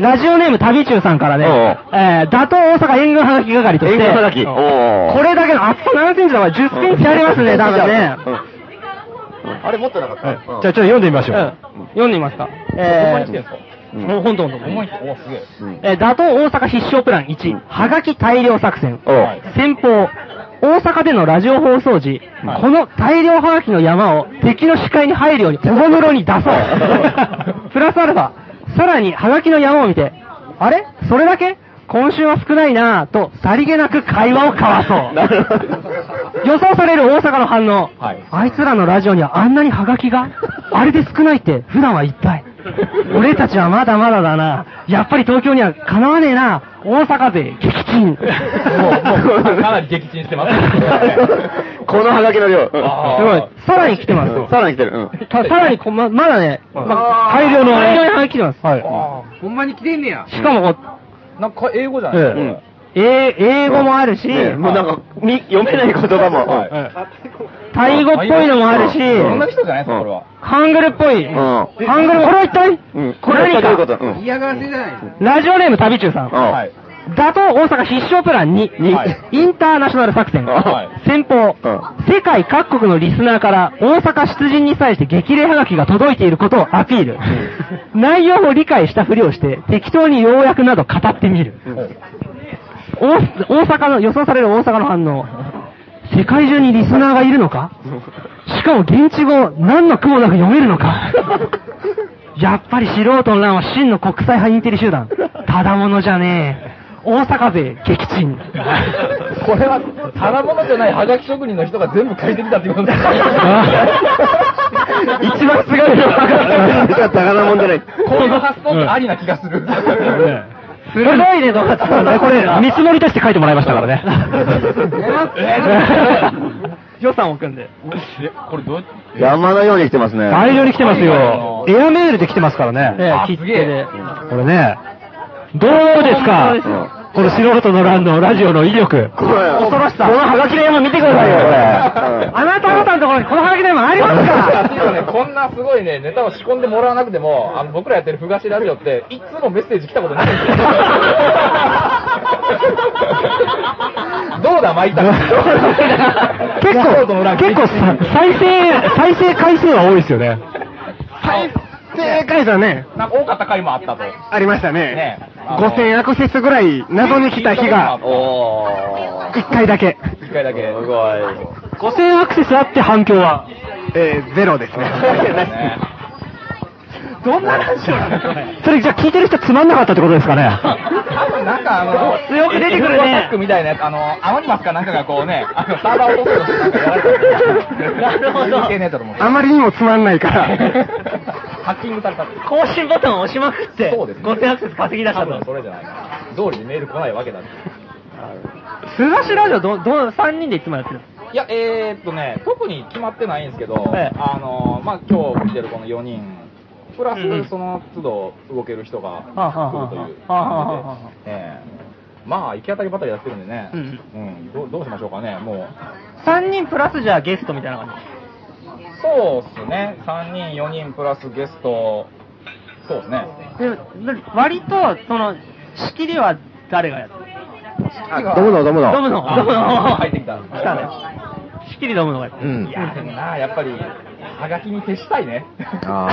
Speaker 2: ラジオネーム旅中さんからね、えー、打倒大阪援軍はがき係として、
Speaker 1: 援軍はがきおうおう
Speaker 2: これだけの厚さ7センチだから10センチありますね、多分ね。
Speaker 13: あれ持ってなかった、
Speaker 2: じゃあちょっと読んでみましょうん。読んでみますか。
Speaker 13: どこ
Speaker 2: え
Speaker 13: に来てんすか
Speaker 2: ー、もう本当本当。
Speaker 13: 重いおすげえ。
Speaker 2: えー打倒大阪必勝プラン1、はがき大量作戦。先方、大阪でのラジオ放送時、この大量はがきの山を敵の視界に入るようにおごむろに出そう。プラスアルファ、さらにはがきの山を見て、あれそれだけ今週は少ないなぁと、さりげなく会話を交わそう。予想される大阪の反応。あいつらのラジオにはあんなにハガキがあれで少ないって普段はいっぱい。俺たちはまだまだだな。やっぱり東京にはかなわねえな。大阪勢撃沈。
Speaker 13: もう、もう、かなり激沈してます。
Speaker 1: このハガキの量。すごい
Speaker 2: あ。さらに来てます。
Speaker 1: さらに来てる。うん
Speaker 2: たさらにこま、まだね、ま
Speaker 13: あー
Speaker 2: 大量の、大量にハガキ来てます。
Speaker 13: ほんまに来てんねや。
Speaker 2: しかもこう、
Speaker 13: なんか英語じゃないですか。
Speaker 2: ええ英語もあるし、
Speaker 1: ねもうなんか、み読めない言葉も。
Speaker 2: タイ語っぽいのもあるし、
Speaker 13: そんな人じゃないですか、これは。
Speaker 2: ハングルっぽい。ハングル、これは一体
Speaker 1: うん。
Speaker 2: これは何か
Speaker 1: うん
Speaker 13: 嫌がらせじゃないです
Speaker 2: ラジオネーム旅中さん。打倒大阪必勝プラン2、インターナショナル作戦。先方、世界各国のリスナーから大阪出陣に際して激励はがきが届いていることをアピール。内容を理解したふりをして、適当に要約など語ってみる。大大阪の、予想される大阪の反応。世界中にリスナーがいるのかしかも現地語を何の苦もなく読めるのかやっぱり素人の乱は真の国際派インテリ集 団。ただものじゃねえ。大阪勢撃 沈。
Speaker 12: これは、ただものじゃないはがき職人の人が全部書いてきたってことです
Speaker 8: 一番すごいのはがき。宝物じゃない。
Speaker 12: こういう発想ってありな気がする。
Speaker 2: すごいね、どうだこれ、見積もりとして書いてもらいましたからね。 予算を組んで。
Speaker 12: これどう
Speaker 8: 山のように来てますね。
Speaker 4: 大量に来てますよ。エアメールで来てますからね。
Speaker 8: あ
Speaker 2: 切手で。
Speaker 4: これね、どうですかこの素人のランのラジオの威力。
Speaker 2: 恐ろしさ。
Speaker 4: このハガキの山見てくださいよこれ
Speaker 2: あなた方のところにこのハガキの山あります か
Speaker 12: でもね、こんなすごいね、ネタを仕込んでもらわなくても、あの僕らやってるふがしラジオって、いつもメッセージ来たことないんですよ。 どうだ、巻いた
Speaker 4: 結構、結構さ再生、再生回数は多いですよね。
Speaker 12: 正
Speaker 5: 解だね。
Speaker 12: なんか多かった回もあったと。
Speaker 5: ありましたね。5000アクセスぐらい謎に来た日が、1回だけ。
Speaker 12: 一回だけ。す
Speaker 5: ごい。5000アクセスあって反響はえー、ゼロですね。
Speaker 12: どんなラジオなの
Speaker 4: それじゃあ聞いてる人つまんなかったってことですかね。
Speaker 12: 多分なんかあの、
Speaker 4: 強く出てくる
Speaker 12: エル
Speaker 4: ね
Speaker 12: ゴサックみたいなやつ、あの、アノニマスかなんかがこうね、あの、サーバーを落とすのなんかやられてる。なるほど。ねえと思う。
Speaker 5: あまりにもつまんない か
Speaker 12: ハ
Speaker 5: ら。
Speaker 12: ッキングされたって。
Speaker 2: 更新ボタンを押しまくって、5000アクセス稼ぎ出した
Speaker 12: 多分
Speaker 2: と。
Speaker 12: それじゃないかな。通りにメール来ないわけだって。
Speaker 2: すがしラジオど、どう、3人でいつもやってる
Speaker 12: いや、えー、っとね、特に決まってないんですけど、あの、まあ、今日来てるこの4人、プラ
Speaker 2: うんうん
Speaker 12: スその都度動ける人が
Speaker 2: はあはあ
Speaker 12: 来るという
Speaker 2: はあはあはあはあ
Speaker 12: 感じで、ええまあ、行き当たりばったりやってるんでね、
Speaker 2: う
Speaker 12: うんん、どうどうしましょうかね、もう。
Speaker 2: 3人プラスじゃあゲストみたいな感
Speaker 12: そうっすね、3人、4人プラスゲスト、そうですね。
Speaker 2: じ。で、割と、その、仕切りは誰がやってる
Speaker 12: あ
Speaker 8: ドムノドムノ
Speaker 2: ドムノ、ドムノ。
Speaker 12: 入ってきた。
Speaker 2: 来たね。仕切りドムノがやってる。
Speaker 12: いや、でもな、やっぱり、はがきに徹したいね。
Speaker 8: あ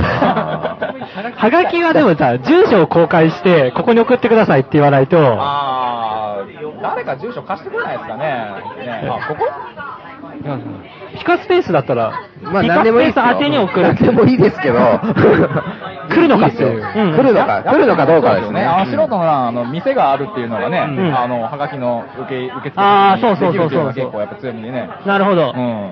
Speaker 4: ハガキがでもさ、住所を公開して、ここに送ってくださいって言わないと、
Speaker 12: あー誰か住所貸してくれないですかね。ねあ、ここ
Speaker 4: ピカスペースだったら、
Speaker 8: まあ何でもいいですよ。
Speaker 4: ピカスペース宛てに送る。
Speaker 8: 何でもいいです けど、
Speaker 4: 来るのかっていう。
Speaker 8: うん来るのか、来るのかどうかですね。
Speaker 12: あの素人の欄あの、店があるっていうのがね、
Speaker 8: ん
Speaker 12: あの、はがきの受け、受付に
Speaker 2: あーそうそうそ
Speaker 12: できるっ
Speaker 2: うそう
Speaker 12: ていのが結構やっぱ強みでね。
Speaker 2: なるほど。
Speaker 12: うん。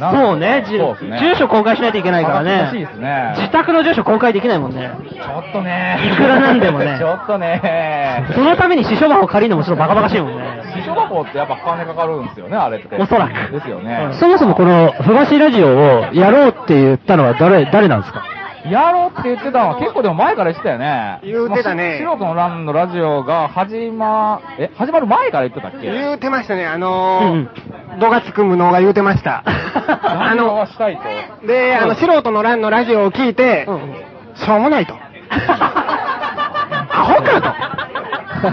Speaker 2: そうね、じゅ
Speaker 12: そうっすね
Speaker 2: 住所公開しないといけないからね。
Speaker 12: はがき欲しいですね
Speaker 2: 自宅の住所公開できないもんね。
Speaker 12: ちょっとね。
Speaker 2: いくらなんでもね
Speaker 12: ちょっとね。
Speaker 2: そのために私書箱を借りるのもちょっとバカバカしいもんね。
Speaker 12: 秘書箱ってやっぱ金かかるんですよね、あれって。
Speaker 4: おそらく
Speaker 12: ですよね。
Speaker 4: そもそもこの、ふがしラジオをやろうって言ったのは誰、誰なんですか
Speaker 12: やろうって言ってたのは結構でも前から言ってたよね。言
Speaker 5: うてたね
Speaker 12: 素人のランのラジオが始ま、え、始まる前から言ってたっけ
Speaker 5: 言うてましたね、あのー、度がつく無能が言うてました。
Speaker 12: あの、はしたいと。
Speaker 5: で、あの、素人のランのラジオを聞いて、しょうもないと。アホかと。こ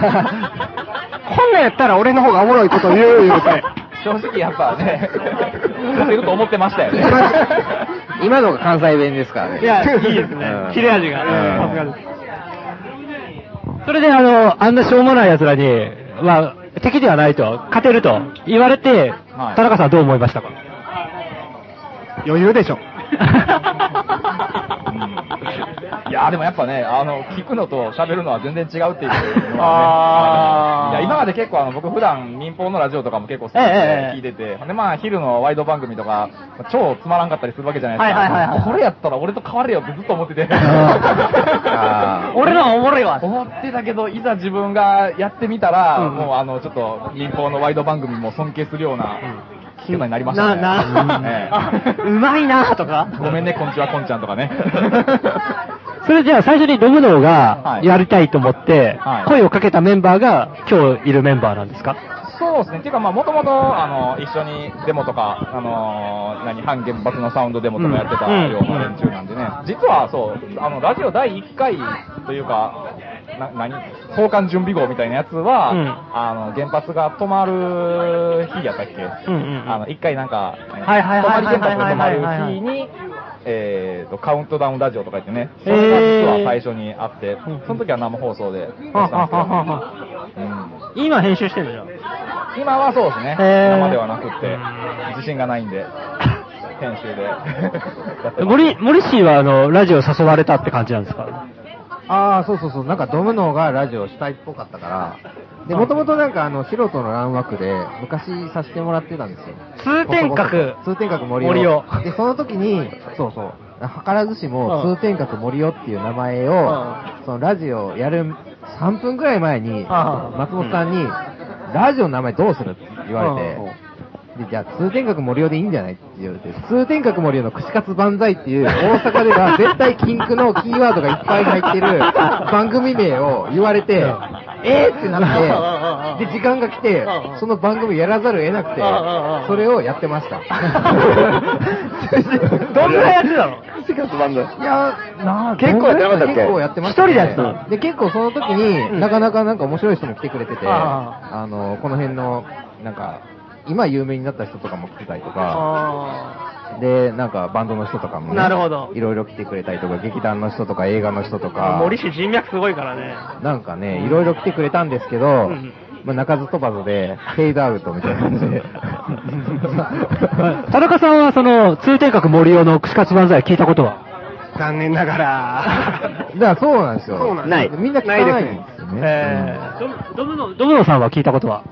Speaker 5: んなんやったら俺の方がおもろいこと言う言うて。
Speaker 12: 正直やっぱね、 そういうこと思ってましたよね。
Speaker 8: 今のが関西弁ですからね。
Speaker 12: いやいいですね
Speaker 8: 切れ味
Speaker 4: がそれであの、あんなしょうもない奴らに、まあ、敵ではないと、勝てると言われて、
Speaker 12: はい
Speaker 4: 田中さんはどう思いましたか
Speaker 5: 余裕でしょ。
Speaker 12: いやーでもやっぱね、あの、聞くのと喋るのは全然違うっていうのはね、
Speaker 2: あー
Speaker 12: いや、今まで結構あの、僕普段民放のラジオとかも結構好きで
Speaker 2: ええええ
Speaker 12: 聞いてて、でまあ昼のワイド番組とか、超つまらんかったりするわけじゃないですか。
Speaker 2: はいはいはいはい
Speaker 12: これやったら俺と変われよってずっと思って て。
Speaker 2: 俺のはおもろいわ。
Speaker 12: 思ってたけど、いざ自分がやってみたら、もうあの、ちょっと民放のワイド番組も尊敬するような、聞け方になりましたね。
Speaker 2: なな
Speaker 12: え
Speaker 2: うまいなとか
Speaker 12: え。ごめんね、こんにちは、こんちゃんとかね。
Speaker 4: それじゃあ最初にドムノーがやりたいと思って
Speaker 12: はい、
Speaker 4: 声をかけたメンバーが今日いるメンバーなんですか
Speaker 12: そうですね。ていうか、まあ、もともと、あの、一緒にデモとか、あのー何、反原発のサウンドデモとかやってた
Speaker 4: うん
Speaker 12: ような連中なんでね。実は、そう、あの、ラジオ第1回というか、
Speaker 21: な何交換準備号みたいなやつは、あの、原発が止まる日やったっけ、あの、一回なんか、
Speaker 4: はいはいはい
Speaker 21: 泊ま
Speaker 4: はい
Speaker 21: り原発が止まる日に、えーと、カウントダウンラジオとか言ってね、それが実は最初にあって、その時は生放送で、
Speaker 6: はあはあはあはあ今編集してるじゃん。
Speaker 21: 今はそうですね、
Speaker 6: へー
Speaker 21: 生ではなくって、自信がないんで、編 集で。
Speaker 2: 森、森氏はあの、ラジオ誘われたって感じなんですか
Speaker 8: ああ、そうそうそう、なんかドムの方がラジオ主体っぽかった から、で、もともとなんかあの、素人の乱枠で、昔させてもらってたんですよ。
Speaker 6: 通天閣
Speaker 8: 通天閣森尾。
Speaker 6: 森尾
Speaker 8: で、その時に、そうそう、図らずしも通天閣森尾っていう名前を、そのラジオやる3分くらい前に、松本さんに、ラジオの名前どうするって言われて、でじゃあ、通天閣森尾でいいんじゃないって言われて、通天閣森尾の串カツ万歳っていう、大阪では絶対禁句のキーワードがいっぱい入ってる番組名を言われて、えーってなって、で、時間が来て、その番組やらざるを得なくて、それをやってま した。
Speaker 4: どんなやつ
Speaker 8: だろ
Speaker 1: 串カツ万歳。
Speaker 8: いやなあ
Speaker 1: 結構やってなかったっけ
Speaker 8: 結構やってましたね、
Speaker 1: 一人でやってたの
Speaker 8: で、結構その時に、なかなかなんか面白い人も来てくれてて、
Speaker 1: あ
Speaker 8: あの、この辺の、なんか、今有名になった人とかも来てたりとか、で、なんかバンドの人とかも、
Speaker 6: なるほど
Speaker 8: いろいろ来てくれたりとか、劇団の人とか映画の人とか、
Speaker 6: 森氏人脈すごいからね。
Speaker 8: なんかね、いろいろ来てくれたんですけど、
Speaker 6: ん
Speaker 8: まあ、鳴かず飛ばずで、フェードアウトみたいな感じで。
Speaker 2: 田中さんはその、通天閣森尾の串カツ漫才聞いたことは
Speaker 8: 残念ながら。だからそうなんですよ。
Speaker 2: そうなんですよ
Speaker 8: みんな聞かないんですよね。
Speaker 2: ドムの、ドムのさんは聞いたことは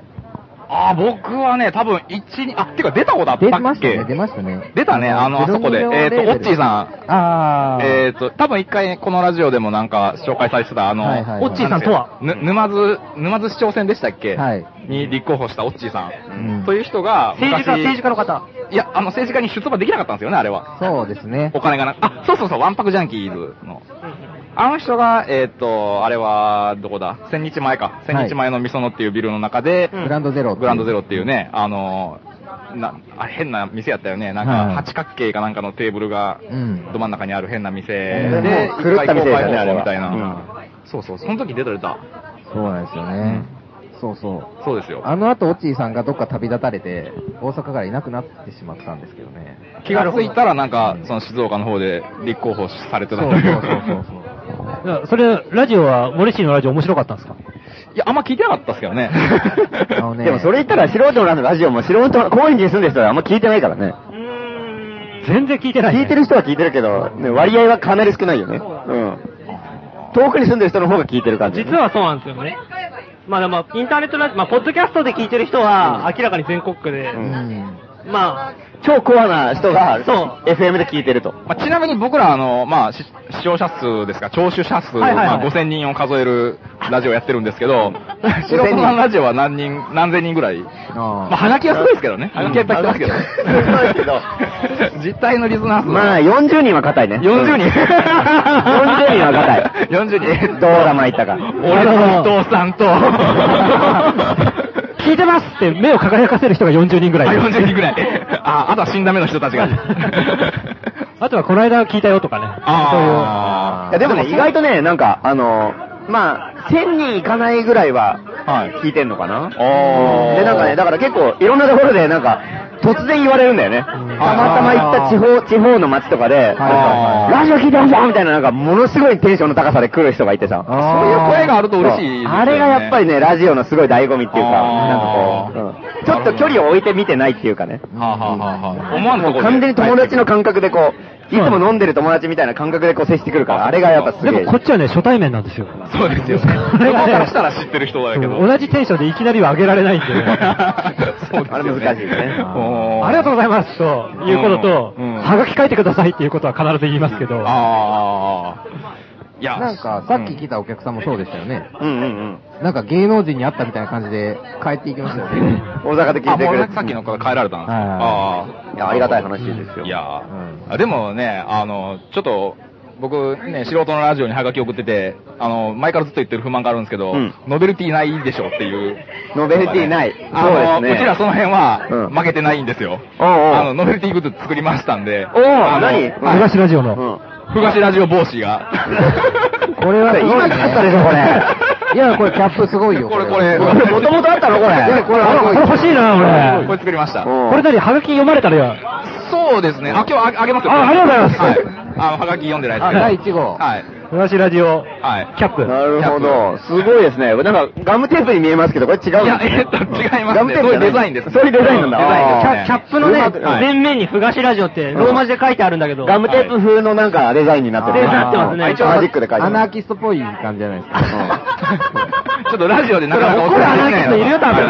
Speaker 12: あ、僕はね、多分一に、あ、てか出たことあったっけ
Speaker 8: 出ましたね、出ましたね。
Speaker 12: 出たね、あの、あそこで。
Speaker 8: ゼロ
Speaker 12: えっ、
Speaker 8: レ
Speaker 12: と、
Speaker 8: ベ
Speaker 12: オ
Speaker 8: ル
Speaker 12: ッチーさん。
Speaker 8: あ
Speaker 12: えっ、と、多分一回このラジオでもなんか紹介されてた、あの、
Speaker 8: はいはいはいオッチーさんとは
Speaker 12: ぬ沼津、沼津市長選でしたっけ、
Speaker 8: はい
Speaker 12: に立候補したオッチーさん。という人が、昔
Speaker 8: の方。
Speaker 12: いや、あの、政治家に出馬できなかったんですよね、あれは。
Speaker 8: そうですね。
Speaker 12: お金がなあ、そうそうそう、ワンパクジャンキーズの。あの人が、えっ、と、あれは、どこだ千日前か。千日前のみそのっていうビルの中で、
Speaker 8: グランドゼロ。
Speaker 12: グランドゼロっていうね、あの、な、あれ変な店やったよね。なん
Speaker 8: は
Speaker 12: か、
Speaker 8: い
Speaker 12: 八角形かなんかのテーブルが、
Speaker 8: うん。
Speaker 12: ど真ん中にある変な店
Speaker 8: うん
Speaker 12: で、
Speaker 8: 狂った店だよねあれは
Speaker 12: みたい
Speaker 8: うん
Speaker 12: な。そうそう、その時出た出た。
Speaker 8: そうなんですよね。そうそう。
Speaker 12: そうですよ。
Speaker 8: あの後、オッチーさんがどっか旅立たれて、大阪からいなくなってしまったんですけどね。
Speaker 12: 気がついたらなんか、その静岡の方で立候補されてたという。
Speaker 2: いやそれ、ラジオは、森氏のラジオ面白かったんですか
Speaker 12: いや、あんま聞いてなかったっすけど ね。
Speaker 1: でもそれ言ったら素人のラジオも素人の、高円寺に住んでる人はあんま聞いてないからね。
Speaker 2: 全然聞いてない、
Speaker 1: 聞いてる人は聞いてるけど、ね、割合はかなり少ないよね。うん。遠くに住んでる人の方が聞いてる感じ。
Speaker 6: 実はそうなんですよね。まあでも、インターネットラジオ、まあ、ポッドキャストで聞いてる人は、明らかに全国区で、まあ、
Speaker 1: 超コアな人が、FM で聞いてると。
Speaker 12: まあ、ちなみに僕ら、あの、まあ、し視聴者数ですか、聴取者数、
Speaker 1: はいはいはい
Speaker 12: まあ、5000人を数えるラジオやってるんですけ ど、素人
Speaker 1: 人
Speaker 12: さんラジオは何人、何千人ぐらい。まあ、はがきはすごいですけどね。はがきはやっぱりすごいですけど。 実態のリズナー数。
Speaker 1: まあ、40人は硬いね。
Speaker 12: 40人。
Speaker 1: 40人は硬い。
Speaker 12: 40人。
Speaker 1: どうだまいったか。
Speaker 12: 俺と伊藤さ んと、
Speaker 2: 聞いてますって目を輝かせる人が40人ぐらい。
Speaker 12: 40人ぐらい。あ、あとは死んだ目の人たちが。
Speaker 2: あとはこの間聞いたよとかね。
Speaker 1: いやでもね、意外とね、なんか、あの、まあ、1000人いかないぐらいは、聞いてんのかな。で、なんかね、だから結構、いろんなところで、なんか、突然言われるんだよね。たまたま行った地方、地方の街とかで、なんかラジオ聞いてますよみたいな、なんか、ものすごいテンションの高さで来る人がいてさ。
Speaker 12: そういう声があると嬉しいですよね
Speaker 1: あれがやっぱりね、ラジオのすごい醍醐味っていうか、なんかこう、うんちょっと距離を置いてみてないっていうかね。
Speaker 12: はあはあはあはあ。思わぬとこ
Speaker 1: も
Speaker 12: で
Speaker 1: う完全に友達の感覚でこう、いつも飲んでる友達みたいな感覚でこう接してくるから、あれがやっぱす
Speaker 2: で
Speaker 1: げえ
Speaker 2: も。こっちはね、初対面なんですよ。
Speaker 12: そうですよ。
Speaker 2: それがね
Speaker 12: からしたら知ってる人だけど。
Speaker 2: 同じテンションでいきなりは上げられ ないんでね。
Speaker 1: あれ難しいよね。
Speaker 2: ありがとうございますということと、はがき書いてくださいっていうことは必ず言いますけど。
Speaker 12: あいや、
Speaker 8: なんか、さっき来たお客さんもそうでしたよね。
Speaker 1: うんうん
Speaker 8: なんか芸能人に会ったみたいな感じで帰っていきましたよね。
Speaker 1: 大阪で聞いてくれ
Speaker 12: あもうさっきの方帰られたんです
Speaker 8: はい
Speaker 12: ああ。
Speaker 1: いやありがたい話ですよ
Speaker 12: いやー、あでもね、あの、ちょっと、僕ね、素人のラジオにハガキ送ってて、あの、前からずっと言ってる不満があるんですけど、ノベルティないでしょっていう。
Speaker 1: ノベルティない
Speaker 12: あの
Speaker 1: そうですね
Speaker 12: うちらその辺
Speaker 1: う
Speaker 12: は
Speaker 1: ん
Speaker 12: 負けてないんですよ。
Speaker 1: おうおう
Speaker 12: あの、ノベルティグッズ作りましたんで。
Speaker 1: おう
Speaker 12: あのは
Speaker 1: 何
Speaker 12: い
Speaker 2: 東ラジオの。
Speaker 12: ふがしラジオ帽子が。
Speaker 1: これは今来ちゃったでしょ、これ。
Speaker 20: いや、これキャップすごいよ。これ、これ。
Speaker 1: もともとあったのこれ。
Speaker 20: これ、
Speaker 1: あ
Speaker 20: これ欲しいな、これ。
Speaker 12: これ作りました。
Speaker 20: これ何ハガキ読まれたらよ。
Speaker 12: そうですね。あ、今日ああげますよ。
Speaker 20: あありがとうございます
Speaker 12: はい。あの、はがき読んでないですけど。
Speaker 20: あ第一号
Speaker 12: はい。
Speaker 20: 私ラジオ、キャップ。
Speaker 1: なるほど。すごいですね。なんか、ガムテープに見えますけど、これ違うんですね。
Speaker 12: えっと、違いますね。
Speaker 1: ガムテー
Speaker 12: そ
Speaker 1: プ
Speaker 12: うい
Speaker 1: じゃ
Speaker 12: う
Speaker 1: な
Speaker 12: デザインです。
Speaker 1: そういうデザインなんだ。
Speaker 12: デザイン
Speaker 1: あー
Speaker 12: ですね。
Speaker 2: ップのね
Speaker 1: はい、
Speaker 2: 前面にふがしラジオって、ローマ字で書いてあるんだけど。
Speaker 1: ガムテープ風のなんかデザインになってる。
Speaker 2: デザインになってますね
Speaker 1: あー一応マジックで書いて
Speaker 20: ア
Speaker 1: る。
Speaker 20: ナーキストっぽい感じじゃないですか。
Speaker 12: ちょっとラジオでなかなかお伝えできないの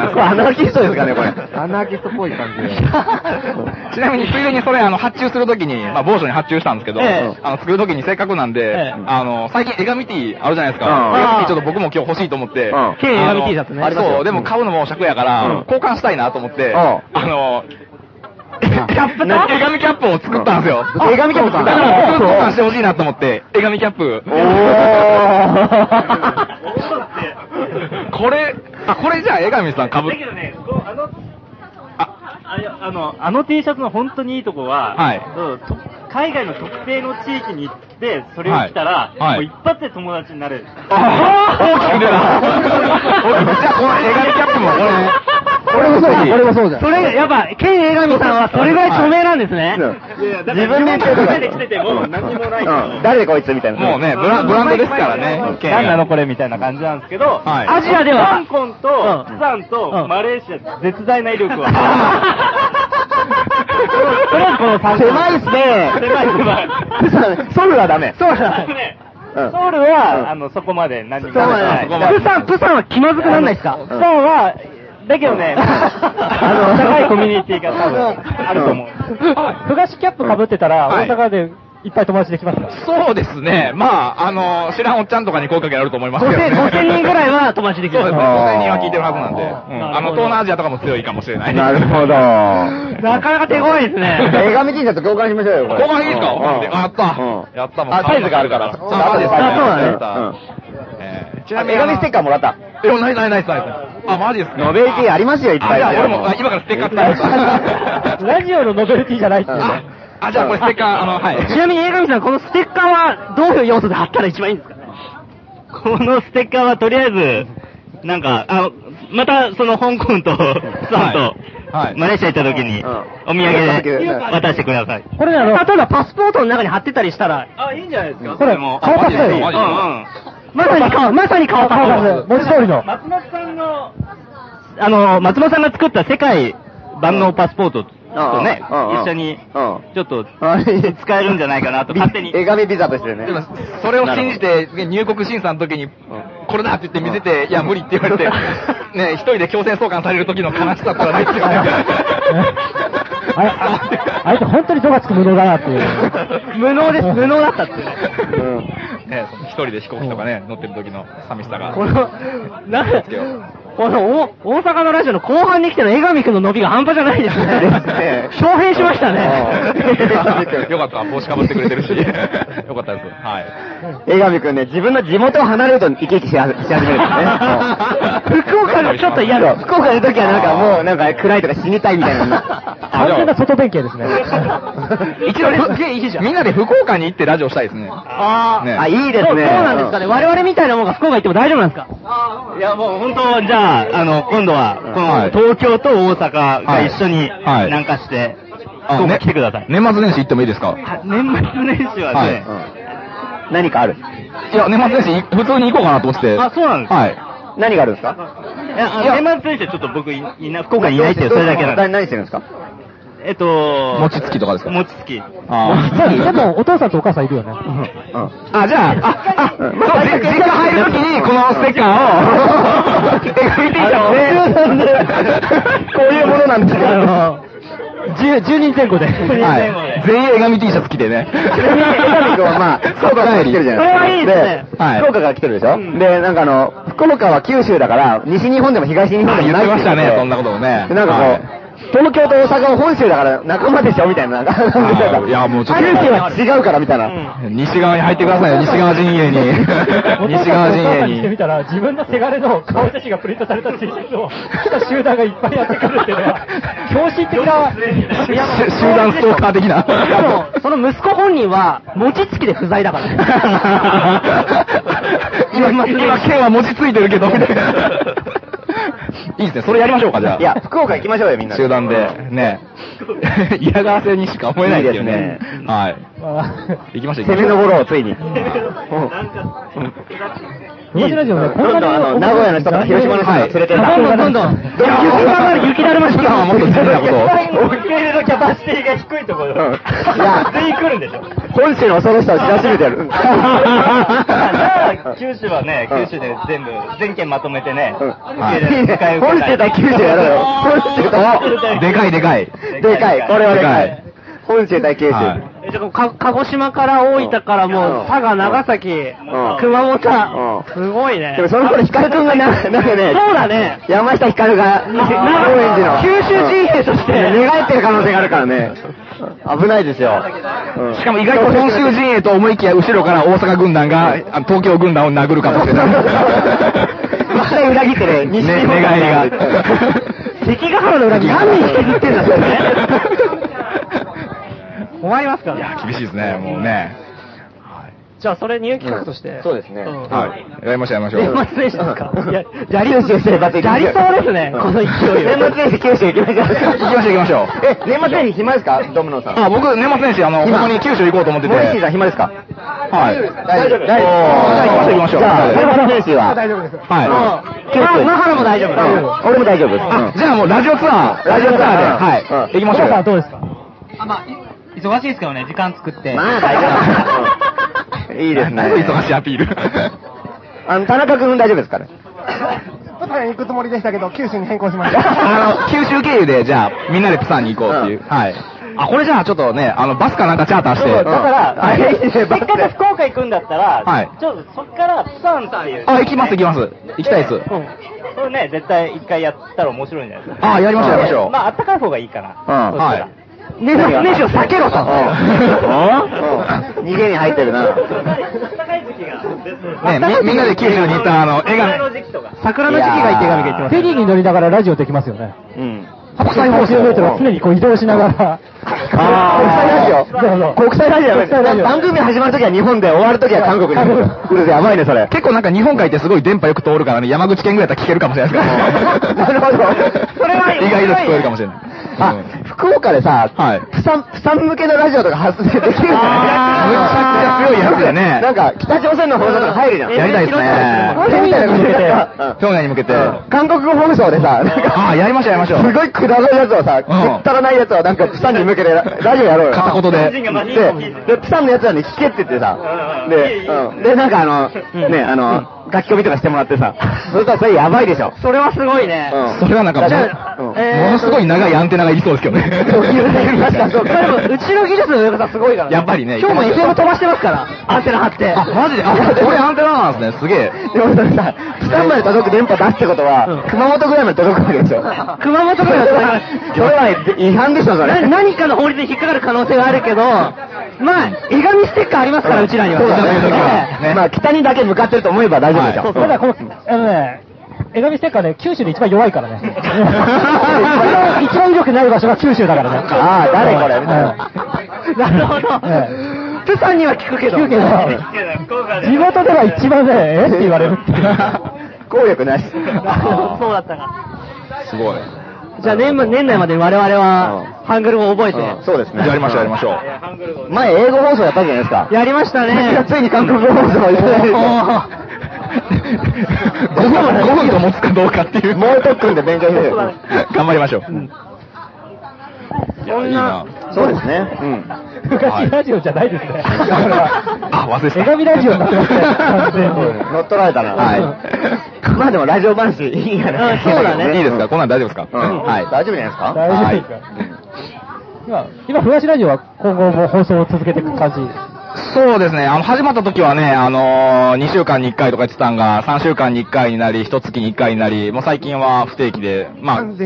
Speaker 1: これアナーキストですかね、これ。
Speaker 20: アナーキストっぽい感じ。
Speaker 12: ちなみに、ついでにそれ、あの、発注するときに、まあ、某所に発注したんですけど、あの、作るときにせっかくなんで、あの、最近、絵紙ティーあるじゃないですか。
Speaker 1: うん
Speaker 12: 絵紙ティーちょっと僕も今日欲しいと思って、
Speaker 1: 軽
Speaker 12: あの
Speaker 1: 絵紙 T シャツねありますよ
Speaker 12: そう、でも買うのも尺やから、
Speaker 1: うん
Speaker 12: 交換したいなと思って、
Speaker 1: うん
Speaker 12: あの、キャップ絵紙キャップを作ったんですよ。
Speaker 1: あ絵紙キャップ
Speaker 12: だ
Speaker 1: か
Speaker 12: から僕交換してほしいなと思って、絵紙キャッ プ。これ、あ、これじゃあ江上さんかぶっ
Speaker 6: だけどね、こうあの、あ、あいやあの、あの T シャツの本当にいいとこは、
Speaker 12: はい
Speaker 6: うんと海外の特定の地域に行って、それを着たら、
Speaker 12: はいはい
Speaker 6: もう一発で友達になれる。
Speaker 12: 大きく出た。 じゃあこの絵紙キャップもこれね。
Speaker 20: これもそうじゃん。これもそうじゃん。
Speaker 2: それ、やっぱ、ケン・エガミさんはそれぐらい著名なんです ね。
Speaker 6: 自
Speaker 1: 分で
Speaker 6: 着てきてても何にもないから。
Speaker 1: うん誰こいつみたいな。
Speaker 12: もうね、ブラブランドですからね。
Speaker 19: 何な
Speaker 12: のこれみたいな感じなんですけど、はい、
Speaker 6: アジアでは、香港と、
Speaker 12: うん
Speaker 6: プサンと、マレーシア、絶大な威力を。
Speaker 1: とりあえずこの三狭いっすね。
Speaker 6: 狭い狭い
Speaker 1: ソウルはダメ。
Speaker 2: ソウルはダメ
Speaker 6: ね
Speaker 1: うん
Speaker 6: ソウルは、あの、そこまで何もない。
Speaker 2: プサン、プサンは気まずくなんないですか
Speaker 6: プサンは、だけどね、あの、高いコミュニティが多分、あると思う。
Speaker 11: ふがしキャップ被ってたら、大阪でいっぱい友達できますか
Speaker 12: そうですね。まあ、あの、知らんおっちゃんとかに声かけられると思いますけど、ね。
Speaker 2: 5000人ぐらいは友達できる。
Speaker 12: そうですね。5000人は聞いてるはずなんで。うんあの、東南アジアとかも強いかもしれない。
Speaker 1: なるほど。
Speaker 2: なかなか手強いですね。
Speaker 1: 絵紙 T シャツ交換しましょうよ、これ。
Speaker 12: 交換いいですか
Speaker 1: うん
Speaker 12: やった。やったもん。
Speaker 1: あサイズがあるから
Speaker 12: サイズがあるから
Speaker 1: あそうだね
Speaker 12: やったえーちなみに、
Speaker 1: 絵紙ステッカーもらった。
Speaker 12: え、ないないないないない。あ、マジですか
Speaker 1: ノベルティありますよいっぱい
Speaker 12: あじゃあ俺も、あ今からステッカー使います。
Speaker 11: ラジオのノベルティじゃないっていうね。
Speaker 12: あ、じゃあこれステッカー、あの、はい。
Speaker 2: ちなみに、江上さん、このステッカーはどういう要素で貼ったら一番いいんですか
Speaker 19: このステッカーはとりあえず、なんか、あの、またその香港と、さんと、マレーシア行った時に、お土産で渡してください。
Speaker 2: これ例えばパスポートの中に貼ってたりしたら、
Speaker 6: あ、いいんじゃないですか
Speaker 2: これ
Speaker 6: も
Speaker 2: 顔パスだよ
Speaker 6: マジでうんうん。
Speaker 2: まさに顔、まさに顔パスだよ。
Speaker 11: 文字通りの。
Speaker 6: 松本さんの、
Speaker 19: あの、松本さんが作った世界万能パスポートとね、
Speaker 1: うんうん
Speaker 19: 一緒に、ちょっと、
Speaker 1: 使
Speaker 19: えるんじゃないかなと勝手に
Speaker 1: 絵紙ビザとしてね。
Speaker 12: それを信じて、入国審査の時に、これだって言って見せて、いや、無理って言われて、ね、一人で強制送還される時の悲しさったらないって
Speaker 11: あいああいつ本当にドがつく無能だなっていう。
Speaker 2: 無能です、無能だったっていうね。
Speaker 12: ね、その一人で飛行機とかね、乗ってる時の寂しさが。
Speaker 2: この、 な、この、お大阪のラジオの後半に来ての江上くんの伸びが半端じゃないで すね。昇変しましたね。
Speaker 12: よかった、帽子かぶってくれてるし。よかったです。はい。
Speaker 1: 江上くんね、自分の地元を離れると生き生きしはし始めるんですねそう。福岡のちょっと嫌だ。福岡の時はなんかもうなんか暗いとか死にたいみたいな。
Speaker 11: 完全な外弁慶ですね。
Speaker 12: 一度ね、すげえいいじゃん。みんなで福岡に行ってラジオしたいですね。
Speaker 2: あ
Speaker 12: ね
Speaker 2: あ、そうそうなんですかね。我々みたいなもんが福岡行っても大丈夫なんですか
Speaker 19: いやもう本当、じゃあ、あの、今度は、この、東京と大阪が一緒に、
Speaker 12: はい
Speaker 19: 南下して、
Speaker 12: あ
Speaker 19: 今度
Speaker 12: ね
Speaker 19: 来てください。
Speaker 12: 年末年始行ってもいいですか
Speaker 19: 年末年始はね、
Speaker 1: 何かある
Speaker 12: いや、年末年始、普通に行こうかなと思ってて。
Speaker 19: あそうなんですか
Speaker 12: はい。
Speaker 1: 何があるんですか
Speaker 19: いやあの年末年始はちょっと僕い、いな、福岡にいないっていう、それだけなんで
Speaker 1: 何何してるんですか
Speaker 19: す。えっと、
Speaker 12: 餅つきとかですか
Speaker 19: 餅つき。
Speaker 12: あ
Speaker 11: でもでも、お父さんとお母さんいるよね。
Speaker 12: あ、じゃあ、あ、あ、そう、実 家入るときに、このステッカーを、手紙ていたもん
Speaker 1: こういうものなんですよ。
Speaker 11: 10人前後で。
Speaker 12: はい。 全員絵紙 T シャツ着てね。
Speaker 1: ちなみに江上くんはまあ、福岡から来てるじゃないですか。で
Speaker 12: はい
Speaker 1: 福岡から来てるでしょで、なんかあの、福岡は九州だから、西日本でも東日本でも
Speaker 12: 言っ
Speaker 1: ない
Speaker 12: て
Speaker 1: っていう
Speaker 12: ました
Speaker 1: ことで
Speaker 12: ね、そんなことをね。
Speaker 1: でなんかこう、東京と大阪は本州だから仲間でしょみたいな。 なんか
Speaker 12: はいいや、もうちょっ
Speaker 1: 九州は違うからみたいな。
Speaker 12: と、西側に入ってくだ さいよ、西側陣営に。西側陣営
Speaker 11: して
Speaker 12: に。
Speaker 11: みたら、自分のせがれの顔写真がプリントされた T シャツを、来た集団がいっぱいやってくるっていうの は、強心的な、
Speaker 12: 集団ストーカー的な。
Speaker 2: しかも、その息子本人は、餅つきで不在だからね。
Speaker 12: 今、今、剣は文字ついてるけど、みたいな。 いいですね。それやりましょうか、じゃあ。
Speaker 1: いや、福岡行きましょうよ、みんな。
Speaker 12: 集団で。ね嫌がらせにしか思えないですよね。はい。行きましょう、
Speaker 1: 攻めのろう、ついに。
Speaker 7: 東ラジオね、こんなに。
Speaker 1: あの、名古屋の人から広島の人が連れてる。どんどんどんどん。
Speaker 7: 雪だるま、雪だるま
Speaker 1: 普段はもっと失礼なことを。
Speaker 22: 受け入れのキャパシティが低いところ。
Speaker 1: いや
Speaker 22: 全員来るんでしょ。
Speaker 1: 本州の恐ろしさを知らしめてやる。
Speaker 22: 九州はね、九州で全部、全県まとめてね、
Speaker 1: 本州対九州やろうよ。本州と、
Speaker 12: でかいでかい。
Speaker 1: でかい、これはでかい。本州対九州。
Speaker 2: えじゃあか鹿児島から大分からもう、佐賀、長崎、熊本、すごいね。
Speaker 1: でもその頃、ヒカルくんがな、なんかね、
Speaker 2: そうだね。
Speaker 1: 山下ヒカルが、高円寺の。
Speaker 2: 九州陣営として
Speaker 1: 寝返ってる可能性があるからね。危ないですよ。
Speaker 12: しかも意外と本 州陣営と思いきや、後ろから大阪軍団が、あの東京軍団を殴るかもしれない
Speaker 1: 絶対裏切ってね、西
Speaker 12: ね
Speaker 1: 日本
Speaker 12: 寝返りが。
Speaker 2: 関ヶ原の裏に何人引きずってんだ、それね。困りますからね。
Speaker 12: 厳しいですね、もうね。
Speaker 2: じゃあ、それ入企画として。
Speaker 1: そうですね。
Speaker 12: はい。やりましょう、やりましょ
Speaker 2: 年
Speaker 12: う。
Speaker 2: 末年始ですかいや、
Speaker 1: やりですよ、生活
Speaker 2: やりそうですね、この勢い
Speaker 1: 年末年始九州行きましょ
Speaker 12: 行
Speaker 1: う。
Speaker 12: きましょう、行きましょう。
Speaker 1: え、年末年始暇ですかドムノさん。
Speaker 12: あ、僕、年末年始、あの、
Speaker 1: 今
Speaker 12: 本当に九州行こうと思ってて。
Speaker 1: モリシーさん暇ですか
Speaker 12: はい。
Speaker 1: 大丈夫。
Speaker 12: おー
Speaker 1: 大丈夫。
Speaker 12: 行きましょう行きましょう
Speaker 1: じゃあ、
Speaker 12: はい
Speaker 1: 年末年始は。
Speaker 12: 大丈夫ですはい。
Speaker 1: 九州。
Speaker 2: マハラも大丈夫
Speaker 1: うん俺も大丈夫です。
Speaker 12: あ、じゃあもうラジオツアー、ラジオツアーで、はい。行きましょうよ。
Speaker 2: どうですか
Speaker 6: あ、まあ、い忙しいですけどね、時間作って。
Speaker 1: まあ大丈夫。いいですね。忙
Speaker 12: しいアピール。
Speaker 1: あの、田中君大丈夫ですかね
Speaker 7: プサン行くつもりでしたけど、九州に変更しました。
Speaker 12: あの、九州経由で、じゃあ、みんなでプサンに行こうっていう。はい。あ、これじゃあちょっとね、あの、バスかなんかチャーターして。
Speaker 6: そうだから、
Speaker 12: はい
Speaker 6: せっかく福岡行くんだったら、
Speaker 12: はい
Speaker 6: ちょっとそっからプサンっていう。
Speaker 12: あ、行きます行きます。行きたいです。
Speaker 6: それね、絶対一回やったら面白いんじゃないですか。
Speaker 12: あやりましょうやりましょう
Speaker 6: まあ、あったかい方がいいかな。
Speaker 12: うんはい
Speaker 2: 年末年始を避けろと。
Speaker 1: うん逃げに入ってるな。
Speaker 12: ね、みみんなで九州に行った、あの、絵が、
Speaker 2: 桜の時期が行っていかなきゃいけません。
Speaker 7: フェリーに乗りながらラジオできますよね。
Speaker 1: うん。
Speaker 7: 国際放送メートルは常にこう移動しながら。
Speaker 1: あ
Speaker 7: 国際ラジオ。
Speaker 1: 国際ラジオやめて
Speaker 7: 国際ラジオ
Speaker 1: 番組始まるときは日本で、終わるときは韓国に。うるせえ、やばいね、それ。
Speaker 12: 結構なんか日本海ってすごい電波よく通るからね、山口県ぐらいだったら聞けるかもしれないですけど。なるほど。意外と聞こえるかもしれない。
Speaker 1: あ、福岡でさ、プサン、プサン向けのラジオとか発生できるんだね。
Speaker 12: あーむちゃくちゃ強いやつだね
Speaker 1: なんか、北朝鮮の放送とか入るじゃん。
Speaker 12: やりたいですね
Speaker 1: あれみたいな感じでさ
Speaker 12: 生涯に向けて。
Speaker 1: 韓国放送でさ、なんか、
Speaker 12: あ、やりましょうやりましょう。
Speaker 1: すごいくだらないやつをさ、くったらないやつをなんか、プサンに向けてララジオやろうよ。
Speaker 12: 片言で
Speaker 1: で、でプサンのやつらに聞けって言ってさ、で、うんで、なんかあの、ね、あの、書き込みとかしてもらってさ、それたらそれやばいでしょ。
Speaker 2: それはすごいね。
Speaker 12: それはなんかもう、
Speaker 2: じゃ
Speaker 12: ものすごい長いアンテナがいりそうですけどね。
Speaker 2: でも、うちの技術の上方すごいからね。
Speaker 12: やっぱりね
Speaker 2: 今日も FM 飛ばしてますから、アンテナ張って。
Speaker 12: あ、マジであ、これアンテナなんですね。すげえ。
Speaker 1: でもそれさ、プサンまで届く電波出すってことは、熊本ぐらいまで届くわけで しょ。
Speaker 2: 熊本からだ
Speaker 1: それは違反でしょ、それ。
Speaker 2: 何かの法律に引っかかる可能性があるけ ど、まあ、いがみステッカーありますから、うちらには。
Speaker 1: そうだね。まあ、北にだけ向かってると思えば大丈夫でしょ。
Speaker 7: そうただこの、あのね、江上ステッカーね、九州で一番弱いから ね。一番良くない場所が九州だからね。
Speaker 1: ああ、誰これみたい
Speaker 7: な。
Speaker 2: なるほど。プサンには聞くけど。
Speaker 7: 聞くけど地元では一番ね、えって言われるっていう。
Speaker 1: 効力なし。
Speaker 2: そうだったか。
Speaker 12: すごい。
Speaker 2: じゃあ年末年内まで我々は、ハングルを覚えて。
Speaker 1: そうですね。
Speaker 12: やりましょうやりましょう。
Speaker 1: 前、英語放送やったじゃないですか。
Speaker 2: やりましたね。
Speaker 1: ついに韓国語放送をいただい て。
Speaker 12: 5分、5分と持つかどうかっていう。
Speaker 1: もう特訓で勉強してる。
Speaker 12: 頑張りましょう。
Speaker 2: こんな、
Speaker 1: そうですね。うん。
Speaker 7: 昔ラジオじゃないですね。
Speaker 12: あ、忘れてた。
Speaker 7: 江上ラジオになってますね完全に。
Speaker 1: 乗っ取られたな。はい。まあ でもラジオ話いいやね。
Speaker 12: そうだね。いいですかこんなん大丈夫ですか
Speaker 1: うん
Speaker 12: はい。
Speaker 1: 大丈夫じゃないですか
Speaker 7: 大丈夫ですか今、今、ふわしラジオは今後も放送を続けていく感じ。
Speaker 12: そうですね。あの、始まった時はね、あのー、2週間に1回とか言ってたんが、3週間に1回になり、1月に1回になり、もう最近は不定期で、まあ、季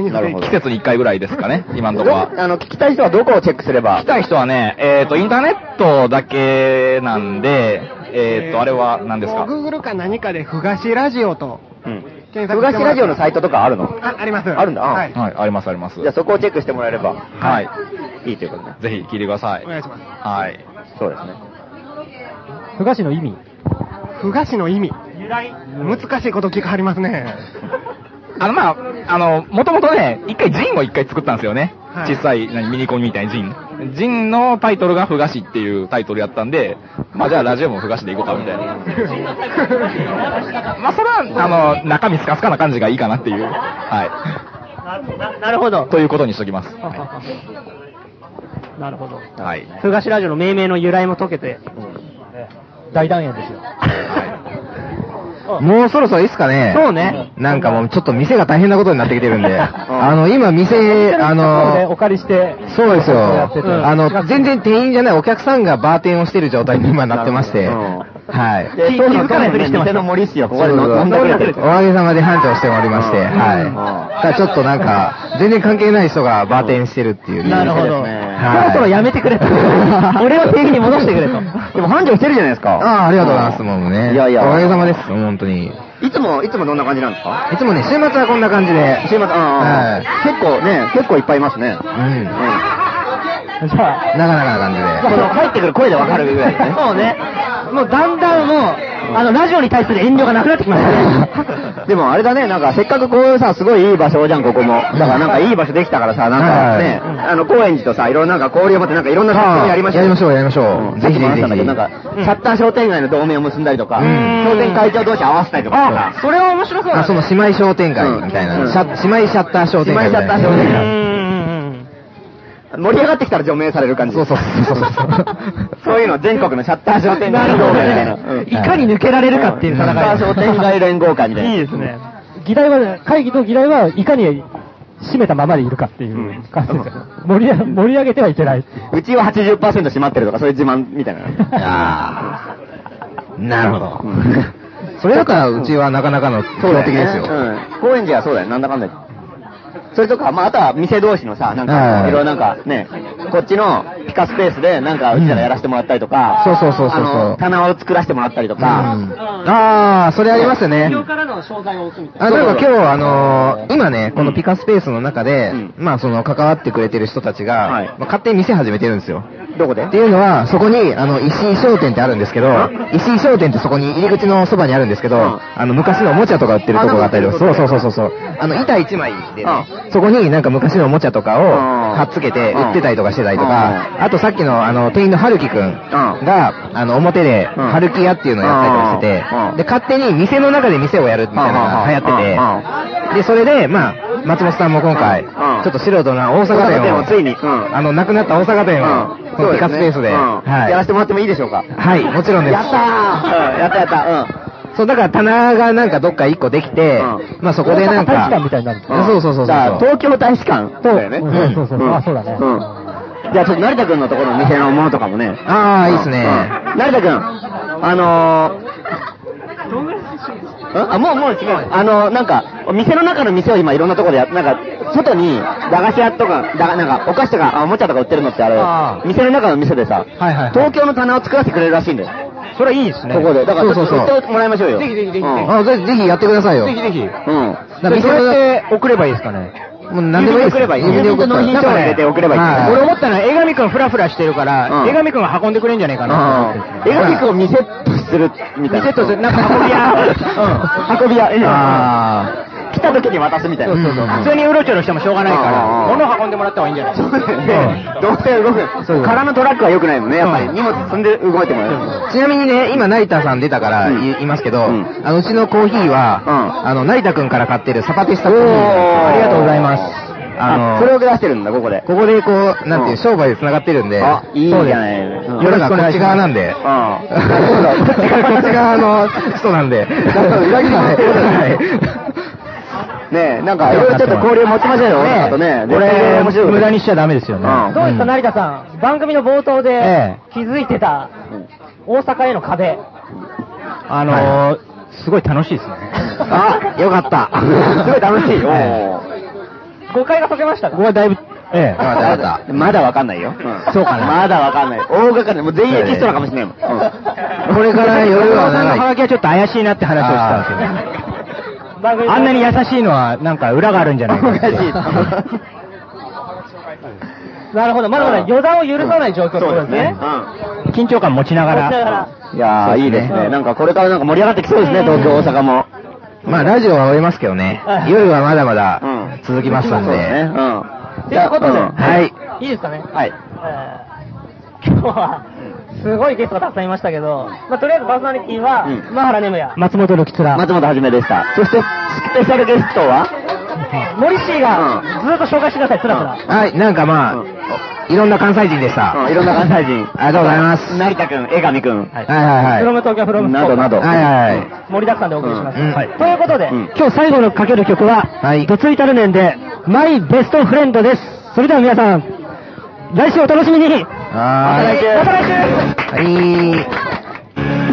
Speaker 12: 節に1回ぐらいですかね、今のところは。
Speaker 1: あの、聞きたい人はどこをチェックすれば
Speaker 12: 来たい人はね、えっ、と、インターネットだけなんで、えっ、と、あれは何ですか
Speaker 5: Google か何かで、ふがしラジオと
Speaker 1: うん。
Speaker 5: 検索
Speaker 1: 東ラジオのサイトとかあるの
Speaker 5: あ、あります。
Speaker 1: あるんだ。あ
Speaker 5: はい。
Speaker 12: はい、ありますあります。
Speaker 1: じゃあそこをチェックしてもらえれば。
Speaker 12: はい。
Speaker 1: いいということね。
Speaker 12: ぜひ聞いてください
Speaker 5: お。願いします。
Speaker 12: はい。
Speaker 1: そうですね。
Speaker 7: ふがしの意味。
Speaker 5: ふがしの意味。
Speaker 23: 由来
Speaker 5: 難しいこと聞かはります ね。
Speaker 12: あの、まあ、あの、もともとね、一回ジンを一回作ったんですよね。
Speaker 5: はい
Speaker 12: 小さい、何、ミニコンみたいなジン。ジンのタイトルがふ菓子っていうタイトルやったんで、まあじゃあラジオもふ菓子でいこうかみたいな。まあそれは、あの、中身スカスカな感じがいいかなっていう。は
Speaker 16: ななるほど
Speaker 12: い。。ということにしときます。
Speaker 16: なるほど。
Speaker 12: はい。
Speaker 16: ふがしラジオの命名の由来も解けて。
Speaker 11: 大団円ですよ。
Speaker 8: もうそろそろいいっすかね
Speaker 16: そうね。
Speaker 8: なんかもうちょっと店が大変なことになってきてるんで。あの、今店、あ
Speaker 11: で
Speaker 8: の、
Speaker 11: お借りして。
Speaker 8: そうです
Speaker 11: や
Speaker 8: よ
Speaker 11: ってて。
Speaker 8: あの、全然店員じゃないお客さんがバーテンをしてる状態に今なってまして。はい。
Speaker 1: で、当の、当のね、店の森っすよ、ここで飲んだくれてる。
Speaker 8: おかげさまで繁盛しておりまして、はい。だからちょっとなんか、全然関係ない人がバーテンしてるっていうね。
Speaker 16: なるほど。
Speaker 8: はい。
Speaker 16: そろそろやめてく れと。俺を定義に戻してくれと。
Speaker 1: でも繁盛してるじゃないですか。
Speaker 8: ああ、ありがとうございます、もうね。
Speaker 1: いやいや
Speaker 8: おかげさまです、本当に。
Speaker 1: いつも、いつもどんな感じなんですか
Speaker 8: いつもね、週末はこんな感じで。
Speaker 1: 週末、うんうんうん結構ね、結構いっぱいいますね。
Speaker 8: うん。
Speaker 16: じゃ
Speaker 8: なかなかな感じで。
Speaker 1: あ、この入ってくる声でわかるぐらいです ね。
Speaker 16: そうね。もうだんだんもう、あの、ラジオに対する遠慮がなくなってきました ね。
Speaker 1: でもあれだね、なんかせっかくこういうさ、すごいいい場所じゃん、ここも。だからなんかいい場所できたからさ、なんかね、あの、高円寺とさ、いろんななんか交流を持ってなんかいろんな作品やりましょう。
Speaker 8: やりましょう、やりましょう。ぜひぜひぜ
Speaker 1: なん
Speaker 8: ひ。
Speaker 1: か、シャッター商店街の同盟を結んだりとか、商店会長同士合わせたりとかさ、
Speaker 16: それは面白そう
Speaker 8: あ、その姉妹商店街みたいな。シャ姉妹シャッター商店街みたいな。
Speaker 1: 姉妹シャッター商店街盛り上がってきたら除名される感じ。そうそうそうそう。そういうの全国のシャッター商店街連合会みたいな。うん
Speaker 16: いかに抜けられるかっていう
Speaker 1: シャ
Speaker 16: 戦
Speaker 1: ッター商
Speaker 16: い。
Speaker 1: 店街連合会みたいな。
Speaker 16: いいですね。
Speaker 11: 議題はね、会議の議題はいかに閉めたままでいるかっていう感じですよね。盛り上盛り上げてはいけない。
Speaker 1: うちは80%閉まってるとか、そういう自慢みたいな。
Speaker 8: ああ。なるほど。それだからうちはなかなかの強敵ですよ。
Speaker 1: うん。高円寺はそうだよ、なんだかんだよ。それとか、まあ、あとは店同士のさ、なん
Speaker 8: は
Speaker 1: か、
Speaker 8: い
Speaker 1: いろいろなんかね、こっちのピカスペースで、なんか、うちらがやらせてもらったりとか、
Speaker 8: そうそうそうそう
Speaker 1: あの、棚を作らせてもらったりとか、
Speaker 8: ああ、それありますね。
Speaker 16: からの商材を置くみた
Speaker 8: あ、例えば今日、あのー今ね、このピカスペースの中で、まあその関わってくれてる人たちが、まあ勝手に店始めてるんですよ。
Speaker 1: どこで
Speaker 8: っていうのは、そこに、あの、石井商店ってあるんですけど、石井商店ってそこに入り口のそばにあるんですけど、あの、昔のおもちゃとか売ってるとこがあったりとか、そうそうそうそうそう。あの、板一枚でね、そこになんか昔のおもちゃとかを、はっつけて売ってたりとかしてたりとか、あとさっきの、あの、店員の春樹くんが、あの、表で、春樹屋っていうのをやったりとかしてて、で、勝手に店の中で店をやるみたいなのが流行ってて、で、それで、まあ、松本さんも今回、ちょっと素人な大阪
Speaker 1: 店
Speaker 8: 店
Speaker 1: を
Speaker 8: を、
Speaker 1: ついに、
Speaker 8: あの、亡くなった大阪店
Speaker 1: うん
Speaker 8: を、このピカスペースで、
Speaker 1: うん
Speaker 8: はい
Speaker 1: やらせてもらってもいいでしょうか。
Speaker 8: はい、もちろんです。
Speaker 1: やったーうんやったやった、うん。
Speaker 8: そう、だから棚がなんかどっか一個できて、まあそこでなんか、
Speaker 11: 大使館みたいになるんですね
Speaker 8: そうそうそうそう。
Speaker 1: じゃあ、東京大使館だよね。
Speaker 11: うんそうそうそう。あ、そうだね。
Speaker 1: うん。じゃあ、ちょっと成田君のところの店のものとかもね。
Speaker 8: ああ、いいっすね。
Speaker 1: 成田君、あのー、んあ、もう、もう違う。あのー、なんか、お店の中の店を今いろんなところでやなんか、外に、駄菓子屋とか、だなんか、お菓子とか、あおもちゃとか売ってるのってあれ、店の中の店でさ、
Speaker 8: はいはい。
Speaker 1: 東京の棚を作らせてくれるらしいんだよ。
Speaker 8: それいいです
Speaker 1: ここで。だから、ち
Speaker 8: そ
Speaker 1: ょ
Speaker 8: う
Speaker 1: っ
Speaker 8: そう
Speaker 1: と
Speaker 8: そ
Speaker 1: 売
Speaker 8: う
Speaker 1: って。もらいましょうよ。
Speaker 8: ぜひぜひぜひ
Speaker 1: うん
Speaker 8: あ、ぜひぜひやってくださいよ。
Speaker 1: ぜひぜひ
Speaker 8: うん。
Speaker 1: だ
Speaker 8: から
Speaker 1: それそう
Speaker 8: 店送ればいいですかね。もう何でもいいですよ。
Speaker 1: 郵便で送ればいい
Speaker 8: 郵便で送ったら
Speaker 1: 郵便と納品書を入れて送ればいい
Speaker 8: は
Speaker 1: 俺
Speaker 5: 思ったのは、江上くんフラフラしてるから、
Speaker 1: うん
Speaker 5: 江上くんが運んでくれんじゃないかなと思って。
Speaker 1: 映画軸を見せするみたいな。
Speaker 5: 店としてなんか運び屋
Speaker 1: 運び屋、うん
Speaker 8: あ
Speaker 1: 来た時に渡すみたいな。
Speaker 5: 普通にうろちょろしてもしょうがないか
Speaker 1: う
Speaker 5: ら、
Speaker 1: ん
Speaker 5: 物を運んでもらった方がいいんじゃない
Speaker 1: どうせ動く。空のトラックは良くないもんね、やっぱり。荷物積んで動いてもらう。
Speaker 8: ちなみにね、今成田さん出たから言いますけど、あの、うちのコーヒーは、あの、成田くんから買ってるサパティスタコーヒーありがとうございます。あの、
Speaker 1: それを出してるんだ、ここで。
Speaker 8: ここでこう、なんていう、商売で繋がってるんで、
Speaker 1: あ、いいじゃない。
Speaker 8: そうですよろしくお願いしますこっち側なんで。
Speaker 1: うん。な
Speaker 8: こっち側こっち側の人なんで。
Speaker 1: 裏切り者
Speaker 8: はい
Speaker 1: ねえ、なんか、いろいろちょっと交流持ちましょうよ、あとね。
Speaker 10: これ、
Speaker 1: 面白いこと
Speaker 10: 無駄にしちゃダメですよね。
Speaker 1: うん
Speaker 16: ど
Speaker 10: どう
Speaker 16: うですすか、
Speaker 10: でかな
Speaker 16: 成田さん。番組の冒頭で
Speaker 10: え
Speaker 16: 気づいてた大阪への壁。
Speaker 10: あのー、すごい楽しいですね。
Speaker 1: あ、よかった。 すごい楽しい。おー
Speaker 16: 誤解が解けました
Speaker 10: ここはだいぶ、ええ。
Speaker 1: まだまだ。まだわかんないよ。そうかな。まだわかんない。大掛かり。もう全員エキストラかもしれないもん。うん
Speaker 10: これから夜は
Speaker 1: 長い
Speaker 10: のハガキはちょっと怪しいなって話をしたんですよ。あんなに優しいのは、なんか裏があるんじゃないか って。
Speaker 16: なるほど。まだまだ予断を許さない状況ってことですね。
Speaker 1: うん
Speaker 24: 緊張感持ちながら。
Speaker 1: いやー、いいですね。なんかこれからなんか盛り上がってきそうですね、東京、大阪も。
Speaker 8: まあ、ラジオは終えますけどね。夜はまだまだ続きますん
Speaker 1: そうです
Speaker 8: で。
Speaker 1: ね。うん。
Speaker 8: じゃあ
Speaker 2: ということで
Speaker 8: うんはい。
Speaker 2: いいですかね
Speaker 1: はい。
Speaker 2: えー今日は、すごいゲストがたくさんいましたけど、まあ、とりあえずパーソナリティは、馬原ねむや、
Speaker 1: 松本のきつら。松本はじめでした。そして、スペシャルゲストは
Speaker 2: 森氏が、ずっと紹介してください、つらつら。
Speaker 8: はい、なんかまあ、いろんな関西人でした。
Speaker 1: うんいろんな関西人。
Speaker 8: ありがとうございます。
Speaker 1: 成田くん、江上くん。はい
Speaker 8: はいはい。
Speaker 2: フロム東京、フロム
Speaker 1: などなど。
Speaker 2: はい
Speaker 8: はいはい。
Speaker 2: 盛りだくさんでお送りします。
Speaker 8: うん
Speaker 2: はいということで、
Speaker 25: 今日最後のかける曲は、ドツイタルネンで、マイベストフレンドです。それでは皆さん、来週お楽しみに
Speaker 8: はーい。
Speaker 2: また来週
Speaker 8: はい。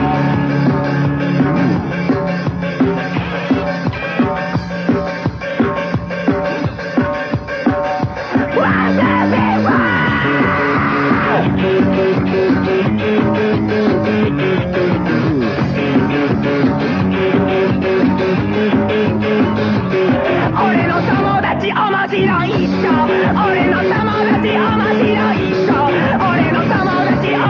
Speaker 12: 俺の友達面白いっしょ俺の友達面白いっしょ俺の友達面白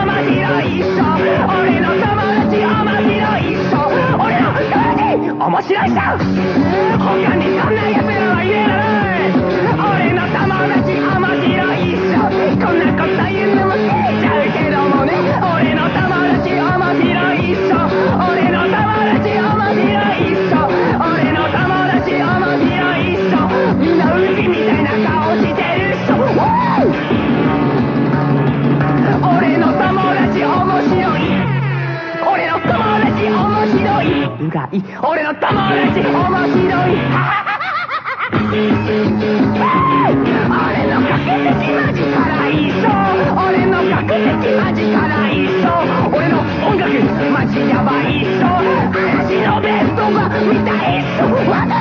Speaker 12: いっしょ俺の友達面白いっしょ俺の友達面白いっしょ他にそんな奴らはいねえだろ俺の友達面白いっしょこんなこと言うのも聞いちゃうけどもね俺の友達面白いっしょ俺の友達面白いっしょ俺の友達面白いっしょみんなウジみたいな顔してるっしょわー俺の友達面白い俺の友達面白いうがい俺の友達面白い俺の学的マジからいっしょ俺の学的マジからいっしょ俺の音楽マジやばいっしょ嵐のベストが見たいっしょわか